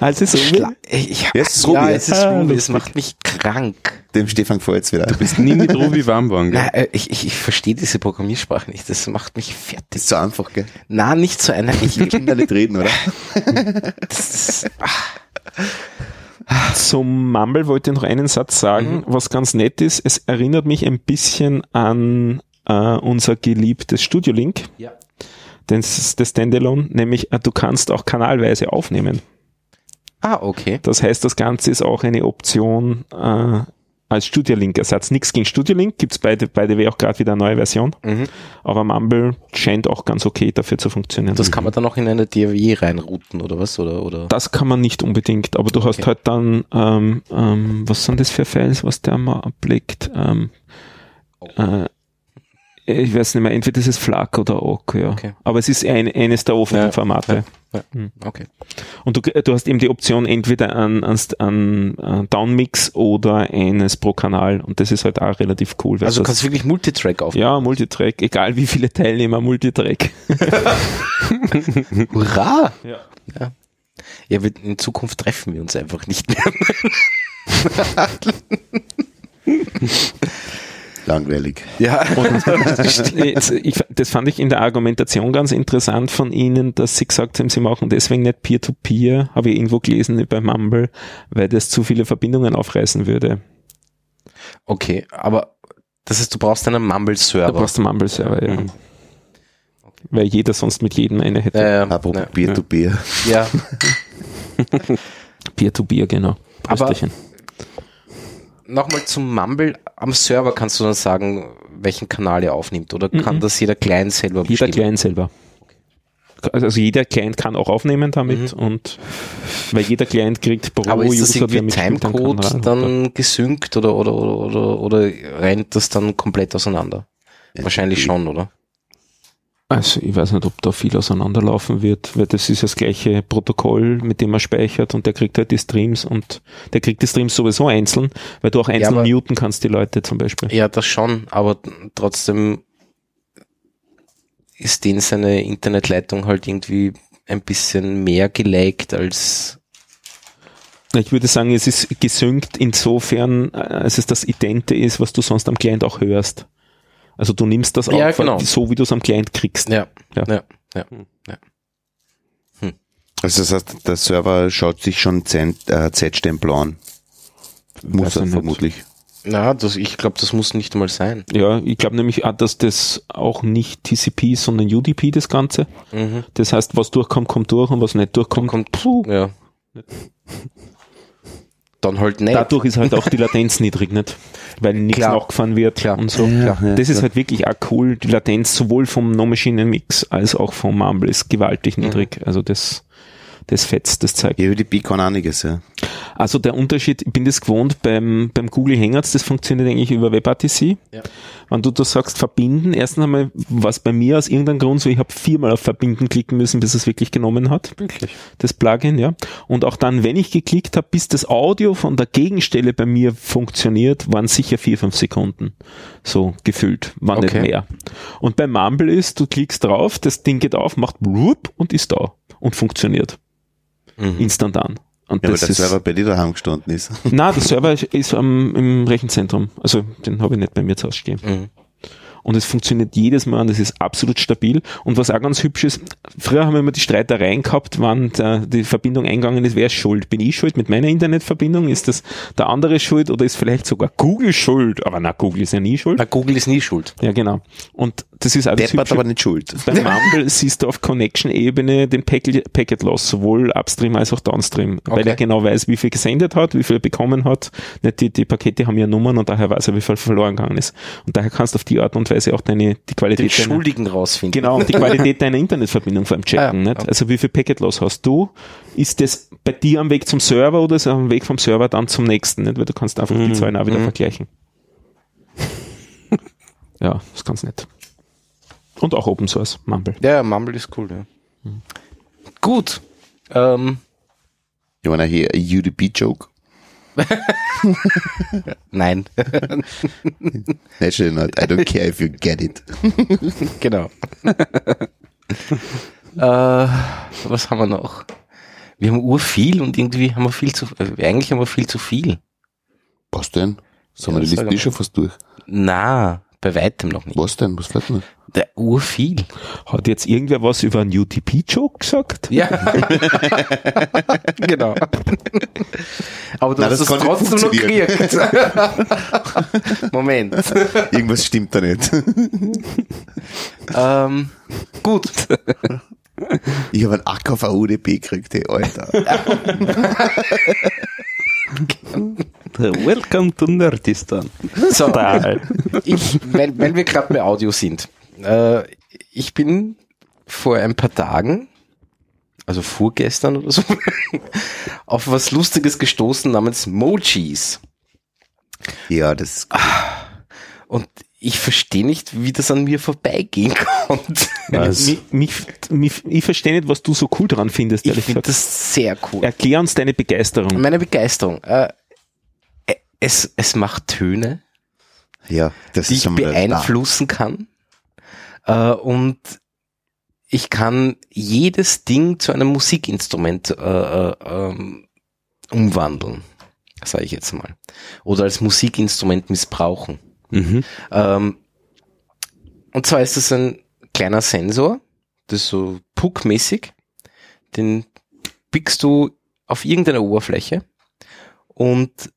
S3: Also so.
S1: Schla- Ich,
S2: Ja, es ist
S1: ja,
S2: Ruby,
S1: es ist
S3: ja.
S1: Ruby,
S3: Ah,
S1: es macht mich krank.
S2: Dem Stefan gefällt's wieder. Du bist
S4: Nie mit Ruby warm waren, gell?
S1: Nein, äh, ich, ich, ich verstehe diese Programmiersprache nicht, das macht mich fertig.
S2: so einfach, gell?
S1: Na, nicht so einer. Ich,
S2: Kinder nicht reden, oder?
S1: das,
S3: Zum Mumble wollte ich noch einen Satz sagen,
S1: Mhm.
S3: was ganz nett ist. Es erinnert mich ein bisschen an äh, unser geliebtes Studio Link,
S1: ja.
S3: das, das Standalone, nämlich äh, du kannst auch kanalweise aufnehmen.
S1: Ah, okay.
S3: Das heißt, das Ganze ist auch eine Option äh, als Studio Link Ersatz. Nichts gegen Studio Link, gibt's beide, beide way auch gerade wieder eine neue Version,
S1: Mhm.
S3: aber Mumble scheint auch ganz okay dafür zu funktionieren.
S1: Das kann man dann auch in eine DAW reinrouten oder was? Oder, oder?
S3: Das kann man nicht unbedingt, aber du hast
S1: Okay.
S3: halt dann, ähm, ähm, was sind das für Files, was der mal ablegt? Ähm,
S1: Oh.
S3: äh, ich weiß nicht mehr, entweder ist es FLAC oder OC, ja.
S1: Okay.
S3: Aber es ist ein, eines der offenen
S1: Ja,
S3: Formate. Mhm.
S1: Okay.
S3: Und du, du hast eben die Option entweder an, an, an, an Downmix oder eines pro Kanal und das ist halt auch relativ cool. weil
S1: Also du
S3: das,
S1: kannst wirklich Multitrack aufnehmen.
S3: ja, Multitrack, egal wie viele Teilnehmer, Multitrack.
S1: Hurra!
S3: Ja.
S1: ja. Ja, wir, in Zukunft treffen wir uns einfach nicht mehr.
S2: Langweilig.
S1: Ja.
S3: Jetzt, ich, das fand ich in der Argumentation ganz interessant von Ihnen, dass Sie gesagt haben, Sie machen deswegen nicht Peer-to-Peer, habe ich irgendwo gelesen bei Mumble, weil das zu viele Verbindungen aufreißen würde.
S1: Okay, aber das heißt, du brauchst einen
S3: Da
S1: Mumble-Server.
S3: brauchst du Mumble-Server, ja.
S4: Mhm.
S3: Weil jeder sonst mit jedem eine hätte.
S1: Äh,
S2: Apropos
S1: ne,
S2: Peer-to-Peer.
S1: ja,
S3: Peer-to-Peer, genau.
S1: Aber-
S3: Prösterchen.
S1: nochmal zum Mumble. Am Server kannst du dann sagen, welchen Kanal er aufnimmt. Oder kann das jeder Client selber
S3: Mhm. Jeder
S1: bestimmen?
S3: Client selber. Also also jeder Client kann auch aufnehmen damit und weil jeder Client kriegt pro
S1: Mhm. aber ist das
S3: User, der
S1: irgendwie
S3: Oh, mitspielt, einen Kanal
S1: Timecode
S3: runter.
S1: dann gesynkt oder, oder, oder, oder, oder rennt das dann komplett auseinander? Wahrscheinlich schon, oder?
S3: Also ich weiß nicht, ob da viel auseinanderlaufen wird, weil das ist das gleiche Protokoll, mit dem er speichert und der kriegt halt die Streams und der kriegt die Streams sowieso einzeln, weil du auch einzeln
S1: aber-
S3: muten kannst die Leute zum Beispiel.
S1: Ja, das schon, aber trotzdem ist denen seine Internetleitung halt irgendwie ein bisschen mehr gelegt als
S3: Ich würde sagen, es ist gesynkt insofern, äh, als es das Idente ist, was du sonst am Client auch hörst. Also du nimmst das
S1: Ja,
S3: auf, weil-
S1: genau.
S3: so wie du es am Client kriegst.
S1: Ja,
S3: Ja.
S1: ja, ja. ja.
S2: Also das heißt, der Server schaut sich schon Z- äh, Z-Stempel an. Muss
S3: Weiß ich
S2: er
S3: nicht.
S2: vermutlich.
S1: Na, das, ich glaube, das muss nicht mal sein.
S3: Ja, ich glaube nämlich, auch, dass das auch nicht TCP ist, sondern UDP das Ganze.
S1: Mhm.
S3: Das heißt, was durchkommt, kommt durch und was nicht durchkommt,
S1: Kommt,
S3: puh,
S1: ja. Dann halt nicht.
S3: dadurch ist halt auch die Latenz niedrig, nicht? Weil nichts
S1: Klar.
S3: nachgefahren wird
S1: Klar.
S3: und so.
S2: Ja, ja,
S3: das ist
S2: klar.
S3: halt wirklich auch cool. Die Latenz sowohl vom No-Maschinen-Mix als auch vom Mumble ist gewaltig niedrig. Also das, das fetzt, das zeigt.
S2: Ja, UDP kann einiges, ja.
S3: Also der Unterschied, ich bin das gewohnt beim, beim Google Hangouts, das funktioniert eigentlich über WebRTC.
S1: Ja.
S3: Wenn du das sagst, verbinden, erstens einmal, was bei mir aus irgendeinem Grund so, ich habe viermal auf Verbinden klicken müssen, bis es wirklich genommen hat. Wirklich. Das Plugin, ja. Und auch dann, wenn ich geklickt habe, bis das Audio von der Gegenstelle bei mir funktioniert, waren sicher vier, fünf Sekunden. So gefühlt, waren
S1: Okay.
S3: nicht mehr. Und bei Mumble ist, du klickst drauf, das Ding geht auf, macht blup und ist da und funktioniert.
S1: Mhm.
S3: Instant an. Und
S2: Ja, weil
S3: das
S2: der
S3: ist-
S2: Server bei dir daheim gestanden ist.
S3: na, der Server ist- ist am, im Rechenzentrum. Also den habe ich nicht bei mir zu Hause stehen.
S1: Mhm.
S3: Und es funktioniert jedes Mal und es ist absolut stabil. Und was auch ganz hübsch ist, früher haben wir immer die Streitereien gehabt, wann der, die Verbindung eingegangen ist, wer ist schuld? Bin ich schuld mit meiner Internetverbindung? Ist das der andere schuld oder ist vielleicht sogar Google schuld? Aber na, Google ist ja nie schuld.
S1: Na, Google ist nie schuld.
S3: Ja, genau. Und das ist alles
S2: Deppert aber nicht schuld.
S3: beim Mumble siehst du auf Connection-Ebene den Packet, Packet Loss, sowohl Upstream als auch Downstream, weil
S1: Okay.
S3: er genau weiß, wie viel gesendet hat, wie viel er bekommen hat. Nicht die, die Pakete haben ja Nummern und daher weiß er, wie viel verloren gegangen ist. Und daher kannst du auf die Art und Weise auch deine, die
S1: Den
S3: Qualität deiner,
S1: Schuldigen rausfinden.
S3: genau, die Qualität deiner Internetverbindung vor allem checken.
S1: Ah, ja.
S3: nicht? Also wie viel Packet Loss hast du? Ist das bei dir am Weg zum Server oder ist es am Weg vom Server dann zum nächsten? Nicht? Weil du kannst einfach
S1: Mhm.
S3: die zwei auch wieder vergleichen. ja, das kannst du nicht. Und auch Open Source, Mumble.
S1: Ja, Mumble ist cool, ja. Gut. Ähm,
S2: You wanna hear a UDP-Joke?
S1: nein,
S2: Naturally not. I don't care if you get it.
S1: genau. äh, was haben wir noch? Wir haben ur viel und irgendwie haben wir viel zu, äh, eigentlich haben wir viel zu viel.
S2: Was denn? Sagen wir,
S1: Ja,
S2: die Liste
S1: sag
S2: ist schon fast durch.
S1: Na, bei weitem noch nicht.
S2: Was denn? Was bleibt noch?
S1: Der ur viel.
S3: Hat jetzt irgendwer was über einen UTP-Joke gesagt?
S1: Ja. genau. Aber du
S2: Na,
S1: hast
S2: das
S1: es
S2: kann nicht
S1: trotzdem noch gekriegt. Moment.
S2: Irgendwas stimmt da nicht.
S1: Ähm, gut.
S2: Ich habe einen Acker auf eine UDP gekriegt, ey, Alter.
S5: Welcome to Nerdistan.
S1: So.
S3: Total.
S1: ich, weil, weil wir gerade bei Audio sind. Äh, ich bin vor ein paar Tagen, also vorgestern oder so, auf was Lustiges gestoßen namens Mojis.
S2: Ja, das ist
S1: Und ich verstehe nicht, wie das an mir vorbeigehen konnte.
S3: mich, Also, mich, mich, ich verstehe nicht, was du so cool dran findest.
S1: Ich
S3: ehrlich
S1: finde
S3: gesagt.
S1: das sehr cool.
S3: Erklär uns deine Begeisterung.
S1: Meine Begeisterung. Äh, es, es macht Töne,
S2: Ja, das
S1: die
S2: ist
S1: ich
S2: schon mal
S1: beeinflussen kann. Äh, und ich kann jedes Ding zu einem Musikinstrument äh, äh, ähm, umwandeln, sage ich jetzt mal. Oder als Musikinstrument missbrauchen.
S4: Mhm.
S1: Ähm, und zwar ist es ein kleiner Sensor, das ist so puckmäßig, den pickst du auf irgendeiner Oberfläche und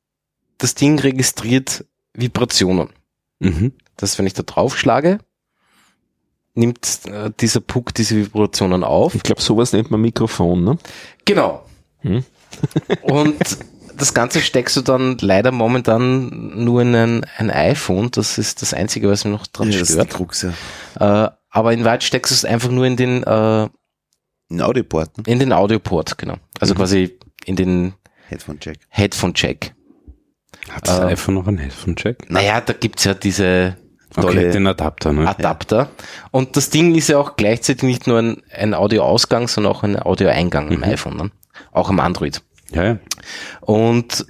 S1: das Ding registriert Vibrationen.
S4: Mhm.
S1: Das, heißt, wenn ich da draufschlage, nimmt äh, dieser Puck diese Vibrationen auf.
S3: Ich glaube, sowas nennt man Mikrofon. Ne?
S1: Genau.
S3: Hm.
S1: Und das Ganze steckst du dann leider momentan nur in ein, ein iPhone. Das ist das Einzige, was mir noch
S2: da.
S1: dran
S2: Ja, das ist die
S1: stört.
S2: Krux, ja.
S1: Äh, aber in Wahrheit steckst du es einfach nur in den, äh,
S2: Ein Audiport, ne?
S1: in den Audioport, genau. Also quasi in den
S2: Headphone-Jack.
S1: Headphone-Jack.
S4: Hat das
S1: Äh,
S4: iPhone noch einen Headphone-Check?
S1: Naja, da gibt's ja diese
S4: Okay,
S1: tolle Ah.
S4: den Adapter, ne?
S1: Adapter. Und das Ding ist ja auch gleichzeitig nicht nur ein, ein Audio-Ausgang, sondern auch ein Audio-Eingang im iPhone, ne? auch am Android.
S4: Ja, ja.
S1: Und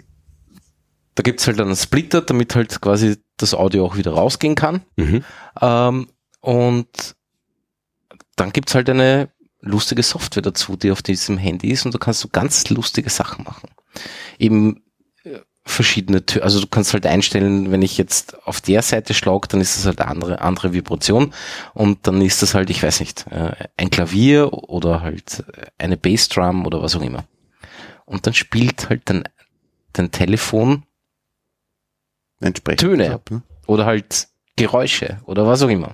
S1: da gibt's halt einen Splitter, damit halt quasi das Audio auch wieder rausgehen kann.
S4: Mhm.
S1: Ähm, und dann gibt's halt eine lustige Software dazu, die auf diesem Handy ist und da kannst du ganz lustige Sachen machen. Eben äh, verschiedene Tö Also du kannst halt einstellen, wenn ich jetzt auf der Seite schlag, dann ist es halt eine andere, andere Vibration und dann ist das halt, ich weiß nicht, äh, ein Klavier oder halt eine Bassdrum oder was auch immer. Und dann spielt halt dein, dein Telefon
S2: Entsprechend.
S1: Töne.
S2: Ab, ne?
S1: oder halt Geräusche oder was auch immer.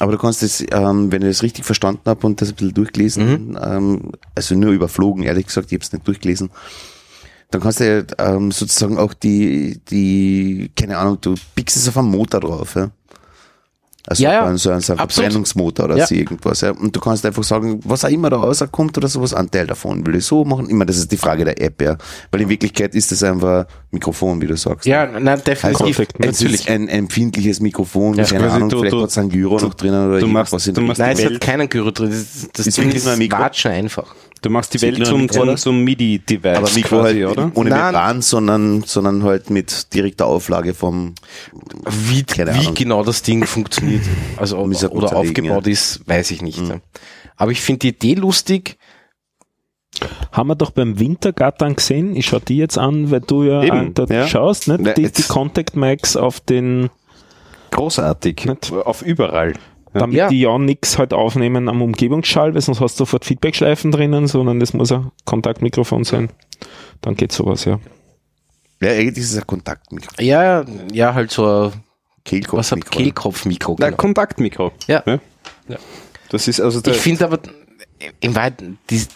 S2: Aber du kannst es, ähm, wenn ich das richtig verstanden habe und das ein bisschen durchgelesen,
S1: Mhm.
S2: ähm, also nur überflogen, ehrlich gesagt, ich habe es nicht durchgelesen, dann kannst du ja, ähm, sozusagen auch die, die, keine Ahnung, du pickst es auf einen Motor drauf, ja. Also
S1: Ja, ja,
S2: so ein- so ein, so ein
S1: absolut.
S2: Verbrennungsmotor oder
S1: Ja.
S2: so irgendwas. Ja. Und du kannst einfach sagen, was auch immer da rauskommt oder sowas, einen Teil davon will ich so machen. Immer, das ist die Frage der App, ja. Weil in Wirklichkeit ist das einfach Mikrofon, wie du sagst.
S1: Ja, nein,
S2: Also,
S1: definitiv.
S3: Konflikt,
S2: es ist ein empfindliches Mikrofon,
S1: Ja.
S2: keine
S4: Quasi
S2: Ahnung,
S4: du-
S2: vielleicht
S4: du-
S2: hat es einen Gyro noch drinnen oder
S4: du machst-
S2: irgendwas in
S4: du
S2: der
S4: machst
S2: Richtung.
S1: Nein, es hat
S4: Welt-
S1: keinen Gyro drin. Das, das
S2: Ist
S1: Ding
S2: wirklich
S1: ist
S2: nur ein Mikro?
S1: watschen einfach.
S4: Du machst die
S2: Ist
S4: Welt
S2: nur ein
S4: zum,
S2: Mikro, oder?
S4: zum, zum MIDI-Device.
S2: aber Mikro
S4: quasi,
S2: halt
S4: oder?
S2: ohne
S1: Nein.
S2: Membran, sondern, sondern halt mit direkter Auflage vom,
S1: Wie,
S2: Keine
S1: wie
S2: Ahnung.
S1: genau das Ding funktioniert, also
S2: Ist ja
S1: oder,
S2: Mhm.
S1: oder
S2: unterlegen,
S1: aufgebaut ist, weiß ich nicht. Aber ich finde die Idee lustig.
S3: Haben wir doch beim Wintergattern gesehen. Ich schau die jetzt an, weil du ja,
S4: Eben,
S3: da
S2: ja.
S3: schaust,
S2: Na,
S3: nicht? Die, die
S2: jetzt-
S3: Contact Mics auf den,
S4: Großartig.
S3: Nicht?
S4: Auf überall.
S3: damit
S1: Ja.
S3: die ja nix halt aufnehmen am Umgebungsschall, weil sonst hast du sofort Feedbackschleifen drinnen, sondern das muss ein Kontaktmikrofon sein. Dann geht sowas, ja.
S2: ja, eigentlich ist es ein Kontaktmikro,
S1: Ja, ja, halt so ein was hab,
S2: Kehlkopfmikro.
S1: Kehlkopfmikro.
S4: Na,
S1: Genau.
S4: Kontaktmikro.
S1: Ja.
S4: Das ist also der,
S1: Ich finde aber, in Wahrheit, dies,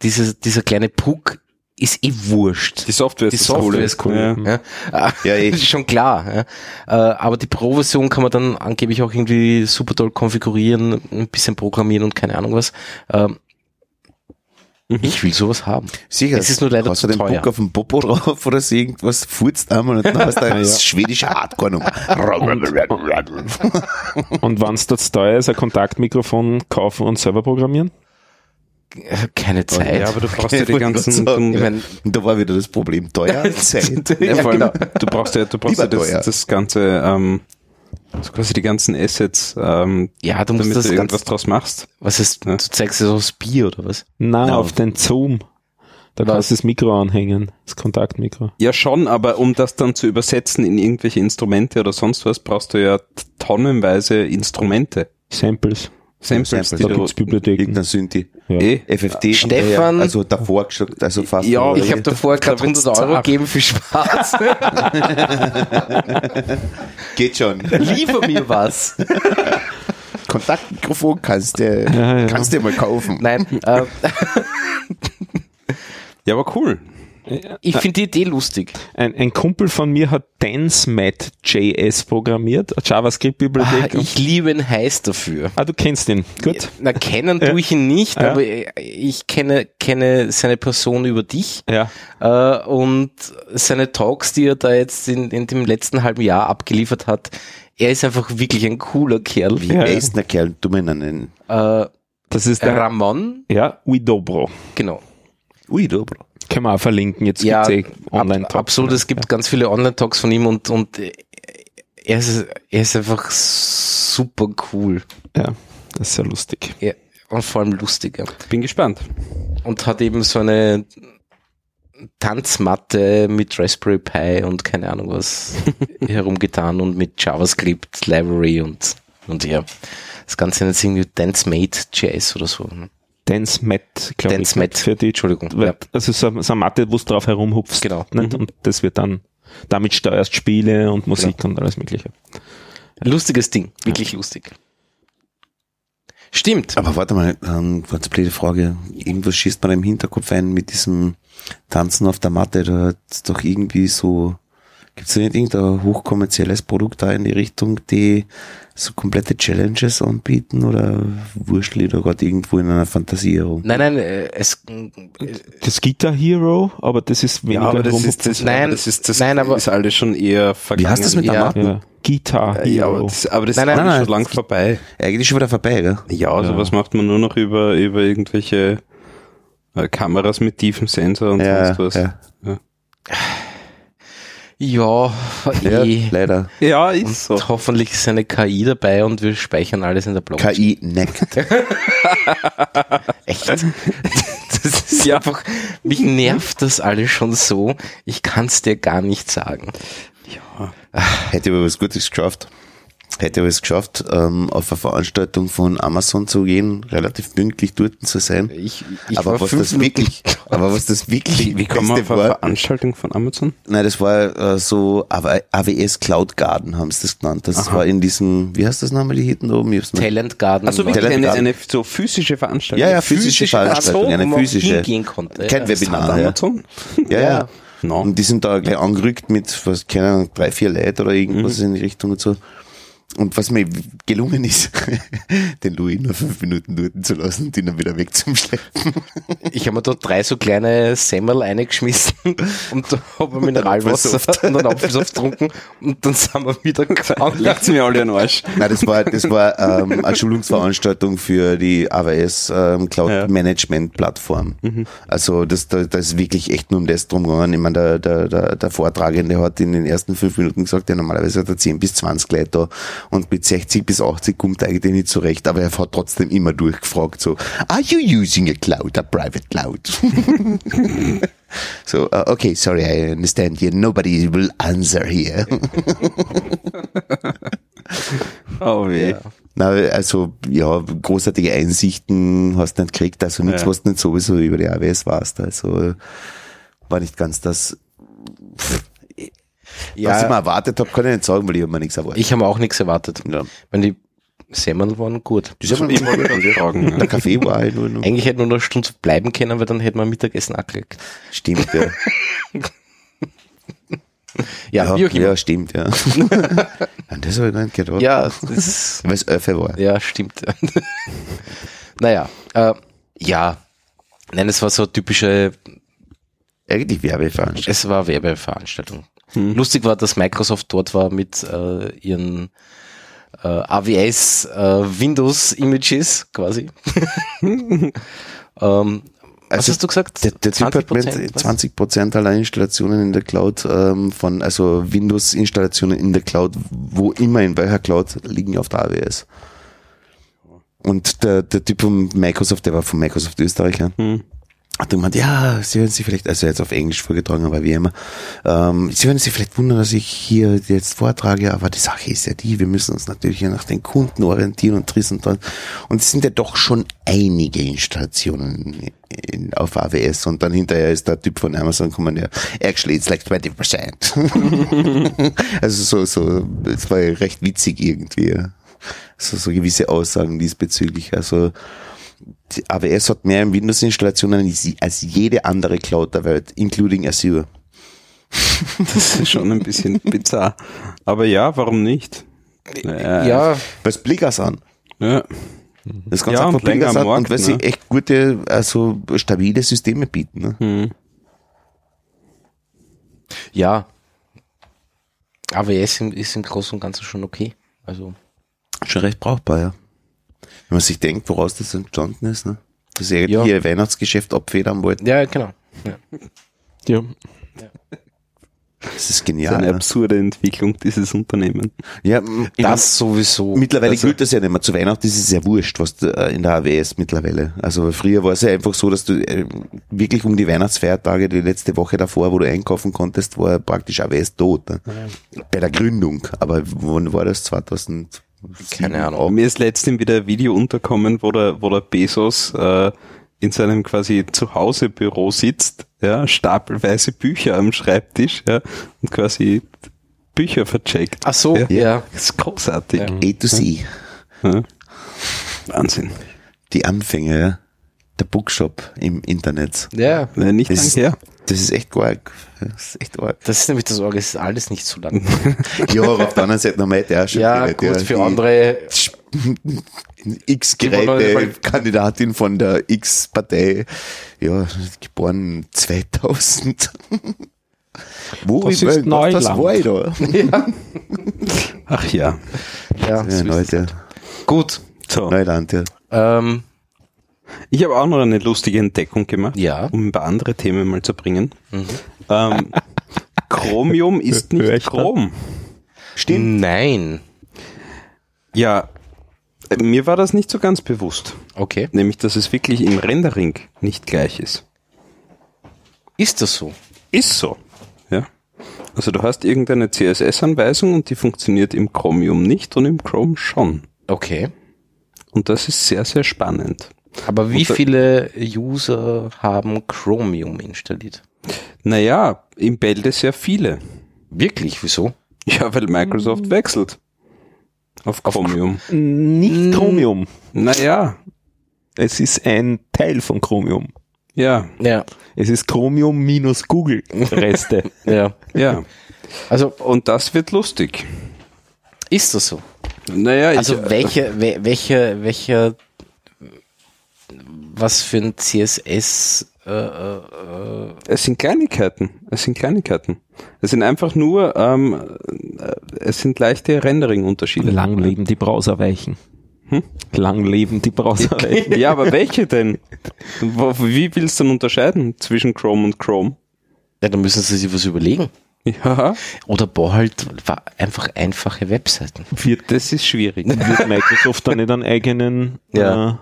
S1: dieses, dieser kleine Puck ist eh wurscht.
S4: die Software ist
S1: Die
S4: das
S1: Software
S4: Coole.
S1: ist cool.
S4: Ja.
S1: Ja,
S2: Ja, eh.
S1: ist schon klar. Ja. Äh, Aber die Pro-Version kann man dann angeblich auch irgendwie super toll konfigurieren, ein bisschen programmieren und keine Ahnung was. Ähm, Ich will sowas haben.
S2: Sicher.
S1: Es ist nur leider
S2: hast
S1: zu
S2: du den
S1: teuer.
S2: Puck auf den Popo drauf oder so irgendwas, furzt einmal und dann hast du ein schwedische Hardcore noch.
S3: Und wenn's das teuer ist, ein Kontaktmikrofon kaufen und selber programmieren?
S1: Äh, Keine Zeit.
S4: ja, aber du brauchst ja
S2: Ich
S4: die
S2: wollte
S4: ganzen.
S2: gerade sagen,
S4: du-
S1: ich meine,
S2: Und da war wieder das Problem teuer, Zeit.
S1: Ja,
S4: Ja, vor allem,
S1: genau.
S4: du brauchst ja, du brauchst
S2: Lieber
S4: ja das,
S2: teuer.
S4: das ganze, ähm, so quasi die ganzen Assets, ähm,
S1: ja, du musst
S4: damit
S1: das
S4: du irgendwas
S1: ganz,
S4: draus machst.
S1: was ist,
S4: Ja.
S1: du zeigst es aufs Bier oder was?
S3: Na,
S4: Ja.
S3: auf den Zoom. Da
S1: Was?
S3: kannst du das Mikro anhängen, das Kontaktmikro.
S4: Ja, schon, aber um das dann zu übersetzen in irgendwelche Instrumente oder sonst was, brauchst du ja t- tonnenweise Instrumente.
S3: Samples.
S4: Samples,
S2: Samples.
S4: die
S3: Da
S4: du,
S3: gibt's Bibliotheken.
S2: Irgendein Synthi.
S3: Ja.
S4: eh,
S2: FFT.
S1: Stefan.
S2: Also davor geschluckt, also fast.
S4: Ja,
S1: Oh, Ich habe davor gerade
S4: da wird's
S1: 100 Euro
S4: zart.
S1: gegeben für Spaß.
S2: Geht schon.
S1: Liefer mir was.
S2: Kontaktmikrofon kannst du
S3: Ja, ja.
S2: kannst dir mal kaufen.
S1: Nein, äh,
S4: ja, aber cool.
S1: ich finde die Idee lustig.
S3: Ein, ein Kumpel von mir hat DanceMat.js programmiert, eine
S1: Ah,
S3: JavaScript-Bibliothek.
S1: ich liebe ihn heiß dafür.
S3: Ah, du kennst ihn. Gut.
S1: Na, kennen tue ich ihn nicht, aber ich kenne, kenne seine Person über dich
S3: Ja.
S1: äh, und seine Talks, die er da jetzt in, in dem letzten halben Jahr abgeliefert hat. Er ist einfach wirklich ein cooler Kerl.
S2: Wie
S3: Ja.
S2: heißt der Kerl? Du meinst einen.
S1: Äh,
S3: Das ist der
S1: Ramon,
S3: Ja, Widobro.
S1: genau.
S2: Ui, du, Bro.
S3: Können wir auch verlinken. Jetzt
S1: Ja,
S3: gibt's eh online
S1: Ab, absolut, es gibt ganz viele Online-Talks von ihm und, und äh, er, ist, er ist einfach super cool
S3: Ja, das ist ja lustig.
S1: ja, und vor allem lustig. Ja.
S4: Bin gespannt.
S1: und hat eben so eine Tanzmatte mit Raspberry Pi und keine Ahnung was herumgetan und mit JavaScript Library und, und ja. Das Ganze nennt sich irgendwie DanceMate.js oder so. ne?
S3: Dance Mat, glaube ich.
S1: DanceMat.
S3: Für die,
S1: Entschuldigung.
S3: weil-
S1: Ja.
S3: Also so, so eine Matte, wo du drauf herumhupfst.
S1: Genau.
S3: Nicht? Und das wird dann, damit steuerst Spiele und Musik
S1: Genau.
S3: und alles mögliche.
S1: Lustiges Ding. Wirklich lustig. Stimmt.
S2: Aber warte mal, ähm, ganz blöde Frage. Irgendwas schießt man im Hinterkopf ein mit diesem Tanzen auf der Matte. Da hat's doch irgendwie so. Gibt's da nicht irgendein hochkommerzielles Produkt da in die Richtung, die so komplette Challenges anbieten oder wurschtel ich da gerade irgendwo in einer Fantasie herum?
S1: Nein, nein, äh, es, äh,
S3: Das Guitar Hero, aber das ist weniger
S4: das,
S1: Nein,
S4: aber das ist, das
S1: nein, aber-
S4: ist alles schon eher vergangen.
S2: Wie heißt das mit der
S1: Ja.
S2: Matte?
S3: ja. Guitar
S4: Ja,
S3: Hero.
S4: aber das, aber das
S1: Nein, nein,
S4: ist alles
S2: nein,
S4: schon lang vorbei.
S2: Eigentlich schon wieder vorbei, gell?
S4: Ja, also
S3: Ja.
S4: was macht man nur noch über, über irgendwelche äh, Kameras mit tiefem Sensor und
S2: Ja,
S4: sonst was.
S2: ja.
S1: ja,
S2: Ja,
S1: eh.
S2: leider.
S4: Ja, ist so.
S1: Und hoffentlich ist eine KI dabei und wir speichern alles in der Blockchain.
S2: KI neckt.
S1: Echt? Das ist einfach, mich nervt das alles schon so. Ich kann es dir gar nicht sagen.
S2: Hätte aber was Gutes geschafft. Hätte aber es geschafft, ähm, auf eine Veranstaltung von Amazon zu gehen, relativ pünktlich dort zu sein.
S1: Ich, ich
S2: aber
S1: war
S2: was
S1: fünf
S2: das
S1: Minuten-
S2: wirklich, aber was das wirklich
S4: Wie, wie kommen wir
S2: Beste
S4: auf eine Veranstaltung von Amazon?
S2: Nein, das war äh, so AW- AWS Cloud Garden haben sie das genannt. Das war in diesem, wie heißt das nochmal, die hinten oben? Ich hab's nicht-
S1: Talent Garden.
S4: Also
S1: war-
S4: wirklich
S2: Talent
S4: eine,
S2: Garden.
S4: eine so physische Veranstaltung.
S2: ja, ja, physische
S1: Ach
S2: Veranstaltung,
S1: so, wo
S2: eine
S1: man
S2: physische.
S1: hingehen konnte. Also,
S2: Kein
S1: Ja.
S4: Hat
S2: Webinar, ja.
S4: Amazon?
S2: ja, ja.
S4: No.
S2: Und die sind da gleich angerückt mit, was, keine Ahnung, drei, vier Leute oder irgendwas in die Richtung und so. Und was mir gelungen ist, den Louis nur fünf Minuten dort zu lassen und ihn dann wieder wegzuschleppen.
S1: Ich habe mir da drei so kleine Semmel eingeschmissen und da habe ich Mineralwasser
S2: Apfelsaft.
S1: und dann Apfelsaft getrunken und dann sind wir wieder gegangen.
S4: Legt sie mir alle in den Arsch.
S2: Nein, das war, das war ähm, eine Schulungsveranstaltung für die AWS ähm, Cloud
S4: Ja.
S2: Management Plattform. Also das, da, da ist wirklich echt nur um das drum gegangen. Ich meine, der, der, der, der Vortragende hat in den ersten fünf Minuten gesagt, ja, normalerweise hat er 10 bis 20 Leute da und mit 60 bis 80 kommt er eigentlich nicht zurecht, aber er hat trotzdem immer durchgefragt so, are you using a cloud, a private cloud? so, uh, okay, sorry, I understand here. Nobody will answer here.
S4: Oh weh.
S2: Na, also ja, großartige Einsichten hast du nicht gekriegt, also nichts,
S4: Ja.
S2: was du nicht sowieso über die AWS warst. Also war nicht ganz das, was ich mir
S1: Ja,
S2: erwartet habe, kann ich nicht sagen, weil ich hab mir nichts erwartet.
S1: ich habe auch nichts erwartet.
S2: ja.
S1: Wenn die Semmel waren gut.
S2: Das ist immer
S4: Fragen, ja.
S1: ne?
S2: Der Kaffee war halt nur noch.
S1: Eigentlich hätten wir noch eine Stunde bleiben können, weil dann hätten wir Mittagessen angelegt.
S2: Stimmt, ja.
S1: Ja,
S2: ja,
S1: wie auch immer.
S2: ja, stimmt, ja. An das habe ich nicht gedacht.
S1: Ja, das ist,
S2: Weil es Öffe war.
S1: ja stimmt. naja, äh, ja. Nein, es war so eine typische,
S2: Eigentlich Werbeveranstaltung.
S1: es war Werbeveranstaltung.
S2: Hm.
S1: Lustig war, dass Microsoft dort war mit äh, ihren äh, AWS äh, Windows Images quasi. ähm, was
S2: Also
S1: hast du gesagt?
S2: Der, der Typ hat mit
S1: was?
S2: 20 Prozent aller Installationen in der Cloud ähm, von, also Windows-Installationen in der Cloud, wo immer in welcher Cloud, liegen auf der AWS. Und der, der Typ von Microsoft, der war von Microsoft Österreich, ja. Hat er gemeint, ja, Sie werden sich vielleicht, also jetzt auf Englisch vorgetragen, aber wie immer, ähm, Sie werden sich vielleicht wundern, dass ich hier jetzt vortrage, aber die Sache ist ja die, wir müssen uns natürlich hier nach den Kunden orientieren und tris und dran. Und es sind ja doch schon einige Installationen in, auf AWS und dann hinterher ist der Typ von Amazon gekommen, ja, actually it's like 20%. also so, so, es war ja recht witzig irgendwie. ja. So, so gewisse Aussagen diesbezüglich, also, die AWS hat mehr Windows-Installationen als jede andere Cloud der Welt, including Azure.
S4: Das ist schon ein bisschen bizarr. Aber ja, warum nicht? Naja,
S1: Ja,
S2: Was Blickers an?
S4: ja.
S2: Das ganze
S4: Ja,
S2: einfach
S4: und länger
S2: Blickers an
S4: am
S2: und
S4: Markt,
S2: weil sie
S4: ne?
S2: echt gute, also stabile Systeme bieten. Ne?
S4: Hm.
S1: ja. AWS im- ist im Großen und Ganzen schon okay. Also,
S2: Schon recht brauchbar, ja. Wenn man sich denkt, woraus das entstanden ist, ne? Dass sie
S1: Ja.
S2: ja. ihr Weihnachtsgeschäft abfedern wollten,
S1: ja, genau. Ja.
S3: Ja.
S2: das ist
S4: Das ist
S2: genial.
S4: eine
S2: Ne?
S4: absurde Entwicklung dieses Unternehmen.
S2: Ja, m-
S1: Das sowieso.
S2: Mittlerweile gilt das ja nicht mehr. Zu Weihnachten ist es ja wurscht, was du, äh, in der AWS mittlerweile. Also früher war es ja einfach so, dass du äh, wirklich um die Weihnachtsfeiertage, die letzte Woche davor, wo du einkaufen konntest, war praktisch AWS tot. Ne? Bei der Gründung. Aber wann war das? 2000?
S1: Keine Ahnung.
S4: Hm. Mir ist letztens wieder ein Video unterkommen, wo der, wo der Bezos äh, in seinem quasi Zuhausebüro sitzt, ja, stapelweise Bücher am Schreibtisch ja, und quasi Bücher vercheckt.
S1: Ach so, ja. ja.
S4: Das ist großartig.
S2: A to C.
S4: Ja. Wahnsinn.
S2: Die Anfänge, ja. der Bookshop im Internet.
S4: Nein, nicht
S2: Das ist,
S4: lang her.
S2: das ist echt arg. Das ist echt arg.
S1: Das ist nämlich das Sorge, es ist alles nicht so lang.
S2: Ja, aber auf der anderen Seite, man hätte auch schon
S1: ja,
S2: geredet,
S1: gut, für
S2: die-
S1: andere. Die wollen
S2: X-Geräte,
S1: halt-
S2: Kandidatin von der X-Partei, ja, geboren 2000. Wo
S3: Das
S2: ich
S3: ist
S2: mein Gott, das
S3: Neuland.
S2: war ich da?
S4: Ach ja.
S1: Ja,
S2: Ja,
S1: so ist
S2: Leute,
S1: es. Gut.
S4: So.
S2: Neuland, ja.
S1: Ähm,
S4: Ich habe auch noch eine lustige Entdeckung gemacht,
S1: Ja. Mhm.
S4: um ein paar andere Themen mal zu bringen. Ähm, Chromium ist
S3: Hör
S4: nicht
S3: ich da?
S4: Chrom.
S1: Stimmt. Nein.
S4: Ja, Mir war das nicht so ganz bewusst.
S1: Okay.
S4: Nämlich, dass es wirklich im Rendering nicht gleich ist.
S1: Ist das so?
S4: Ist so. Ja. Also du hast irgendeine CSS-Anweisung und die funktioniert im Chromium nicht und im Chrome schon.
S1: Okay.
S4: Und das ist sehr, sehr spannend.
S1: Aber wie
S4: Und da-
S1: viele User haben Chromium installiert?
S4: Naja, im Bälde sehr viele.
S1: Wirklich, wieso?
S4: Ja, weil Microsoft wechselt. Auf Chromium.
S3: Nicht Chromium.
S4: Naja,
S3: Es ist ein Teil von Chromium.
S4: ja,
S1: Ja,
S3: Es ist Chromium minus Google Reste.
S1: ja.
S4: ja.
S1: Also
S4: Und das wird lustig.
S1: ist das so?
S4: Naja,
S1: Also
S4: ich,
S1: welche, we- welche, welche, was für ein CSS, äh, äh, äh,
S4: es sind Kleinigkeiten. Es sind Kleinigkeiten. Es sind einfach nur, ähm, äh, es sind leichte Rendering-Unterschiede.
S3: Lang leben die Browserweichen. Hm? Lang leben die Browserweichen.
S4: Ja, aber welche denn? Wo- Wie willst du denn unterscheiden zwischen Chrome und Chrome?
S1: ja, da müssen sie sich was überlegen.
S4: Ja,
S1: Oder boah, halt wa- einfach einfache Webseiten.
S3: Wird,
S4: das ist schwierig.
S3: wird Microsoft dann nicht einen eigenen
S1: Ja.
S3: äh,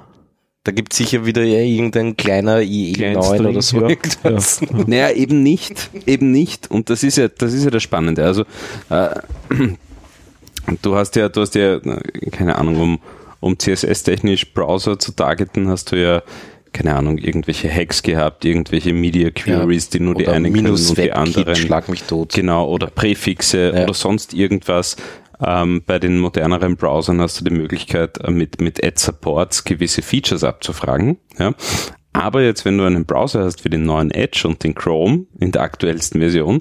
S1: Da gibt sicher wieder ja irgendein kleiner IE9
S3: Kleinstring,
S1: oder so.
S3: ja.
S1: irgendwas.
S4: Naja, eben nicht, eben nicht. Und das ist ja, das ist ja das Spannende. Also äh, du hast ja, du hast ja, äh, keine Ahnung, um, um CSS-technisch Browser zu targeten, hast du ja, keine Ahnung, irgendwelche Hacks gehabt, irgendwelche Media Queries, die nur die
S1: Oder
S4: einen können
S1: minus
S4: und die
S1: Webkit,
S4: anderen.
S1: schlag mich tot.
S4: Genau, oder Präfixe
S1: Ja.
S4: oder sonst irgendwas. Ähm, bei den moderneren Browsern hast du die Möglichkeit, äh, mit, mit Ad-Supports gewisse Features abzufragen. Ja? Aber jetzt, wenn du einen Browser hast wie den neuen Edge und den Chrome in der aktuellsten Version,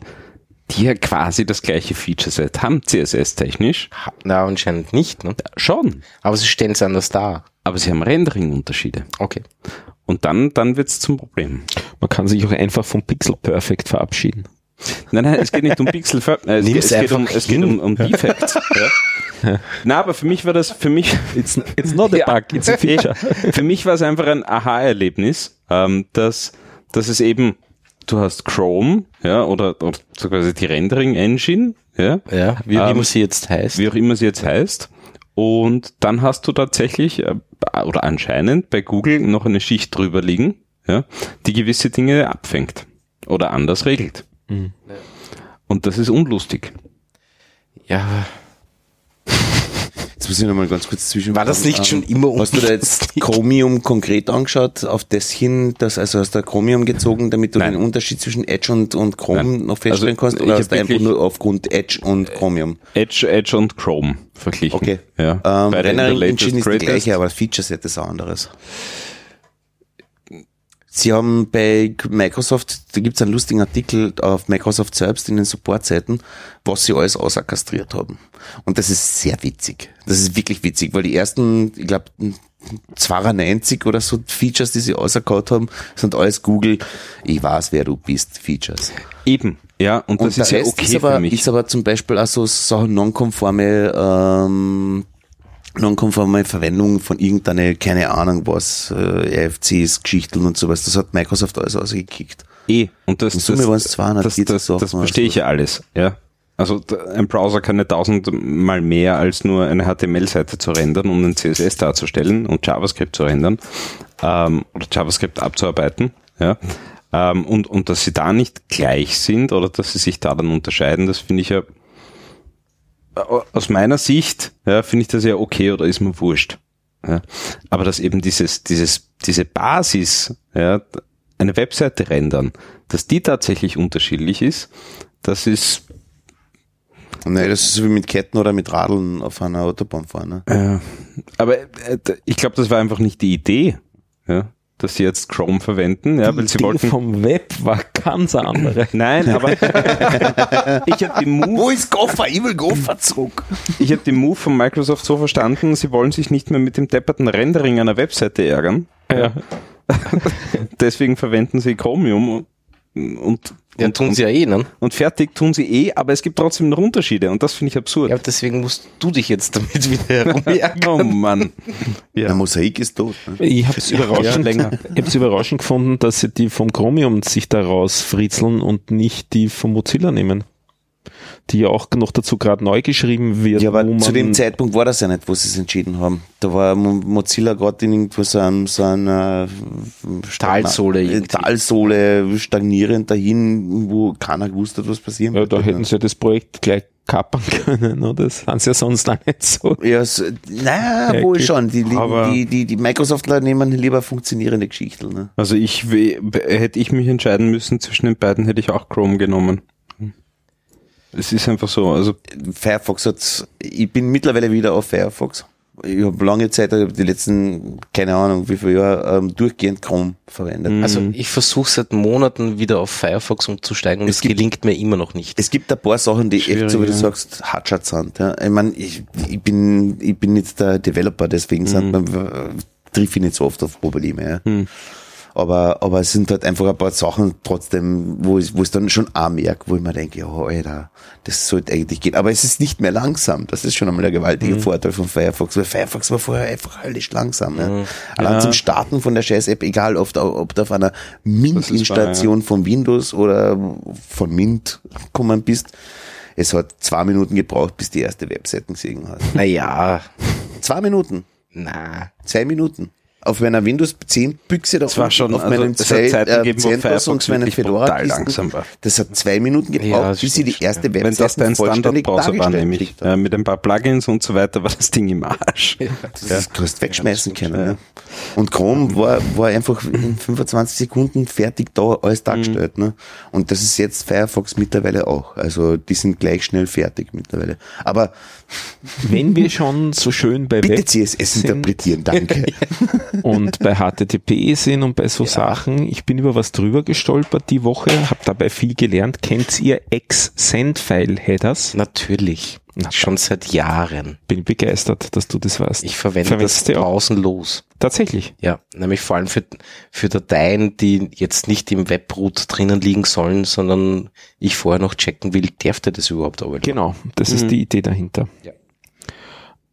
S4: die ja quasi das gleiche Feature-Set haben, CSS-technisch,
S1: Na, anscheinend nicht, ne?
S4: schon.
S1: Aber sie stellen es anders dar.
S4: Aber sie haben Rendering-Unterschiede.
S1: Okay.
S4: Und dann, dann wird's zum Problem.
S3: Man kann sich auch einfach vom Pixel Perfect verabschieden.
S4: Nein, nein, es geht nicht um Pixel. Äh, es, geht,
S1: Nimm's
S4: es, geht um,
S1: einfach
S4: es geht um, um Defects. ja. Na, aber für mich war das, für mich,
S3: It's, it's not a bug, it's a feature.
S4: Für mich war es einfach ein Aha-Erlebnis, ähm, dass, dass es eben, du hast Chrome, ja, oder, oder so quasi die Rendering-Engine, ja,
S1: Ja, wie
S4: Ähm,
S1: immer sie jetzt heißt.
S4: wie auch immer sie jetzt heißt. Und dann hast du tatsächlich, äh, oder anscheinend bei Google noch eine Schicht drüber liegen, ja, die gewisse Dinge abfängt oder anders regelt.
S2: Mhm.
S4: Und das ist unlustig.
S1: Ja,
S2: Jetzt muss ich nochmal ganz kurz zwischen.
S1: war das nicht schon immer
S2: Hast du da jetzt Chromium konkret angeschaut, auf das hin, dass, also hast du Chromium gezogen, damit du
S4: Nein.
S2: den Unterschied zwischen Edge und, und Chrome
S4: Nein.
S2: noch feststellen kannst?
S4: Also, ich
S2: Oder
S4: hab
S2: hast du einfach
S4: wirklich-
S2: nur aufgrund Edge und Chromium?
S4: Edge, Edge und Chrome verglichen.
S2: Okay.
S4: Ja.
S2: Ähm,
S4: Beide in der
S2: Rendering
S4: latest,
S2: Engine ist die
S4: greatest.
S2: gleiche, aber das Feature-Set ist ein anderes. Sie haben bei Microsoft, da gibt's einen lustigen Artikel auf Microsoft selbst in den Support-Seiten, was sie alles auserkastriert haben. Und das ist sehr witzig. Das ist wirklich witzig, weil die ersten, ich glaube, 92 oder so Features, die sie auserkaut haben, sind alles Google, ich weiß, wer du bist, Features.
S4: Eben. Ja, und,
S2: Und
S4: das ist
S2: der
S4: ja
S2: Rest
S4: okay
S2: ist aber,
S4: für mich.
S2: Ist aber zum Beispiel auch so Sachen nonkonforme, ähm, nonkonforme Verwendung von irgendeiner, keine Ahnung was, äh, RFCs, Geschichten und sowas. Das hat Microsoft alles ausgekickt.
S4: Eh, und das,
S2: In Summe
S4: das,
S2: waren es 200
S4: das,
S2: Gigs,
S4: das,
S2: so
S4: das
S2: offen als
S4: verstehe ich ja alles, ja. Also d- ein Browser kann ja tausendmal mehr als nur eine HTML-Seite zu rendern um und ein CSS darzustellen und JavaScript zu rendern ähm, oder JavaScript abzuarbeiten, ja. Ähm, und, und dass sie da nicht gleich sind oder dass sie sich da dann unterscheiden, das finde ich ja au- aus meiner Sicht, ja, finde ich das ja okay oder ist mir wurscht. Ja. Aber dass eben dieses, dieses, diese Basis, ja, eine Webseite rendern, dass die tatsächlich unterschiedlich ist, das ist,
S2: Nein, das ist wie mit Ketten oder mit Radeln auf einer Autobahn fahren. Ne?
S4: äh, aber äh, d- ich glaube, das war einfach nicht die Idee, ja, dass sie jetzt Chrome verwenden, ja, weil sie
S3: Die
S4: wollten.
S3: vom Web war ganz eine andere.
S4: Nein, aber ich habe den Move
S2: Wo ist Gopher? Ich will Gopher zurück.
S4: Ich habe den Move von Microsoft so verstanden, sie wollen sich nicht mehr mit dem depperten Rendering einer Webseite ärgern.
S3: Ja.
S4: Deswegen verwenden sie Chromium und,
S1: Ja,
S4: und,
S1: tun sie ja eh, ne?
S4: und fertig tun sie eh, aber es gibt trotzdem noch Unterschiede und das finde ich absurd.
S1: Ja, aber deswegen musst du dich jetzt damit wieder herumärgern.
S2: genau.
S4: oh Mann.
S2: Der Mosaik ist tot. Ne?
S3: Ich habe es
S4: Ja,
S3: überraschend,
S4: länger.
S3: ich hab's überraschend gefunden, dass sie die vom Chromium sich da rausfritzeln und nicht die vom Mozilla nehmen. die ja auch noch dazu gerade neu geschrieben wird.
S2: Ja,
S3: wo
S2: aber zu dem
S3: man-
S2: Zeitpunkt war das ja nicht, wo sie es entschieden haben. Da war Mo- Mozilla gerade in irgendwo so einem, so einer Stagna-
S1: Talsohle irgendwie.
S2: Talsohle stagnierend dahin, wo keiner gewusst hat, was passieren
S3: Ja, da
S2: wird.
S3: hätten sie das Projekt gleich kappern können, oder? Das haben sie ja sonst auch nicht so.
S2: Ja, so, naja,
S3: Ja,
S2: wohl
S3: geht.
S2: schon. Die,
S3: Aber-
S2: die, die, die Microsoftler nehmen lieber funktionierende Geschichten. Ne?
S4: Also ich we- hätte ich mich entscheiden müssen zwischen den beiden, hätte ich auch Chrome genommen. Es ist einfach so. Also
S2: Firefox hat, ich bin mittlerweile wieder auf Firefox. Ich habe lange Zeit, ich hab die letzten, keine Ahnung, wie viele Jahre, ähm, durchgehend Chrome verwendet.
S1: Also
S3: Mhm.
S4: Mhm.
S1: ich versuche seit Monaten wieder auf Firefox umzusteigen und
S2: Es
S1: es,
S2: gibt-
S1: gelingt mir immer noch nicht.
S2: Es gibt ein paar Sachen, die echt, so wie du sagst, Hatschat sind. Ja. Ich meine, ich, ich, bin, ich bin jetzt der Developer, deswegen sind
S3: Mhm.
S2: man, äh, triff ich nicht so oft auf Probleme. Ja. Aber, aber es sind halt einfach ein paar Sachen trotzdem, wo ich, wo es dann schon auch merke, wo ich mir denke, oh, Alter, das sollte eigentlich gehen. Aber es ist nicht mehr langsam. Das ist schon einmal der gewaltige Vorteil von Firefox, weil Firefox war vorher einfach höllisch langsam. Ja. Allein zum Starten von der Scheiß-App, egal ob, da- ob da auf einer Mint-Installation von Windows oder von Mint gekommen bist, es hat zwei Minuten gebraucht, bis die erste Webseite gesehen hat.
S1: Naja,
S2: Zwei Minuten.
S1: na.
S2: Zwei Minuten. Auf meiner Windows 10 Büchse da
S4: Es war
S2: unten
S4: schon,
S2: auf
S4: also,
S2: meinem
S4: es hat
S2: Zell-
S4: Zeiten
S2: äh,
S4: gegeben, wo
S2: Zellenbus
S4: Firefox
S2: und meinem
S4: wirklich
S2: Fedora
S4: brutal
S2: Kisten.
S4: langsam war.
S2: Das hat zwei Minuten
S1: Ja,
S2: gebraucht,
S1: das
S2: bis sie die
S1: stimmt,
S2: erste
S1: ja.
S2: Webseite
S4: wenn das dein
S2: vollständig
S4: Standardbrowser war,
S2: dargestellt
S4: nämlich
S2: kriegt.
S4: äh, mit ein paar Plugins und so weiter, war das Ding im Arsch.
S2: Das ist, du hast wegschmeißen können. Ne? Und Chrome war, war einfach in 25 Sekunden fertig da, alles
S4: Mhm.
S2: dargestellt. Ne? Und das ist jetzt Firefox mittlerweile auch. Also die sind gleich schnell fertig mittlerweile. Aber
S3: Wenn wir schon so schön bei
S2: bitte
S3: Web
S2: CSS interpretieren, danke.
S3: und bei HTTP sind und bei so Sachen, ich bin über was drüber gestolpert die Woche, habe dabei viel gelernt. Kennt ihr Ex-Send-File-Headers?
S1: Natürlich. Schon seit Jahren.
S3: Bin begeistert, dass du das weißt.
S1: Ich verwende
S3: Verwendest
S1: das
S3: du auch?
S1: draußen los.
S3: Tatsächlich.
S1: Ja, nämlich vor allem für, für Dateien, die jetzt nicht im Webroot drinnen liegen sollen, sondern ich vorher noch checken will, darf der das überhaupt aber
S3: Genau, das ist die Idee dahinter.
S1: Ja.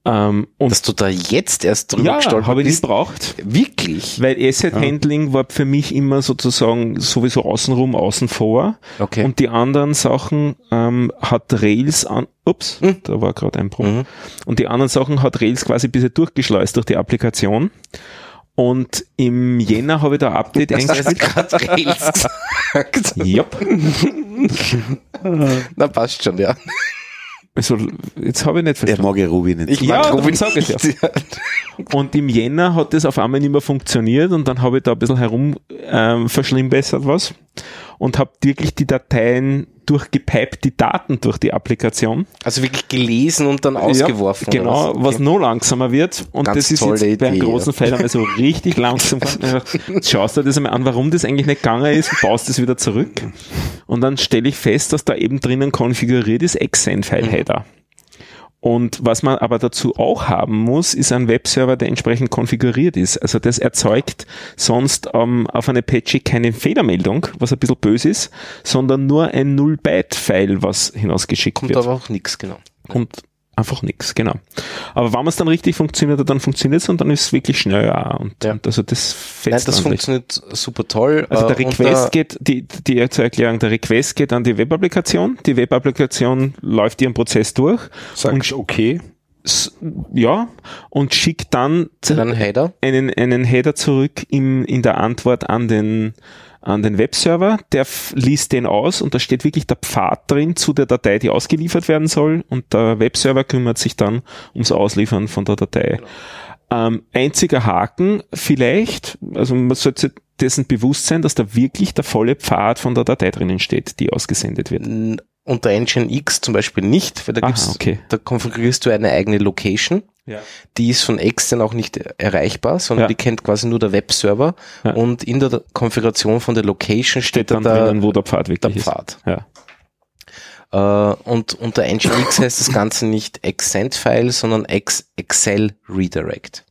S3: Ähm, und
S1: Dass du da jetzt erst drüber
S3: ja,
S1: gestolpert
S3: habe ich nicht
S1: bist.
S3: braucht.
S1: Wirklich?
S3: Äh, Weil Asset Handling war für mich immer sozusagen sowieso außenrum, außen vor.
S1: Okay.
S3: Und die anderen Sachen ähm, hat Rails an. Ups, da war gerade ein Bruch.
S1: Mhm.
S3: Und die anderen Sachen hat Rails quasi ein bisschen durchgeschleust durch die Applikation. Und im Jänner habe ich da ein Update eingespielt.
S1: gerade Rails gesagt.
S3: Jupp.
S1: Na, passt schon, ja.
S3: Also, jetzt habe ich nicht
S2: Der
S3: verstanden.
S2: mag ja Ruby nicht.
S3: Ja,
S1: mag
S3: darum
S1: Ruby
S3: sag ich's ja.
S1: nicht.
S3: Und im Jänner hat das auf einmal nicht mehr funktioniert und dann habe ich da ein bisschen herum ähm, verschlimmbessert was und habe wirklich die Dateien durchgepiped, die Daten durch die Applikation.
S1: Also wirklich gelesen und dann ausgeworfen.
S3: Ja, genau,
S1: oder
S3: was noch langsamer wird. Und
S1: Ganz
S3: das ist
S1: tolle
S3: jetzt bei einem
S1: Idee,
S3: großen
S1: ja.
S3: Feld einmal so richtig langsam. geworden. Schaust dir das einmal an, warum das eigentlich nicht gegangen ist, baust es wieder zurück. Und dann stelle ich fest, dass da eben drinnen konfiguriert ist
S1: Mhm.
S3: Exen-File-Header. Und was man aber dazu auch haben muss, ist ein Webserver, der entsprechend konfiguriert ist. Also das erzeugt sonst ähm, auf eine Apache keine Fehlermeldung, was ein bisschen böse ist, sondern nur ein 0-Byte-File, was hinausgeschickt
S1: Kommt
S3: wird
S1: aber auch nichts, genau.
S3: kommt einfach nichts, genau. Aber wenn man es dann richtig funktioniert, hat, dann funktioniert es und dann ist es wirklich schneller. Und,
S1: Ja.
S3: und also das
S1: Nein,
S3: fetzt
S1: das
S3: dann richtig.
S1: funktioniert super toll.
S3: Also der
S1: äh, und
S3: Request
S1: da-
S3: geht, die, die zur Erklärung, der Request geht an die Webapplikation, die Webapplikation läuft ihren Prozess durch,
S4: Sagst okay,
S3: s- ja, und schickt dann zu-
S1: Dann Header.
S3: einen, einen Header zurück im, in der Antwort an den, an den Webserver, der f- liest den aus und da steht wirklich der Pfad drin zu der Datei, die ausgeliefert werden soll und der Webserver kümmert sich dann ums Ausliefern von der Datei.
S1: Genau.
S3: Ähm, einziger Haken vielleicht, also man sollte sich dessen bewusst sein, dass da wirklich der volle Pfad von der Datei drinnen steht, die ausgesendet wird.
S1: N- Unter Engine X zum Beispiel nicht, weil da,
S3: Aha,
S1: gibt's,
S3: okay.
S1: da konfigurierst du eine eigene Location. Die ist von extern auch nicht er- erreichbar, sondern
S3: Ja.
S1: die kennt quasi nur der Webserver.
S3: Ja.
S1: Und in der Konfiguration von der Location steht,
S3: Steht dann
S1: da
S3: drinnen, wo der Pfad
S1: der,
S3: wirklich
S1: der Pfad.
S3: ist. Ja.
S1: Äh, und unter Engine X heißt das Ganze nicht Accent-File, sondern Ex Excel Redirect.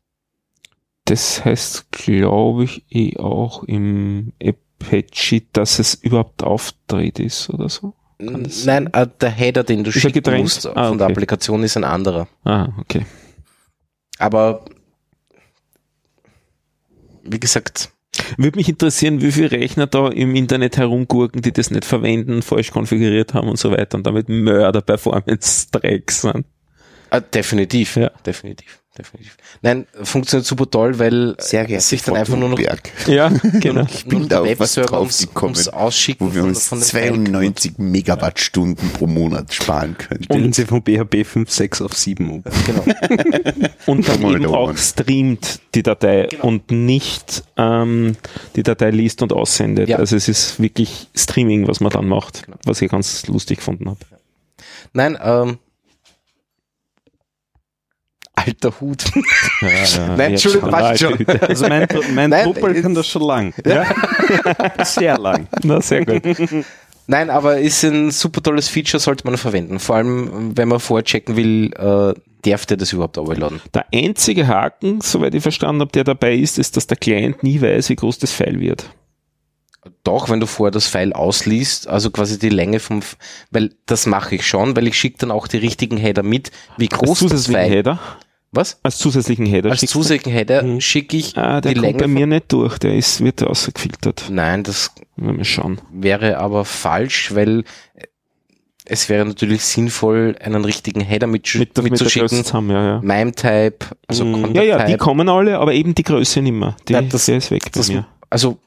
S3: Das heißt, glaube ich, eh auch im Apache, dass es überhaupt auftritt ist oder so. Kann das
S1: Nein, äh, der Header, den du
S3: Ist er
S1: schicken
S3: getrennt?
S1: musst
S3: Ah,
S1: von der
S3: okay.
S1: Applikation, ist ein anderer.
S3: Ah, okay.
S1: Aber wie gesagt,
S3: Würde mich interessieren, wie viele Rechner da im Internet herumgurken, die das nicht verwenden, falsch konfiguriert haben und so weiter und damit Mörder-Performance-Drecks sind.
S1: Ah, definitiv,
S3: Ja.
S1: definitiv, definitiv. Nein, funktioniert super toll, weil
S2: Sehr geehrte
S1: sich dann
S2: Frau
S1: einfach nur noch
S2: Thunberg,
S3: Ja, genau.
S1: ich
S2: bin da auf was drauf gekommen,
S1: ausschicken
S2: wo wir uns
S1: den
S2: 92 Megawattstunden pro Monat sparen könnten.
S4: Stellen Sie von BHB 56 auf 7 um.
S3: Und dann
S2: Mal
S3: eben
S2: da
S3: auch
S2: oben.
S3: streamt die Datei und nicht ähm, die Datei liest und aussendet.
S1: Ja.
S3: Also es ist wirklich Streaming, was man dann macht, was ich ganz lustig gefunden habe.
S1: Nein, ähm, alter Hut.
S3: Äh,
S1: Nein, Entschuldigung, passt schon.
S4: Also mein, mein
S1: Nein,
S4: Truppel kann das schon lang. Sehr lang.
S3: Na, sehr gut.
S1: Nein, aber ist ein super tolles Feature, sollte man verwenden. Vor allem, wenn man vorchecken will, äh, darf der das überhaupt runterladen.
S3: Der einzige Haken, soweit ich verstanden habe, der dabei ist, ist, dass der Client nie weiß, wie groß das File wird.
S1: Doch, wenn du vorher das File ausliest, also quasi die Länge vom, F- weil das mache ich schon, weil ich schicke dann auch die richtigen Header mit, wie
S3: Als
S1: groß das
S3: zusätzlichen
S1: File
S3: Header.
S1: Was?
S3: Als zusätzlichen Header.
S1: Als
S3: schickst
S1: zusätzlichen Header
S6: Mhm.
S1: schicke ich
S3: du- ah,
S1: die
S3: der kommt
S1: Länge.
S3: bei
S1: Von,
S3: mir nicht durch, der ist, wird rausgefiltert.
S1: nein, das
S3: Mal schauen.
S1: wäre aber falsch, weil äh, es wäre natürlich sinnvoll, einen richtigen Header mit,
S3: Mit, der- mit der Größe
S1: mitzuschicken.
S3: zusammen, ja, ja.
S1: MIME-Type, also
S6: Mhm.
S1: Content
S3: Ja, ja, die
S1: Type.
S3: kommen alle, aber eben die Größe nicht mehr. Die,
S1: Ja, das-
S3: der ist weg
S1: das-
S3: bei mir.
S1: also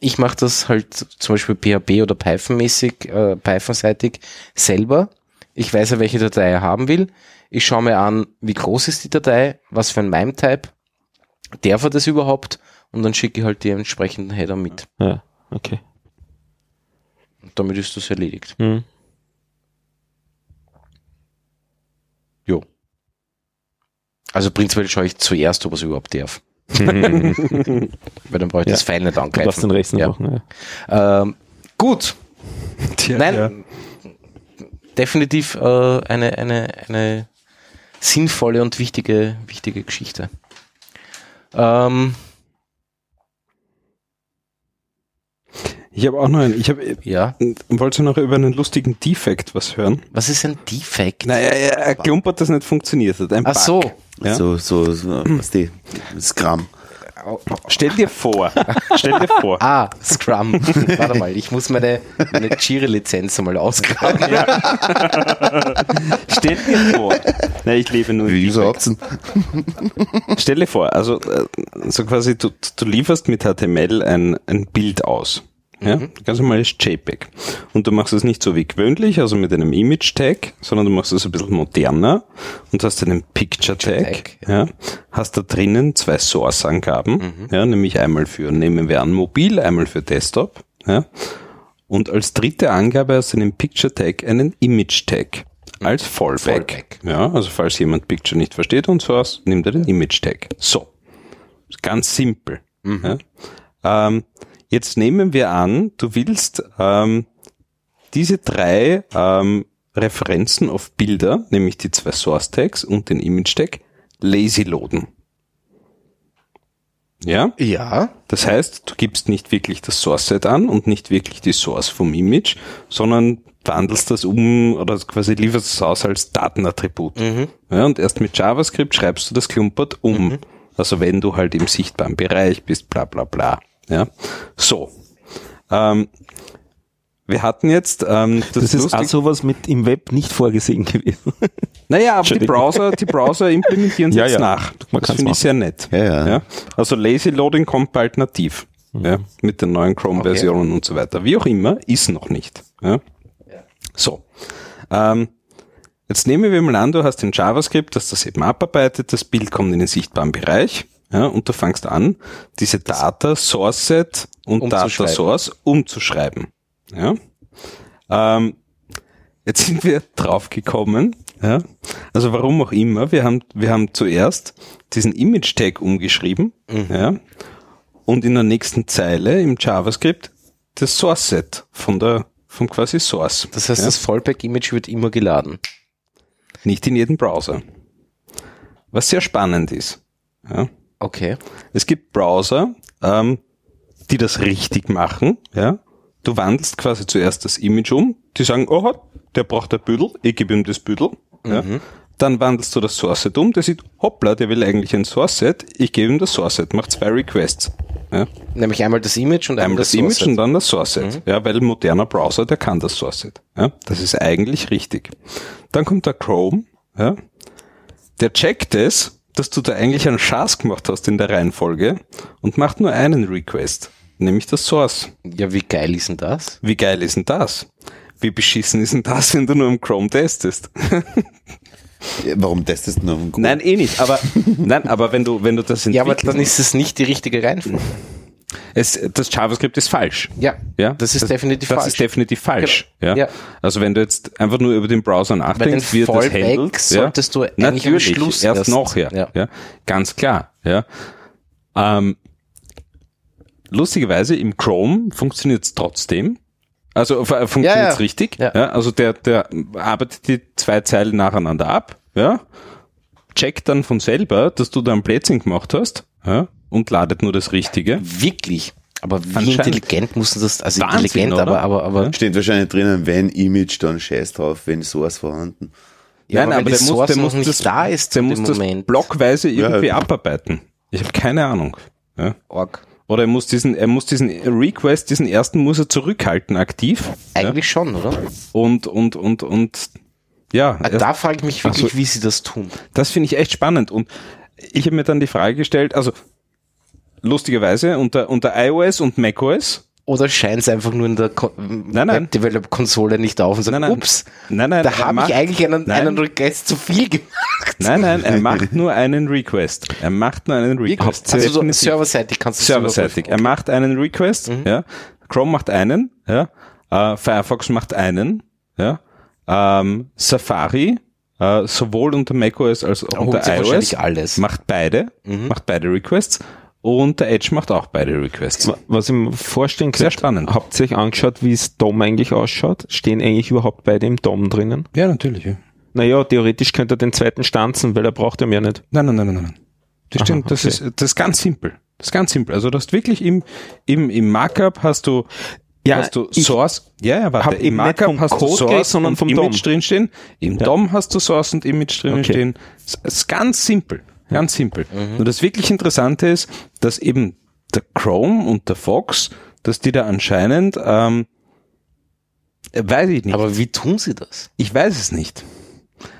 S1: ich mache das halt zum Beispiel PHP oder Python-mäßig, äh, Python-seitig selber. Ich weiß ja, welche Datei er haben will. Ich schaue mir an, wie groß ist die Datei, was für ein MIME-Type, darf er das überhaupt? Und dann schicke ich halt die entsprechenden Header mit.
S3: Ja, okay.
S1: Und damit ist das erledigt.
S3: Hm.
S1: Jo. Also prinzipiell schaue ich zuerst, ob er es überhaupt darf.
S3: du
S1: Weil dann brauche ich
S3: Ja.
S1: das File nicht
S3: darfst den
S1: angreifen.
S3: Rechner
S1: Ja.
S3: machen. Ja.
S1: Ähm, gut,
S4: Tja,
S1: Nein,
S4: ja.
S1: definitiv äh, eine, eine, eine sinnvolle und wichtige, wichtige Geschichte. Ähm,
S4: Ich habe auch noch einen. Ich hab,
S1: ja,
S4: wolltest du noch über einen lustigen Defekt was hören?
S1: was ist ein Defekt?
S4: Naja, er, er klumpert, das nicht funktioniert hat. Ein
S1: Ach
S4: Bug.
S1: so,
S4: Ja.
S2: So, so, so, was die, Scrum.
S4: Stell dir vor, stell dir vor,
S1: ah, Scrum. Warte mal, ich muss meine, meine Jira-Lizenz einmal ausgraben.
S4: stell dir vor. Nein, ich lebe nur.
S2: User Option.
S4: Stell dir vor, also äh, so quasi, du, du lieferst mit HTML ein, ein Bild aus. Ja,
S1: Mhm.
S4: ganz normales JPEG. Und du machst es nicht so wie gewöhnlich, also mit einem Image-Tag, sondern du machst es ein bisschen moderner und hast einen Picture-Tag.
S1: Picture-Tag, Mhm.
S4: ja. Hast da drinnen zwei Source-Angaben, ja, nämlich einmal für, nehmen wir an, mobil, einmal für Desktop. Ja. Und als dritte Angabe hast du in dem Picture Tag einen Image Tag als Fallback.
S1: Fallback.
S4: Ja, also falls jemand Picture nicht versteht und sowas, nimmt er den Image Tag. So. Ganz simpel. Ja. Ähm, jetzt nehmen wir an, du willst ähm, diese drei ähm, Referenzen auf Bilder, nämlich die zwei Source Tags und den Image Tag, lazy loaden. Ja?
S1: Ja,
S4: Das heißt, du gibst nicht wirklich das Source-Set an und nicht wirklich die Source vom Image, sondern wandelst das um oder quasi lieferst es aus als Datenattribut. Ja, und erst mit JavaScript schreibst du das Klumpert um. Also wenn du halt im sichtbaren Bereich bist, bla bla bla. Ja. So. Ähm, wir hatten jetzt ähm, das,
S3: Das ist also
S4: lustige-
S3: auch sowas mit im Web nicht vorgesehen gewesen.
S4: naja, aber die Browser, die Browser implementieren es
S3: Ja,
S4: jetzt
S3: ja.
S4: nach.
S3: Man
S4: das
S3: kann's
S4: finde
S3: machen.
S4: ich sehr nett.
S2: Ja, ja.
S4: Also Lazy Loading kommt bald nativ.
S3: Mhm.
S4: Ja, mit den neuen Chrome-Versionen und so weiter. Wie auch immer, ist noch nicht. Ja. So. Ähm, jetzt nehmen wir mal an, du hast in JavaScript, dass das eben abarbeitet, das Bild kommt in den sichtbaren Bereich. Ja, und du fängst an, diese Data Source Set und Data
S1: Umzuschreiben.
S4: Source umzuschreiben. Ja. Ähm, Jetzt sind wir drauf gekommen, ja. Also warum auch immer, wir haben, wir haben zuerst diesen Image-Tag umgeschrieben,
S1: Mhm.
S4: ja. Und in der nächsten Zeile im JavaScript das Source-Set von der, vom quasi Source.
S1: das heißt,
S4: ja.
S1: das Fallback-Image wird immer geladen.
S4: Nicht in jedem Browser. Was sehr spannend ist, ja.
S1: Okay.
S4: Es gibt Browser, ähm, die das richtig machen. Ja? Du wandelst quasi zuerst das Image um. Die sagen, oh, der braucht ein Büdel, ich gebe ihm das Büdel. Ja? Dann wandelst du das Source-Set um, der sieht, hoppla, der will eigentlich ein Source-Set, ich gebe ihm das Source-Set, macht zwei Requests. Ja?
S1: Nämlich einmal das Mhm. Image und
S4: Einmal Ähm, das, Image
S1: Source-Set.
S4: und dann das Source-Set. Ja, weil ein moderner Browser, der kann das Source-Set. Ja, das ist eigentlich richtig. Dann kommt der Chrome, ja, der checkt es, dass du da eigentlich einen Schaß gemacht hast in der Reihenfolge und macht nur einen Request, nämlich das Source.
S1: Ja, wie geil ist denn das?
S4: Wie geil ist denn das? Wie beschissen ist denn das, wenn du nur im Chrome testest?
S2: Warum testest du nur auf dem Google?
S4: Nein, eh nicht, aber, nein, aber wenn du, wenn du das
S1: Ja, aber
S4: entwickelst-
S1: dann ist es nicht die richtige Reihenfolge.
S4: es, das JavaScript ist falsch.
S1: Ja,
S4: Ja,
S1: das ist definitiv
S4: das
S1: falsch.
S4: ist definitiv falsch.
S1: Genau.
S4: Ja.
S1: Ja.
S4: Also wenn du jetzt einfach nur über den Browser
S1: Weil den
S4: nachdenkst, wie er das
S1: Fallback
S4: handelt,
S1: solltest du
S4: ja,
S1: eigentlich am
S4: natürlich
S1: Schluss
S4: erst,
S1: erst-
S4: noch, ja,
S1: ja.
S4: ja. ganz klar, ja. Ähm, lustigerweise im Chrome funktioniert's trotzdem. Also f- äh, funktioniert's
S1: Ja, ja.
S4: richtig.
S1: Ja.
S4: Ja. also der, der arbeitet die zwei Zeilen nacheinander ab, ja, checkt dann von selber, dass du da ein Blödsinn gemacht hast, ja, und ladet nur das Richtige.
S1: Wirklich. Aber wie
S4: Anscheinend.
S1: intelligent muss denn das, also
S4: Wahnsinn,
S1: intelligent,
S4: oder?
S1: aber, aber, aber,
S2: Steht wahrscheinlich drinnen, wenn Image, dann scheiß drauf, wenn sowas vorhanden.
S1: ja,
S4: Nein,
S1: weil
S4: aber
S1: die
S4: der muss-
S1: Source
S4: der
S1: noch
S4: muss
S1: nicht
S4: das-
S1: da ist
S4: der
S1: zu
S4: muss
S1: dem
S4: das
S1: Moment.
S4: blockweise irgendwie
S2: Ja.
S4: abarbeiten. Ich habe keine Ahnung. Ja.
S1: Org.
S4: Oder er muss diesen, er muss diesen Request, diesen ersten muss er zurückhalten, aktiv.
S1: Eigentlich schon, oder?
S4: Ja. Und, und, und, und ja, Also
S1: Ah,
S4: erst-
S1: Da frage ich mich wirklich,
S4: Ach so.
S1: wie sie das tun.
S4: das finde ich echt spannend. Und ich habe mir dann die Frage gestellt, also lustigerweise unter, unter iOS und macOS.
S1: Oder scheint es einfach nur in der Ko
S4: Nein, nein.
S1: Web-Develop-Konsole nicht auf und sagt,
S4: Nein, nein.
S1: ups,
S4: Nein, nein,
S1: da
S4: er
S1: habe
S4: macht-
S1: ich eigentlich einen,
S4: Nein.
S1: einen Request zu viel gemacht.
S4: Nein, nein, er macht nur einen Request. Er macht nur einen Request.
S1: Also so
S4: Definitiv.
S1: serverseitig kannst du es
S4: serverseitig. Er macht einen Request,
S1: Mhm.
S4: ja. Chrome macht einen, ja. Äh, Firefox macht einen, ja. Ähm, Safari, äh, sowohl unter macOS als auch
S1: holt
S4: unter
S1: sich
S4: iOS,
S1: wahrscheinlich alles. Mhm.
S4: macht beide, macht beide Requests. Und der Edge macht auch beide Requests.
S3: Was ich mir vorstellen
S4: Sehr
S3: könnte,
S4: spannend.
S3: habt ihr euch angeschaut, wie es DOM eigentlich ausschaut? Stehen eigentlich überhaupt beide im DOM drinnen?
S4: Ja, natürlich. Ja.
S3: Naja, theoretisch könnte er den zweiten stanzen, weil er braucht ihn ja nicht.
S4: Nein, nein, nein, nein, nein. Das stimmt, das
S3: okay.
S4: ist, das ist ganz simpel. Das ist ganz simpel. Also du hast wirklich im, im, im Markup hast du,
S3: Ja,
S4: hast du
S3: ich
S4: Source. Ja, ja,
S3: hab
S4: warte. Im
S3: eben nicht
S4: Markup
S3: vom
S4: hast du
S3: Code geredet,
S4: Source,
S3: sondern
S4: und
S3: vom
S4: Image
S3: DOM.
S4: drinstehen. Im DOM hast du Source und Image drinstehen. Es es ist ganz simpel. Ganz simpel.
S3: Mhm.
S4: Nur das wirklich Interessante ist, dass eben der Chrome und der Fox, dass die da anscheinend, ähm, äh, weiß ich nicht.
S1: Aber wie tun sie das?
S4: Ich weiß es nicht.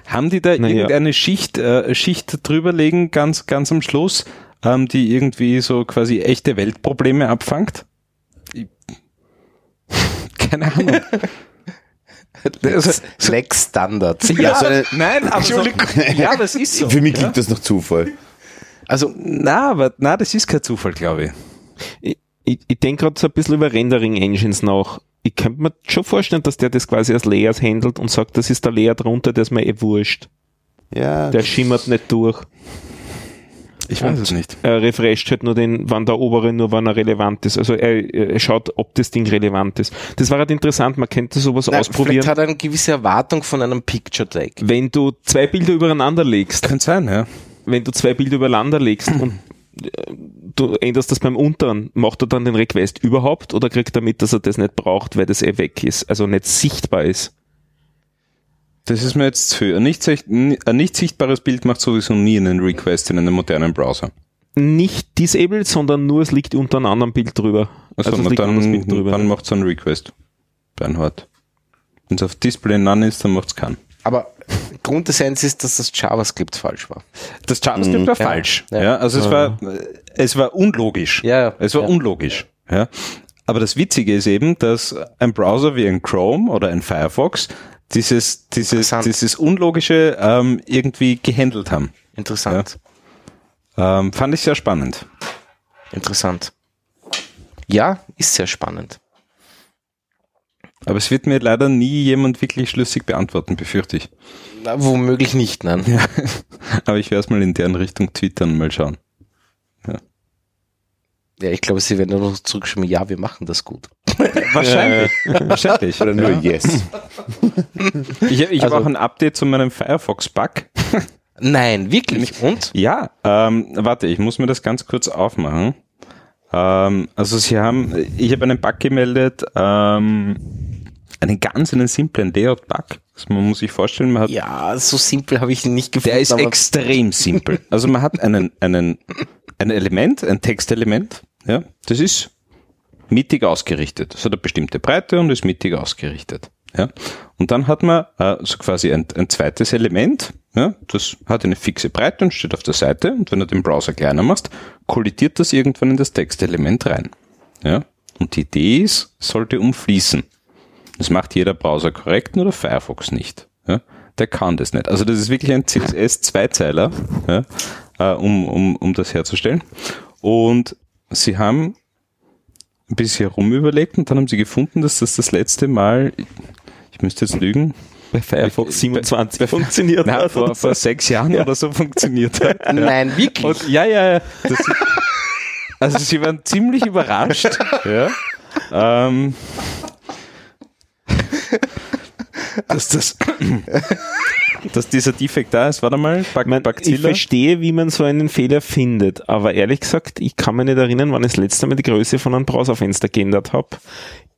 S4: Haben die da
S3: Naja.
S4: irgendeine Schicht, äh, Schicht drüberlegen, ganz, ganz am Schluss, ähm, die irgendwie so quasi echte Weltprobleme abfangt? Ich- Keine Ahnung. Also,
S1: Slack Also, Standard.
S4: ja,
S2: so eine-
S4: nein, aber so, ja, aber es ist so.
S2: also, Für mich
S4: ja.
S2: klingt das noch Zufall.
S4: Also, na, aber, na, das ist kein Zufall, glaube ich.
S3: Ich, ich, ich denke gerade so ein bisschen über Rendering-Engines nach. Ich könnte mir schon vorstellen, dass der das quasi als Layers handelt und sagt, das ist der Layer drunter, der ist mir eh wurscht.
S2: Ja,
S3: Der schimmert nicht durch.
S4: Ich weiß es nicht.
S3: Er refresht halt nur den, wann der obere, nur wann er relevant ist. Also er, er schaut, ob das Ding relevant ist. Das war halt interessant, man könnte sowas
S1: Nein, vielleicht
S3: ausprobieren.
S1: hat er eine gewisse Erwartung von einem Picture-Tag.
S3: Wenn du zwei Bilder übereinander legst,
S4: Kann sein, ja.
S3: wenn du zwei Bilder übereinander legst und äh, du änderst das beim unteren, macht er dann den Request überhaupt oder kriegt er mit, dass er das nicht braucht, weil das eh weg ist, also nicht sichtbar ist?
S4: Das ist mir jetzt zu viel. Ein nicht, sicht- ein nicht sichtbares Bild macht sowieso nie einen Request in einem modernen Browser.
S3: Nicht disabled, sondern nur es liegt unter einem anderen Bild drüber.
S4: Also,
S3: es
S4: na,
S3: liegt
S4: dann,
S3: anders Bild
S4: dann
S3: drüber. ne?
S4: macht es einen Request. Bernhard. Wenn es auf Display none ist, dann macht es keinen.
S1: Aber Grund des Ends ist, dass das JavaScript falsch war. Mm,
S4: Das JavaScript war falsch.
S1: Mhm. Ja.
S4: Ja. also es war, es war unlogisch.
S1: Ja, ja.
S4: Es war
S1: Ja.
S4: unlogisch. Ja. Aber das Witzige ist eben, dass ein Browser wie ein Chrome oder ein Firefox dieses, dieses,
S1: Interessant.
S4: dieses Unlogische ähm, irgendwie gehandelt haben.
S1: Interessant.
S4: Ähm, fand ich sehr spannend.
S1: Interessant. Ja, ist sehr spannend.
S4: Aber es wird mir leider nie jemand wirklich schlüssig beantworten, befürchte ich.
S1: Na, womöglich nicht, nein.
S4: Aber ich werde es mal in deren Richtung twittern, mal schauen.
S1: Ja, ich glaube, sie werden dann noch zurückschreiben, ja, wir machen das gut.
S4: Wahrscheinlich. Äh, Wahrscheinlich.
S2: Oder nur Yes.
S4: Ich, ich habe auch ein Update zu meinem Firefox-Bug.
S1: Nein, wirklich. Und?
S4: Ja, ähm, warte, ich muss mir das ganz kurz aufmachen. Ähm, also sie haben, ich habe einen Bug gemeldet, ähm, Einen ganz einen simplen Layout-Bug. Also man muss sich vorstellen, man hat
S1: Ja, so simpel habe ich ihn nicht gefunden.
S4: Der ist
S1: aber-
S4: extrem simpel. Also man hat einen, einen, ein Element, ein Textelement, ja, das ist mittig ausgerichtet. Das hat eine bestimmte Breite und ist mittig ausgerichtet. Ja. Und dann hat man äh, so quasi ein, ein zweites Element, ja, das hat eine fixe Breite und steht auf der Seite. Und wenn du den Browser kleiner machst, kollidiert das irgendwann in das Textelement rein. Ja. Und die Idee ist, es sollte umfließen. Das macht jeder Browser korrekt, nur der Firefox nicht. Ja? Der kann das nicht. Also das ist wirklich ein CSS-Zweizeiler, ja? äh, um, um, um das herzustellen. Und sie haben ein bisschen rumüberlegt und dann haben sie gefunden, dass das das letzte Mal, ich müsste jetzt lügen,
S3: Bei Firefox 27 funktioniert
S4: na,
S3: hat.
S4: vor, vor sechs Jahren oder so funktioniert hat.
S1: Nein, wirklich.
S4: Und, ja, ja, ja. Das, also sie waren ziemlich überrascht. Ja. Ähm, dass das dass dieser Defekt da ist, warte mal, Bak
S3: Man, ich
S4: Bakzilla.
S3: verstehe, wie man so einen Fehler findet, aber ehrlich gesagt, ich kann mir nicht erinnern, wann ich das letzte Mal die Größe von einem Browserfenster geändert habe.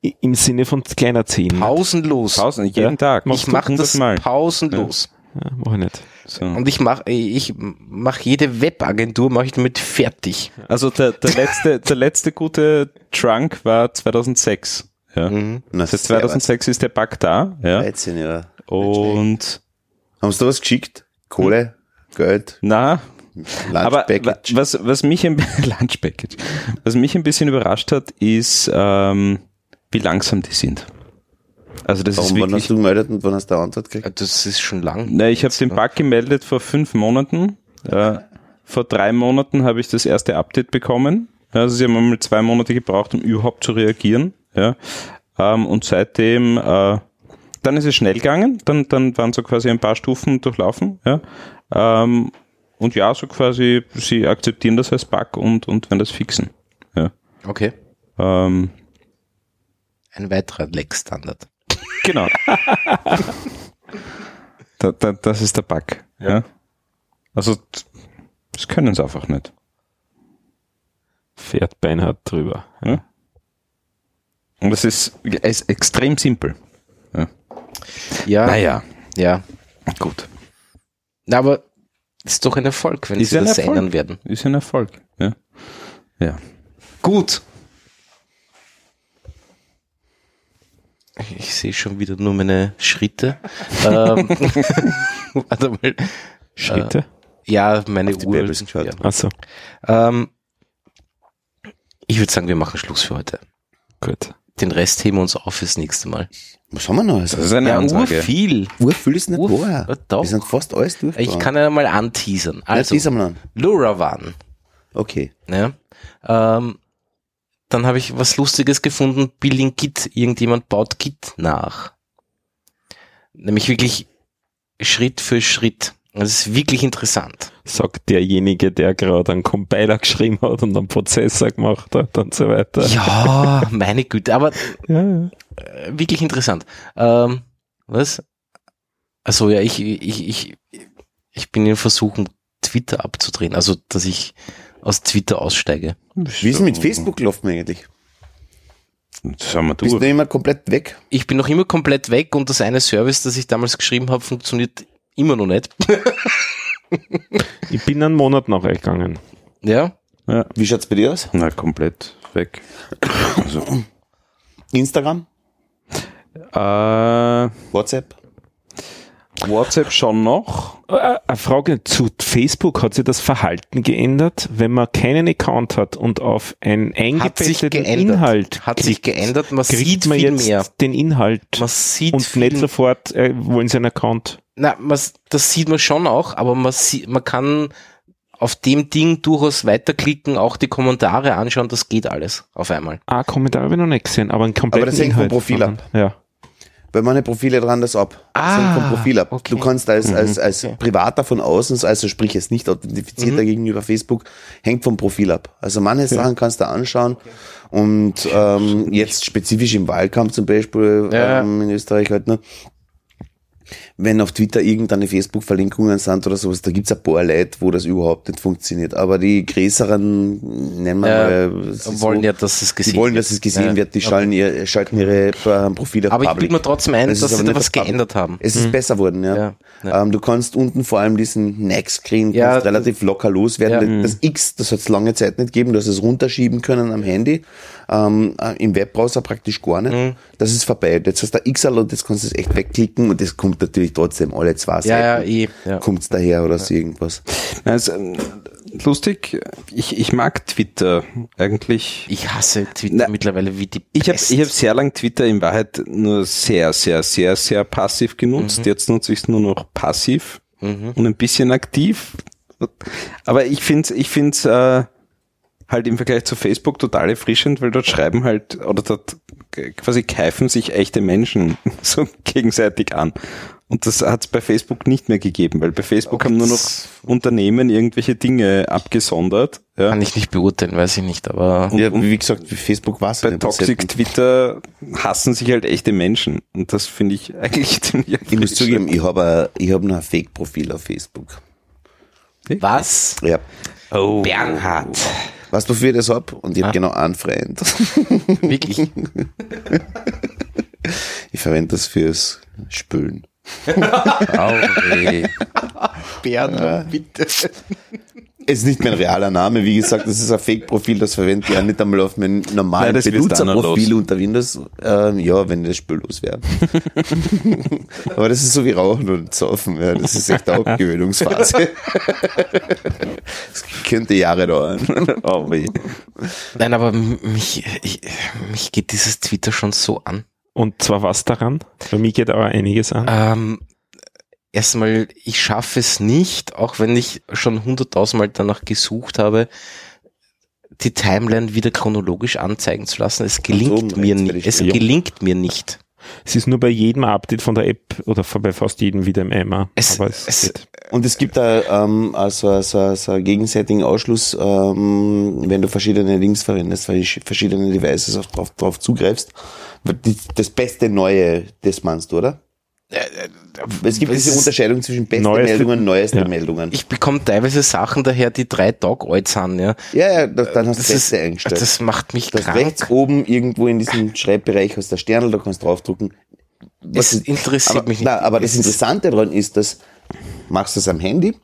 S3: I- Im Sinne von kleiner 10. Ja,
S1: pausenlos.
S4: Pausen, jeden
S3: Ja.
S4: Tag.
S1: ich mache das
S4: mal.
S1: pausenlos.
S3: mach ich nicht.
S4: So.
S1: Und ich mache ich mach jede Webagentur mache ich damit fertig.
S4: Also der, der, letzte, der letzte gute Trunk war 2006. Ja.
S3: Mhm.
S2: Na,
S4: Das heißt, 2006 ist der Bug da. Ja.
S2: 13 Jahre.
S4: Und
S2: Haben sie da was geschickt? Kohle, Geld,
S4: na, Hm. Aber wa-
S2: Lunchpackage.
S4: was, was, mich ein, Lunch Package. was mich ein bisschen überrascht hat, ist, ähm, wie langsam die sind. Also das
S2: Warum,
S4: ist
S2: wann hast
S4: wirklich...
S2: du gemeldet und wann hast du eine Antwort gekriegt?
S1: Das ist schon lang.
S4: Na, ich habe den Bug gemeldet vor fünf Monaten. Äh, vor drei Monaten habe ich das erste Update bekommen. Also sie haben einmal zwei Monate gebraucht, um überhaupt zu reagieren. Ja. Ähm, und seitdem... Äh, dann ist es schnell gegangen, dann, dann waren so quasi ein paar Stufen durchlaufen, ja. Ähm, und ja, so quasi, sie akzeptieren das als Bug und, und werden das fixen. Ja.
S1: Okay.
S4: Ähm,
S1: Ein weiterer Lex-Standard.
S4: genau. da, da, das ist der Bug. Ja. Also, t- das können sie einfach nicht.
S3: Fährt Beinhard drüber.
S4: Ja. Hm? Und das ist, es ist extrem simpel.
S1: Ja,
S4: Naja,
S1: ja.
S4: gut.
S1: Na, aber ist doch ein Erfolg, wenn
S4: Ist
S1: sie
S4: ein
S1: das
S4: Erfolg.
S1: ändern werden.
S4: Ist ein Erfolg. Ja. ja.
S1: Gut. Ich sehe schon wieder nur meine Schritte. ähm, warte mal.
S3: Schritte?
S1: Ja, meine
S2: die
S1: Uhr.
S2: Babels geschaut.
S3: Achso,
S1: Ähm, ich würde sagen, wir machen Schluss für heute.
S3: gut.
S1: Den Rest heben wir uns auf fürs nächste Mal.
S2: Was haben wir noch?
S4: Das ist eine Ansage.
S1: viel.
S2: Urfüll ist nicht
S1: Ur-
S2: wahr.
S1: Ja, doch.
S2: Wir sind fast alles durch.
S1: Ich kann ja mal anteasern.
S2: also.
S1: Also,
S2: Jetzt ist einmal an.
S1: LoRaWAN.
S2: Okay.
S1: Ne? Ähm, dann habe ich was Lustiges gefunden. Building Git. Irgendjemand baut Git nach. Nämlich wirklich Schritt für Schritt. Das ist wirklich interessant.
S3: Sagt derjenige, der gerade einen Compiler geschrieben hat und einen Prozessor gemacht hat und so weiter.
S1: Ja, meine Güte. Aber
S3: Ja, ja.
S1: äh, wirklich interessant. Ähm, was? Also ja, ich, ich, ich, ich bin in Versuchen, Twitter abzudrehen. Also, dass ich aus Twitter aussteige.
S2: Wie ist denn mit Facebook gelaufen eigentlich?
S4: Das haben wir
S2: Bist
S4: durch.
S2: du immer komplett weg?
S1: Ich bin noch immer komplett weg und das eine Service, das ich damals geschrieben habe, funktioniert immer noch nicht.
S3: Ich bin einen Monat nachgegangen.
S1: Ja.
S2: Wie schaut's bei dir aus?
S4: Na, komplett weg. Also,
S2: Instagram?
S4: Äh,
S2: WhatsApp?
S4: WhatsApp schon noch.
S3: Äh, Eine Frage zu Facebook. Hat sich das Verhalten geändert, wenn man keinen Account hat und auf einen
S1: Hat sich
S3: eingebetteten
S1: geändert.
S3: Inhalt
S1: Hat sich
S3: klickt,
S1: geändert. Man
S3: kriegt
S1: sieht
S3: man
S1: viel
S3: jetzt
S1: mehr.
S3: den Inhalt
S1: Man sieht
S3: und
S1: viel,
S3: nicht sofort äh, wollen sie einen Account.
S1: Na, man, das sieht man schon auch, aber man, sie- man kann auf dem Ding durchaus weiterklicken, auch die Kommentare anschauen, das geht alles auf einmal.
S3: Ah, Kommentare habe ich noch nicht gesehen, aber ein kompletten
S2: das hängt vom
S3: Inhalt.
S2: Profil ab.
S3: Ja.
S2: Weil meine Profile dran das ab. Das
S1: Ah,
S2: hängt vom Profil ab.
S1: okay. Mhm.
S2: Du kannst als, als, als Privater von außen, also sprich jetzt nicht
S1: Mhm.
S2: authentifizierter gegenüber Facebook, hängt vom Profil ab. Also manche Sachen kannst du anschauen und ähm, jetzt spezifisch im Wahlkampf zum Beispiel
S1: Ja.
S2: ähm, in Österreich halt, ne? wenn auf Twitter irgendeine Facebook-Verlinkungen sind oder sowas, da gibt's ein paar Leute, wo das überhaupt nicht funktioniert. Aber die größeren, nennen wir
S1: Äh,
S2: mal, es ist
S1: wollen
S2: so,
S1: ja, dass es gesehen
S2: die wollen,
S1: wird.
S2: dass es gesehen
S1: Ja.
S2: wird, die schalten, ihr, schalten ihre äh, Profile auf
S1: Aber ich
S2: Public.
S1: bilde mir trotzdem ein,
S2: Es
S1: dass
S2: ist
S1: sie
S2: aber
S1: da
S2: nicht
S1: was
S2: auf Public.
S1: geändert haben.
S2: Es ist besser geworden, ja.
S1: Mhm. Ja, ja.
S2: Ähm, du kannst unten vor allem diesen Next-Screen
S1: Ja,
S2: kannst relativ locker loswerden.
S1: Ja.
S2: das X, das hat es lange Zeit nicht gegeben, du hast es runterschieben können am Handy. Ähm, äh, Im Webbrowser praktisch gar nicht.
S1: Mhm.
S2: Das ist vorbei. Jetzt hast du ein X und jetzt kannst du es echt wegklicken und das kommt natürlich trotzdem alle zwei
S1: Ja, ja,
S2: Seiten.
S1: eh. Ja.
S2: Kommt's daher oder so irgendwas.
S4: Also, ähm, lustig, ich, ich mag Twitter eigentlich.
S1: Ich hasse Twitter
S4: Na,
S1: mittlerweile wie die
S4: Ich habe
S1: Pest.
S4: ich hab sehr lang Twitter in Wahrheit nur sehr, sehr, sehr, sehr passiv genutzt. Jetzt nutze ich es nur noch passiv und ein bisschen aktiv. Aber ich finde ich find's, äh, halt im Vergleich zu Facebook total erfrischend, weil dort schreiben halt, oder dort quasi keifen sich echte Menschen so gegenseitig an. Und das hat es bei Facebook nicht mehr gegeben, weil bei Facebook haben nur noch
S1: das-
S4: Unternehmen irgendwelche Dinge abgesondert. Ja.
S1: Kann ich nicht beurteilen, weiß ich nicht, aber
S4: Und-
S2: ja,
S4: und-
S2: wie gesagt, Facebook war's
S4: bei
S2: nicht.
S4: Toxic Twitter hassen sich halt echte Menschen. Und das finde ich eigentlich ziemlich
S2: Ich muss zugeben, ich habe ich hab noch ein Fake-Profil auf Facebook.
S1: was?
S2: Ja.
S4: Oh.
S1: Bernhard.
S2: Weißt du, wofür ich das hab? Und ich habe genau einen Freund.
S1: Ah. Wirklich.
S2: Ich verwende das fürs Spülen.
S1: Bernhard, bitte.
S2: ist nicht mein realer Name, wie gesagt, das ist ein Fake-Profil, das verwende ich ja nicht einmal auf meinem normalen
S4: Nein, das wird
S2: Benutzerprofil
S4: standardlos.
S2: unter Windows. Ähm, ja, wenn das spüllos wäre. Aber das ist so wie Rauchen und Saufen, ja. das ist echt eine Abgewöhnungsphase. das könnte Jahre dauern.
S4: Oh, weh.
S1: Nein, aber m- mich, ich, mich geht dieses Twitter schon so an.
S3: Und zwar was daran? Bei mir geht aber einiges an.
S1: Ähm, erstmal, ich schaffe es nicht, auch wenn ich schon hunderttausendmal danach gesucht habe, die Timeline wieder chronologisch anzeigen zu lassen. Es gelingt
S2: oben
S1: mir
S2: rechts werde
S1: nicht.
S2: ich
S1: Es
S3: stehen.
S1: gelingt mir nicht.
S3: Es ist nur bei jedem Update von der App oder bei fast jedem wieder im Eimer.
S1: Es-
S3: aber es,
S1: es-
S3: geht.
S2: Und es gibt da ähm, also, so also einen gegenseitigen Ausschluss, ähm, wenn du verschiedene Links verwendest, weil ich verschiedene Devices auf, drauf, drauf zugreifst. Wird die- Das beste Neue, das meinst du, oder? Es gibt
S1: es
S2: diese
S1: ist-
S2: Unterscheidung zwischen beste
S3: Neueste-
S2: Meldungen und neueste
S3: Ja.
S2: Meldungen.
S1: Ich bekomme teilweise Sachen daher, die drei Dog-Alts haben, ja.
S2: ja, ja, das, dann hast du
S1: Das,
S2: das Beste
S1: ist,
S2: eingestellt. Das,
S1: das macht mich krank.
S2: rechts oben irgendwo in diesem Schreibbereich hast du der Sternl, da kannst du draufdrücken.
S1: Es
S2: Was ist-
S1: interessiert
S2: aber,
S1: mich nicht.
S2: Nein, aber das
S1: Es ist-
S2: Interessante daran ist, dass machst du es am Handy,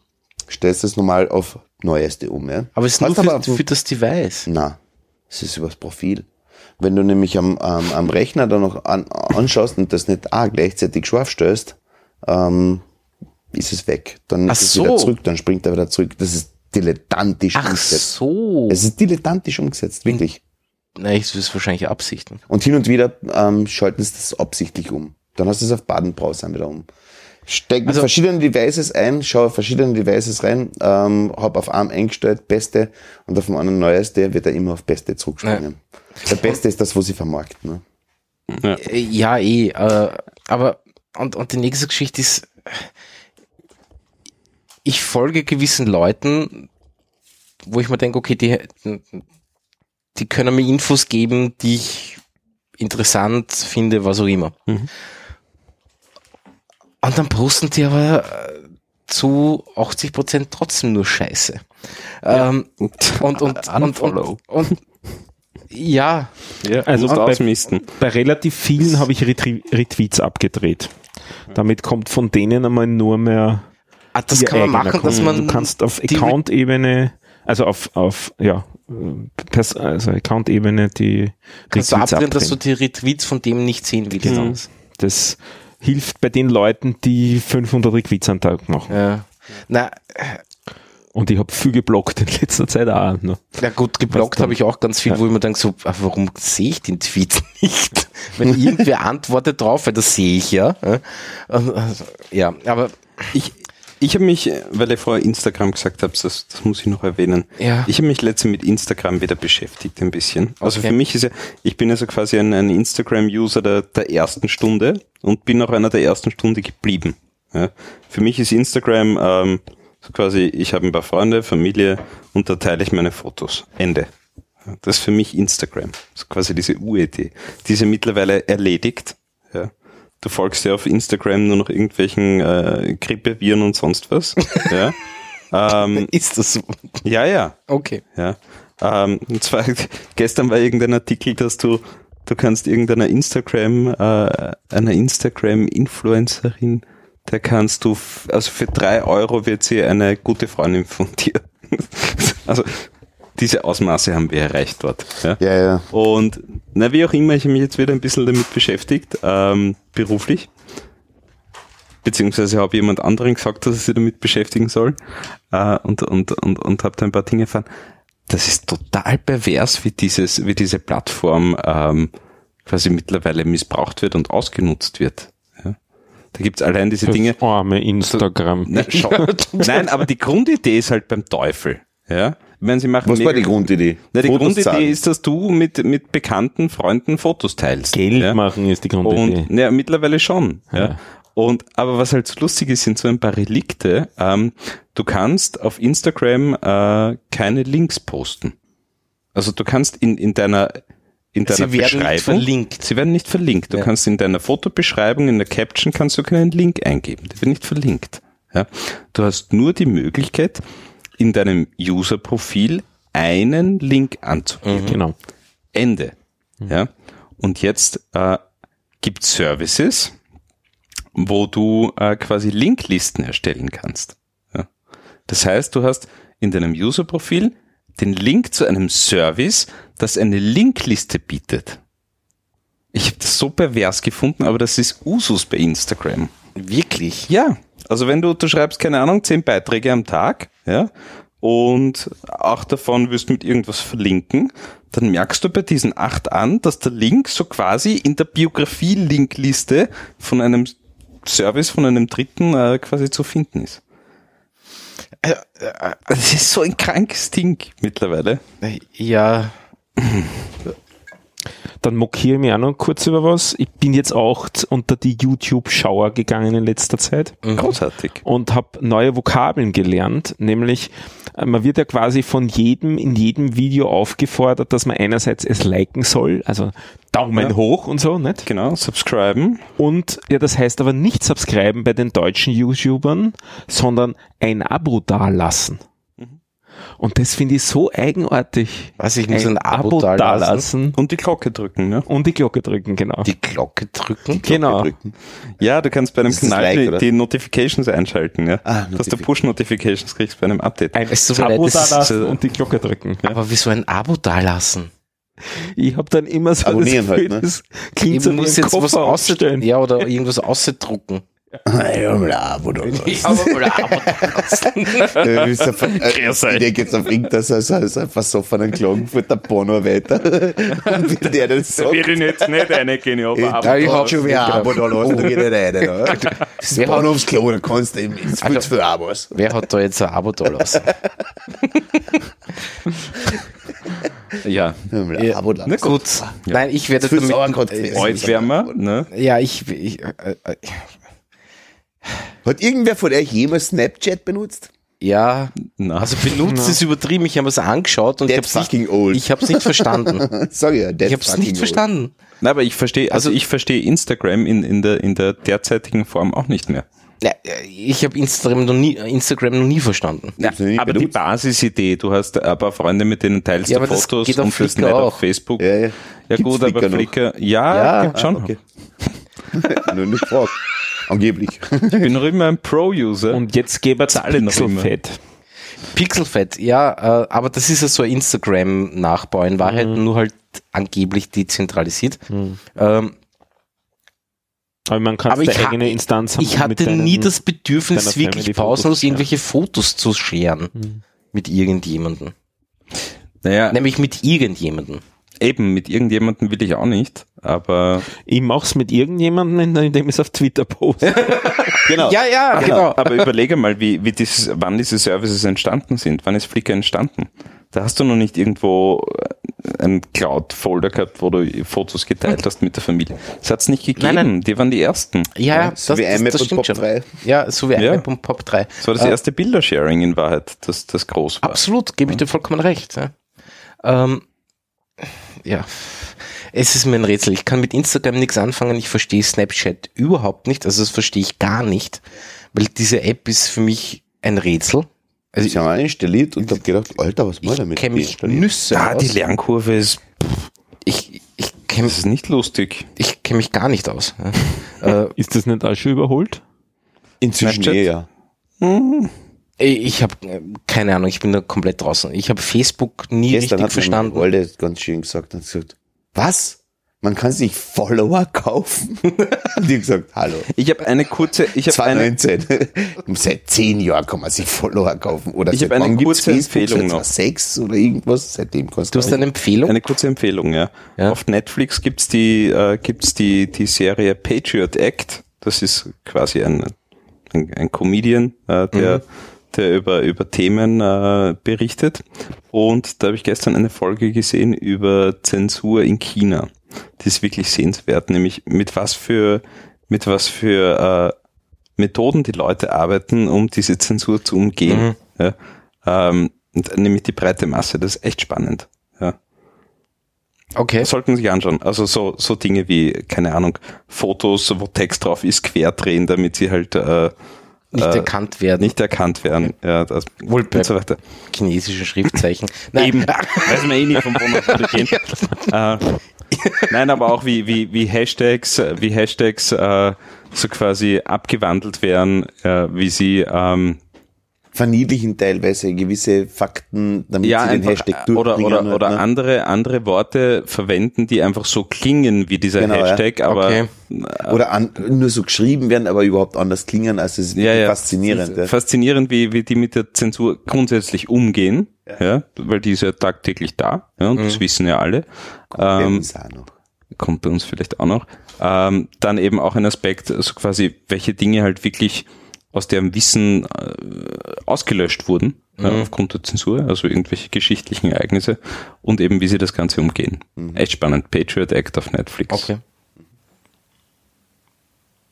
S2: stellst das normal auf Neueste um. Ja?
S1: Aber es ist nur
S2: Hast
S1: für, für das Device.
S2: Na, es ist übers Profil. Wenn du nämlich am, am, am Rechner dann noch an, anschaust und das nicht auch gleichzeitig scharf stellst, ähm, ist es weg. Dann
S1: Ach
S2: ist es
S1: so.
S2: wieder zurück, dann springt er wieder zurück. Das ist dilettantisch
S1: Ach
S2: umgesetzt.
S1: so.
S2: Es ist dilettantisch umgesetzt, wirklich.
S1: Nein, ich will es wahrscheinlich absichten.
S2: Und hin und wieder ähm, schalten sie das absichtlich um. Dann hast du es auf Baden-Browser wieder um. Steck
S1: Also-
S2: verschiedene Devices ein, schau auf verschiedene Devices rein, ähm, hab auf Arm eingestellt, Beste und auf dem anderen Neueste wird er immer auf Beste zurückspringen. Der Beste ist das, wo sie vermarkten. Ne?
S1: Äh, Ja, eh. Äh, aber, und, und die nächste Geschichte ist, ich folge gewissen Leuten, wo ich mir denke, okay, die, die können mir Infos geben, die ich interessant finde, was auch immer.
S3: Mhm.
S1: Und dann posten die aber äh, zu 80% trotzdem nur Scheiße. Ähm, und, und, und,
S4: Unfollow.
S1: und, und ja,
S4: Ja,
S3: Also
S4: also musst
S3: bei-
S4: ausmisten.
S3: Bei relativ vielen habe ich Retri Retweets abgedreht. Damit kommt von denen einmal nur mehr.
S1: Ah, das
S3: ihr
S1: kann man
S3: eigener
S1: machen, dass
S3: Content.
S1: man
S3: genau, Du kannst auf
S1: die-
S3: Account-Ebene, also auf, auf ja, äh, Pers also Account-Ebene die
S1: kannst du
S3: Retweets
S1: abdrehen, dass du
S3: abdrehen.
S1: die Retweets von dem nicht sehen willst.
S3: Das hilft bei den Leuten, die 500 Retweets am Tag machen.
S1: Ja. Na,
S3: Und ich habe viel geblockt in letzter Zeit auch. Ne?
S1: na gut, geblockt
S3: dann-
S1: habe ich auch ganz viel, wo ich mir denke, so, ah, warum sehe ich den Tweet nicht? Wenn irgendwer antwortet drauf, weil das sehe ich ja. Äh, also, Ja, aber
S4: Ich, ich habe mich, äh, weil ihr vorher Instagram gesagt habt, das, das muss ich noch erwähnen.
S1: Ja.
S4: Ich habe mich letztens mit Instagram wieder beschäftigt ein bisschen. Also
S1: Okay.
S4: für mich ist ja, ich bin also quasi ein, ein Instagram-User der, der ersten Stunde und bin auch einer der ersten Stunde geblieben. Ja. Für mich ist Instagram ähm, so quasi, ich habe ein paar Freunde, Familie und da teile ich meine Fotos. Ende. Ja, Das ist für mich Instagram. So quasi diese UED. Die ist ja mittlerweile erledigt. Ja. du folgst ja auf Instagram nur noch irgendwelchen äh, Grippeviren und sonst was. ja. Ähm,
S1: Ist das so?
S4: ja, ja.
S1: Okay.
S4: Ja. Ähm, und zwar, gestern war irgendein Artikel, dass du, du kannst irgendeiner Instagram, äh, einer Instagram-Influencerin, der kannst du, f- also für drei Euro wird sie eine gute Freundin von dir. also, diese Ausmaße haben wir erreicht dort. Ja.
S2: Ja, ja.
S4: Und na, wie auch immer, ich habe mich jetzt wieder ein bisschen damit beschäftigt, ähm, beruflich. Beziehungsweise habe jemand anderen gesagt, dass er sich damit beschäftigen soll. Äh, und und, und, und habe da ein paar Dinge erfahren. Das ist total pervers, wie, dieses, wie diese Plattform ähm, quasi mittlerweile missbraucht wird und ausgenutzt wird. Ja. Da gibt's allein diese
S3: Das
S4: Dinge.
S3: arme Instagram.
S4: Nein, schau, nein, aber die Grundidee ist halt beim Teufel. Ja? Wenn sie machen
S2: Was war
S4: mega-
S2: die Grundidee?
S4: na, die
S2: Fotos
S4: Grundidee
S2: zeigen.
S4: ist, dass du mit, mit bekannten Freunden Fotos teilst.
S3: Geld
S4: ja?
S3: machen ist die Grundidee.
S4: Und, na, ja, mittlerweile schon. Ja.
S3: Ja.
S4: Und, aber was halt so lustig ist, sind so ein paar Relikte. Ähm, du kannst auf Instagram äh, keine Links posten. Also du kannst in, in deiner, in deiner
S1: Sie werden
S4: Beschreibung.
S1: nicht verlinkt.
S4: Sie werden nicht verlinkt. Du
S1: Ja.
S4: kannst in deiner Fotobeschreibung, in der Caption kannst du keinen Link eingeben. Der wird nicht verlinkt. Ja. Du hast nur die Möglichkeit, in deinem User-Profil einen Link
S1: Mhm.
S4: anzugeben.
S3: Genau.
S4: Ende. Ja. Und jetzt äh, gibt Services, wo du äh, quasi Linklisten erstellen kannst. Ja. Das heißt, du hast in deinem User-Profil den Link zu einem Service, das eine Linkliste bietet. Ich habe das so pervers gefunden, aber das ist Usus bei Instagram.
S1: Wirklich?
S4: Ja, also wenn du, du schreibst, keine Ahnung, zehn Beiträge am Tag, ja, und acht davon wirst mit irgendwas verlinken, dann merkst du bei diesen acht an, dass der Link so quasi in der Biografie-Linkliste von einem Service von einem Dritten äh, quasi zu finden ist. Also,
S1: Äh, äh,
S4: Das ist so ein krankes Ding mittlerweile.
S1: äh, Ja.
S3: Dann mokiere ich mich auch noch kurz über was. Ich bin jetzt auch z- unter die YouTube-Schauer gegangen in letzter Zeit
S4: Mhm. Großartig.
S3: und habe neue Vokabeln gelernt, nämlich äh, man wird ja quasi von jedem in jedem Video aufgefordert, dass man einerseits es liken soll, also Daumen
S4: Ja.
S3: hoch und so, nicht?
S4: Genau, subscriben.
S3: Und ja, das heißt aber nicht subscriben bei den deutschen YouTubern, sondern ein Abo dalassen. Und das finde ich so eigenartig.
S1: Mhm. Was, ich muss ein, Abo, dalassen.
S3: Mhm.
S4: Und die Glocke drücken, ne?
S3: und die Glocke drücken, genau.
S1: Die Glocke drücken?
S3: genau.
S4: Ja, du kannst bei einem
S2: Ist das
S4: Kanal
S2: like,
S4: die,
S2: oder?
S4: die Notifications einschalten, ja.
S2: Ah,
S4: Dass du
S2: Notific-
S4: Push-Notifications kriegst bei einem Update.
S3: Ein
S1: Es tut mir
S3: Abo
S1: leid, das ist äh,
S3: dalassen
S4: so-
S3: und die Glocke drücken. Ja.
S1: Aber wieso ein Abo dalassen?
S3: Ich habe dann immer so
S2: Abonnieren
S3: das Gefühl,
S2: halt, ne?
S3: das klingt
S1: Ich
S3: so wie ein Koffer
S1: ausse-
S3: aufstellen.
S1: Ja, oder irgendwas ausdrucken. Ich habe mal ein Abo dalassen.
S2: Du bist auf, äh, ich denke jetzt auf irgendeinen so, so, so versoffenen Klagenfurt der Porno weiter. Und wenn der das sagt,
S4: ihn jetzt nicht reingehen, aber
S2: da ich hab schon wieder
S1: Genau.
S2: Abo da lassen, da geht er rein. oder? Das ist
S1: Wer hat-
S2: Bahnhofsklo, da kannst du eben, es
S1: Also-
S2: viel zu viel Abos.
S1: Wer hat da jetzt ein Abo dalassen?
S4: Ja, Ah,
S1: Ja.
S2: Abo da.
S1: Na gut. Nein, ich werde
S2: Für
S1: damit... Äh,
S2: Sauerkraut.
S4: Oh, Altwärmer, ne?
S1: Ja, ich... ich äh, äh,
S2: Hat irgendwer von euch jemals Snapchat benutzt?
S1: ja,
S4: Na,
S1: also benutzt ist übertrieben. Ich habe es angeschaut und ich
S2: That's
S1: habe es nicht,
S2: fucking old.
S1: ich hab's nicht verstanden.
S2: Sag ja, that's
S1: Ich habe es
S2: fucking
S1: nicht verstanden.
S4: na, aber ich verstehe, also ich verstehe Instagram in, in, der, in der derzeitigen Form auch nicht mehr.
S1: Ja, äh, ich habe Instagram noch nie, äh, Instagram noch nie verstanden.
S4: Ja,
S2: hab's noch nie
S4: aber die
S2: benutzt.
S4: Basisidee, du hast ein paar Freunde, mit denen teilst
S1: Ja,
S4: du
S1: aber das
S4: Fotos
S1: geht auf
S4: und das nicht
S1: Flickr
S4: auf
S1: auch.
S4: Facebook.
S2: Ja, ja.
S4: Ja
S2: Gibt's
S4: gut, aber
S2: Flickr noch?
S4: Flickr, ja, ah,
S1: Ja.
S4: gibt schon.
S2: Okay. Nur nicht gefragt. Angeblich.
S4: Ich bin noch immer ein Pro-User.
S3: Und jetzt gebe ich
S4: Zahle noch immer.
S3: Pixelfett.
S1: Pixelfett, ja, äh, aber das ist ja so ein Instagram-Nachbau in Wahrheit,
S3: Mhm.
S1: nur halt angeblich dezentralisiert. Ähm,
S3: Aber man kann
S1: Aber ich
S3: eine
S1: ha-
S3: eigene Instanz haben.
S1: ich
S3: mit
S1: hatte
S3: deinen-
S1: nie das Bedürfnis,
S3: deiner Mhm. Family
S1: wirklich
S3: Fotos
S1: pausenlos
S3: zu
S1: irgendwelche Fotos zu scheren mit irgendjemandem.
S4: naja,
S1: Nämlich mit irgendjemandem.
S4: eben, mit irgendjemandem will ich auch nicht, aber
S3: Ich mach's mit irgendjemandem, indem ich es auf Twitter poste.
S4: genau.
S1: Ja, ja,
S4: Genau.
S1: genau.
S4: Aber überlege mal, wie, wie dieses, wann diese Services entstanden sind. Wann ist Flickr entstanden? Da hast du noch nicht irgendwo äh, einen Cloud-Folder gehabt, wo du Fotos geteilt hast mit der Familie. Das hat's nicht gegeben.
S1: Nein, nein.
S4: Die waren die ersten.
S1: Ja, ja, das,
S2: so wie
S1: das,
S2: iMac
S1: das
S2: und
S1: stimmt
S2: Pop
S1: schon.
S2: 3.
S1: Ja, so wie
S4: Ja.
S1: iMac und Pop 3.
S4: Das war das erste Bildersharing in Wahrheit, das, das groß war.
S1: Absolut, gebe ich dir vollkommen recht. Ja. Ähm, ja. Es ist mir ein Rätsel. Ich kann mit Instagram nichts anfangen. Ich verstehe Snapchat überhaupt nicht. Also das verstehe ich gar nicht, weil diese App ist für mich ein Rätsel. Also
S2: Ich
S1: ich,
S2: habe einen installiert und habe gedacht, Alter, was war damit?
S1: ich kenne mich
S2: Deinstalliert.
S1: Nüsse
S4: Ah,
S1: aus.
S4: die Lernkurve ist,
S1: ich ich kenne
S7: Das ist nicht lustig.
S1: ich kenn mich gar nicht aus. Ja.
S3: Ist das nicht alles schon überholt?
S2: Inzwischen
S4: Snapchat?
S2: eh, ja.
S1: äh, ich habe keine Ahnung. Ich bin da komplett draußen. Ich habe Facebook nie richtig
S2: Gestern hat
S1: verstanden.
S2: verstanden. Mein Walde ganz schön gesagt, hat gesagt, was? Man kann sich Follower kaufen? und ich gesagt, hallo.
S4: ich habe eine kurze, ich habe eine,
S2: 2019. Seit zehn Jahren kann man sich Follower kaufen. Oder
S4: Ich
S2: seit
S4: habe eine
S2: wann gibt's
S4: kurze
S2: Facebook?
S4: Empfehlung
S2: Seit
S4: noch.
S2: 2006 oder irgendwas? Seitdem kannst
S1: Du hast eine Empfehlung?
S4: eine kurze Empfehlung, ja.
S1: Ja.
S4: Auf Netflix gibt's die, äh, gibt's die, die Serie Patriot Act. Das ist quasi ein, ein, ein Comedian, äh, der,
S1: Mhm.
S4: der über, über Themen äh, berichtet. Und da habe ich gestern eine Folge gesehen über Zensur in China. Die ist wirklich sehenswert, nämlich mit was für, mit was für äh, Methoden die Leute arbeiten, um diese Zensur zu umgehen.
S1: Mhm.
S4: Ja. Ähm, und nämlich die breite Masse, das ist echt spannend. Ja.
S1: okay.
S4: Das sollten Sie sich anschauen. Also so, so Dinge wie, keine Ahnung, Fotos, wo Text drauf ist, querdrehen, damit sie halt äh,
S1: Nicht
S4: äh,
S1: erkannt werden.
S4: nicht erkannt werden. Ja, das,
S1: Wohl bei-
S4: und so weiter.
S1: chinesische Schriftzeichen. Nein,
S4: Eben. Weiß man eh nicht, von wo man würde gehen. äh, nein, aber auch wie, wie, wie Hashtags, äh, wie Hashtags äh, so quasi abgewandelt werden, äh, wie sie ähm,
S2: verniedlichen teilweise gewisse Fakten, damit
S4: ja,
S2: sie den
S4: einfach,
S2: Hashtag
S4: äh, oder,
S2: durchbringen.
S4: oder,
S2: halt,
S4: oder
S2: ne?
S4: andere, andere Worte verwenden, die einfach so klingen wie dieser
S2: Genau, ja.
S4: Hashtag, aber
S1: Okay.
S2: oder an, nur so geschrieben werden, aber überhaupt anders klingen. Also es ist
S4: ja, ja.
S2: faszinierend. Ja.
S4: Faszinierend, wie, wie die mit der Zensur grundsätzlich umgehen, ja. weil die ist ja tagtäglich da, ja, und das wissen ja alle. Ähm,
S2: Werden's auch noch.
S4: kommt bei uns vielleicht auch noch. Ähm, dann eben auch ein Aspekt, also quasi, welche Dinge halt wirklich aus deren Wissen äh, ausgelöscht wurden, ja, aufgrund der Zensur, also irgendwelche geschichtlichen Ereignisse und eben wie sie das Ganze umgehen. Echt spannend. Patriot Act auf Netflix.
S1: Okay.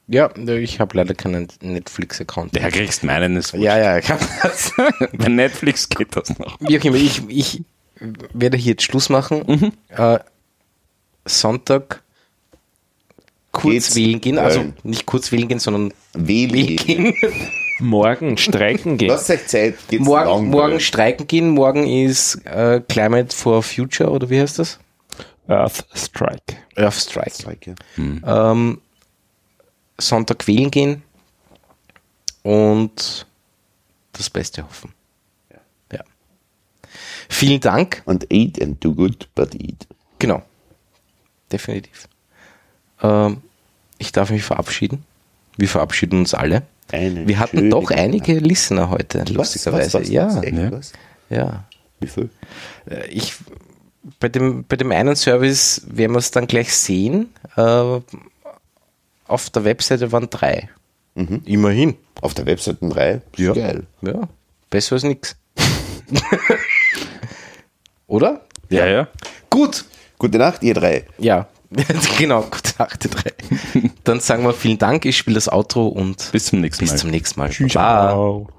S1: Ja, ich habe leider keinen Netflix-Account.
S4: Der kriegst meinen, ist
S1: Ja, ja, ich hab das.
S4: Bei Netflix geht das noch.
S1: Wie auch immer, ich, ich werde hier jetzt Schluss machen. Äh, Sonntag kurz
S2: Geht's
S1: wählen gehen, also
S2: wählen?
S1: nicht kurz wählen gehen, sondern
S2: Wählen.
S1: wählen
S2: gehen.
S1: gehen.
S3: Morgen streiken gehen.
S2: Lasst euch Zeit. Geht's
S1: Morgen,
S2: lang,
S1: morgen
S2: weil-
S1: streiken gehen, morgen ist äh, Climate for Future oder wie heißt das?
S3: Earth Strike.
S1: Earth Strike.
S2: Zeug, ja.
S1: Ähm, Sonntag wählen gehen und das Beste hoffen. Ja. Vielen Dank.
S2: Und eat and do good, but eat.
S1: Genau. Definitiv. Ähm, ich darf mich verabschieden. Wir verabschieden uns alle.
S2: Einen
S1: Wir hatten
S2: schönen
S1: doch einige Listener heute, lustigerweise. ja,
S2: echt,
S4: Ja.
S2: was?
S1: ja.
S2: Wie viel?
S1: Äh, Ich, bei, dem, bei dem einen Service werden wir es dann gleich sehen. Äh, auf der Webseite waren drei. Immerhin.
S2: Hm? Auf der Webseite 3? Ja. Geil.
S1: Ja, besser als nix. Oder?
S4: Ja, ja.
S1: Gut.
S2: Gute Nacht, ihr drei.
S1: Ja, genau, gute Nacht, ihr drei. Dann sagen wir vielen Dank, ich spiele das Outro und
S4: Bis zum nächsten Mal.
S1: bis zum nächsten Mal.
S3: Ciao.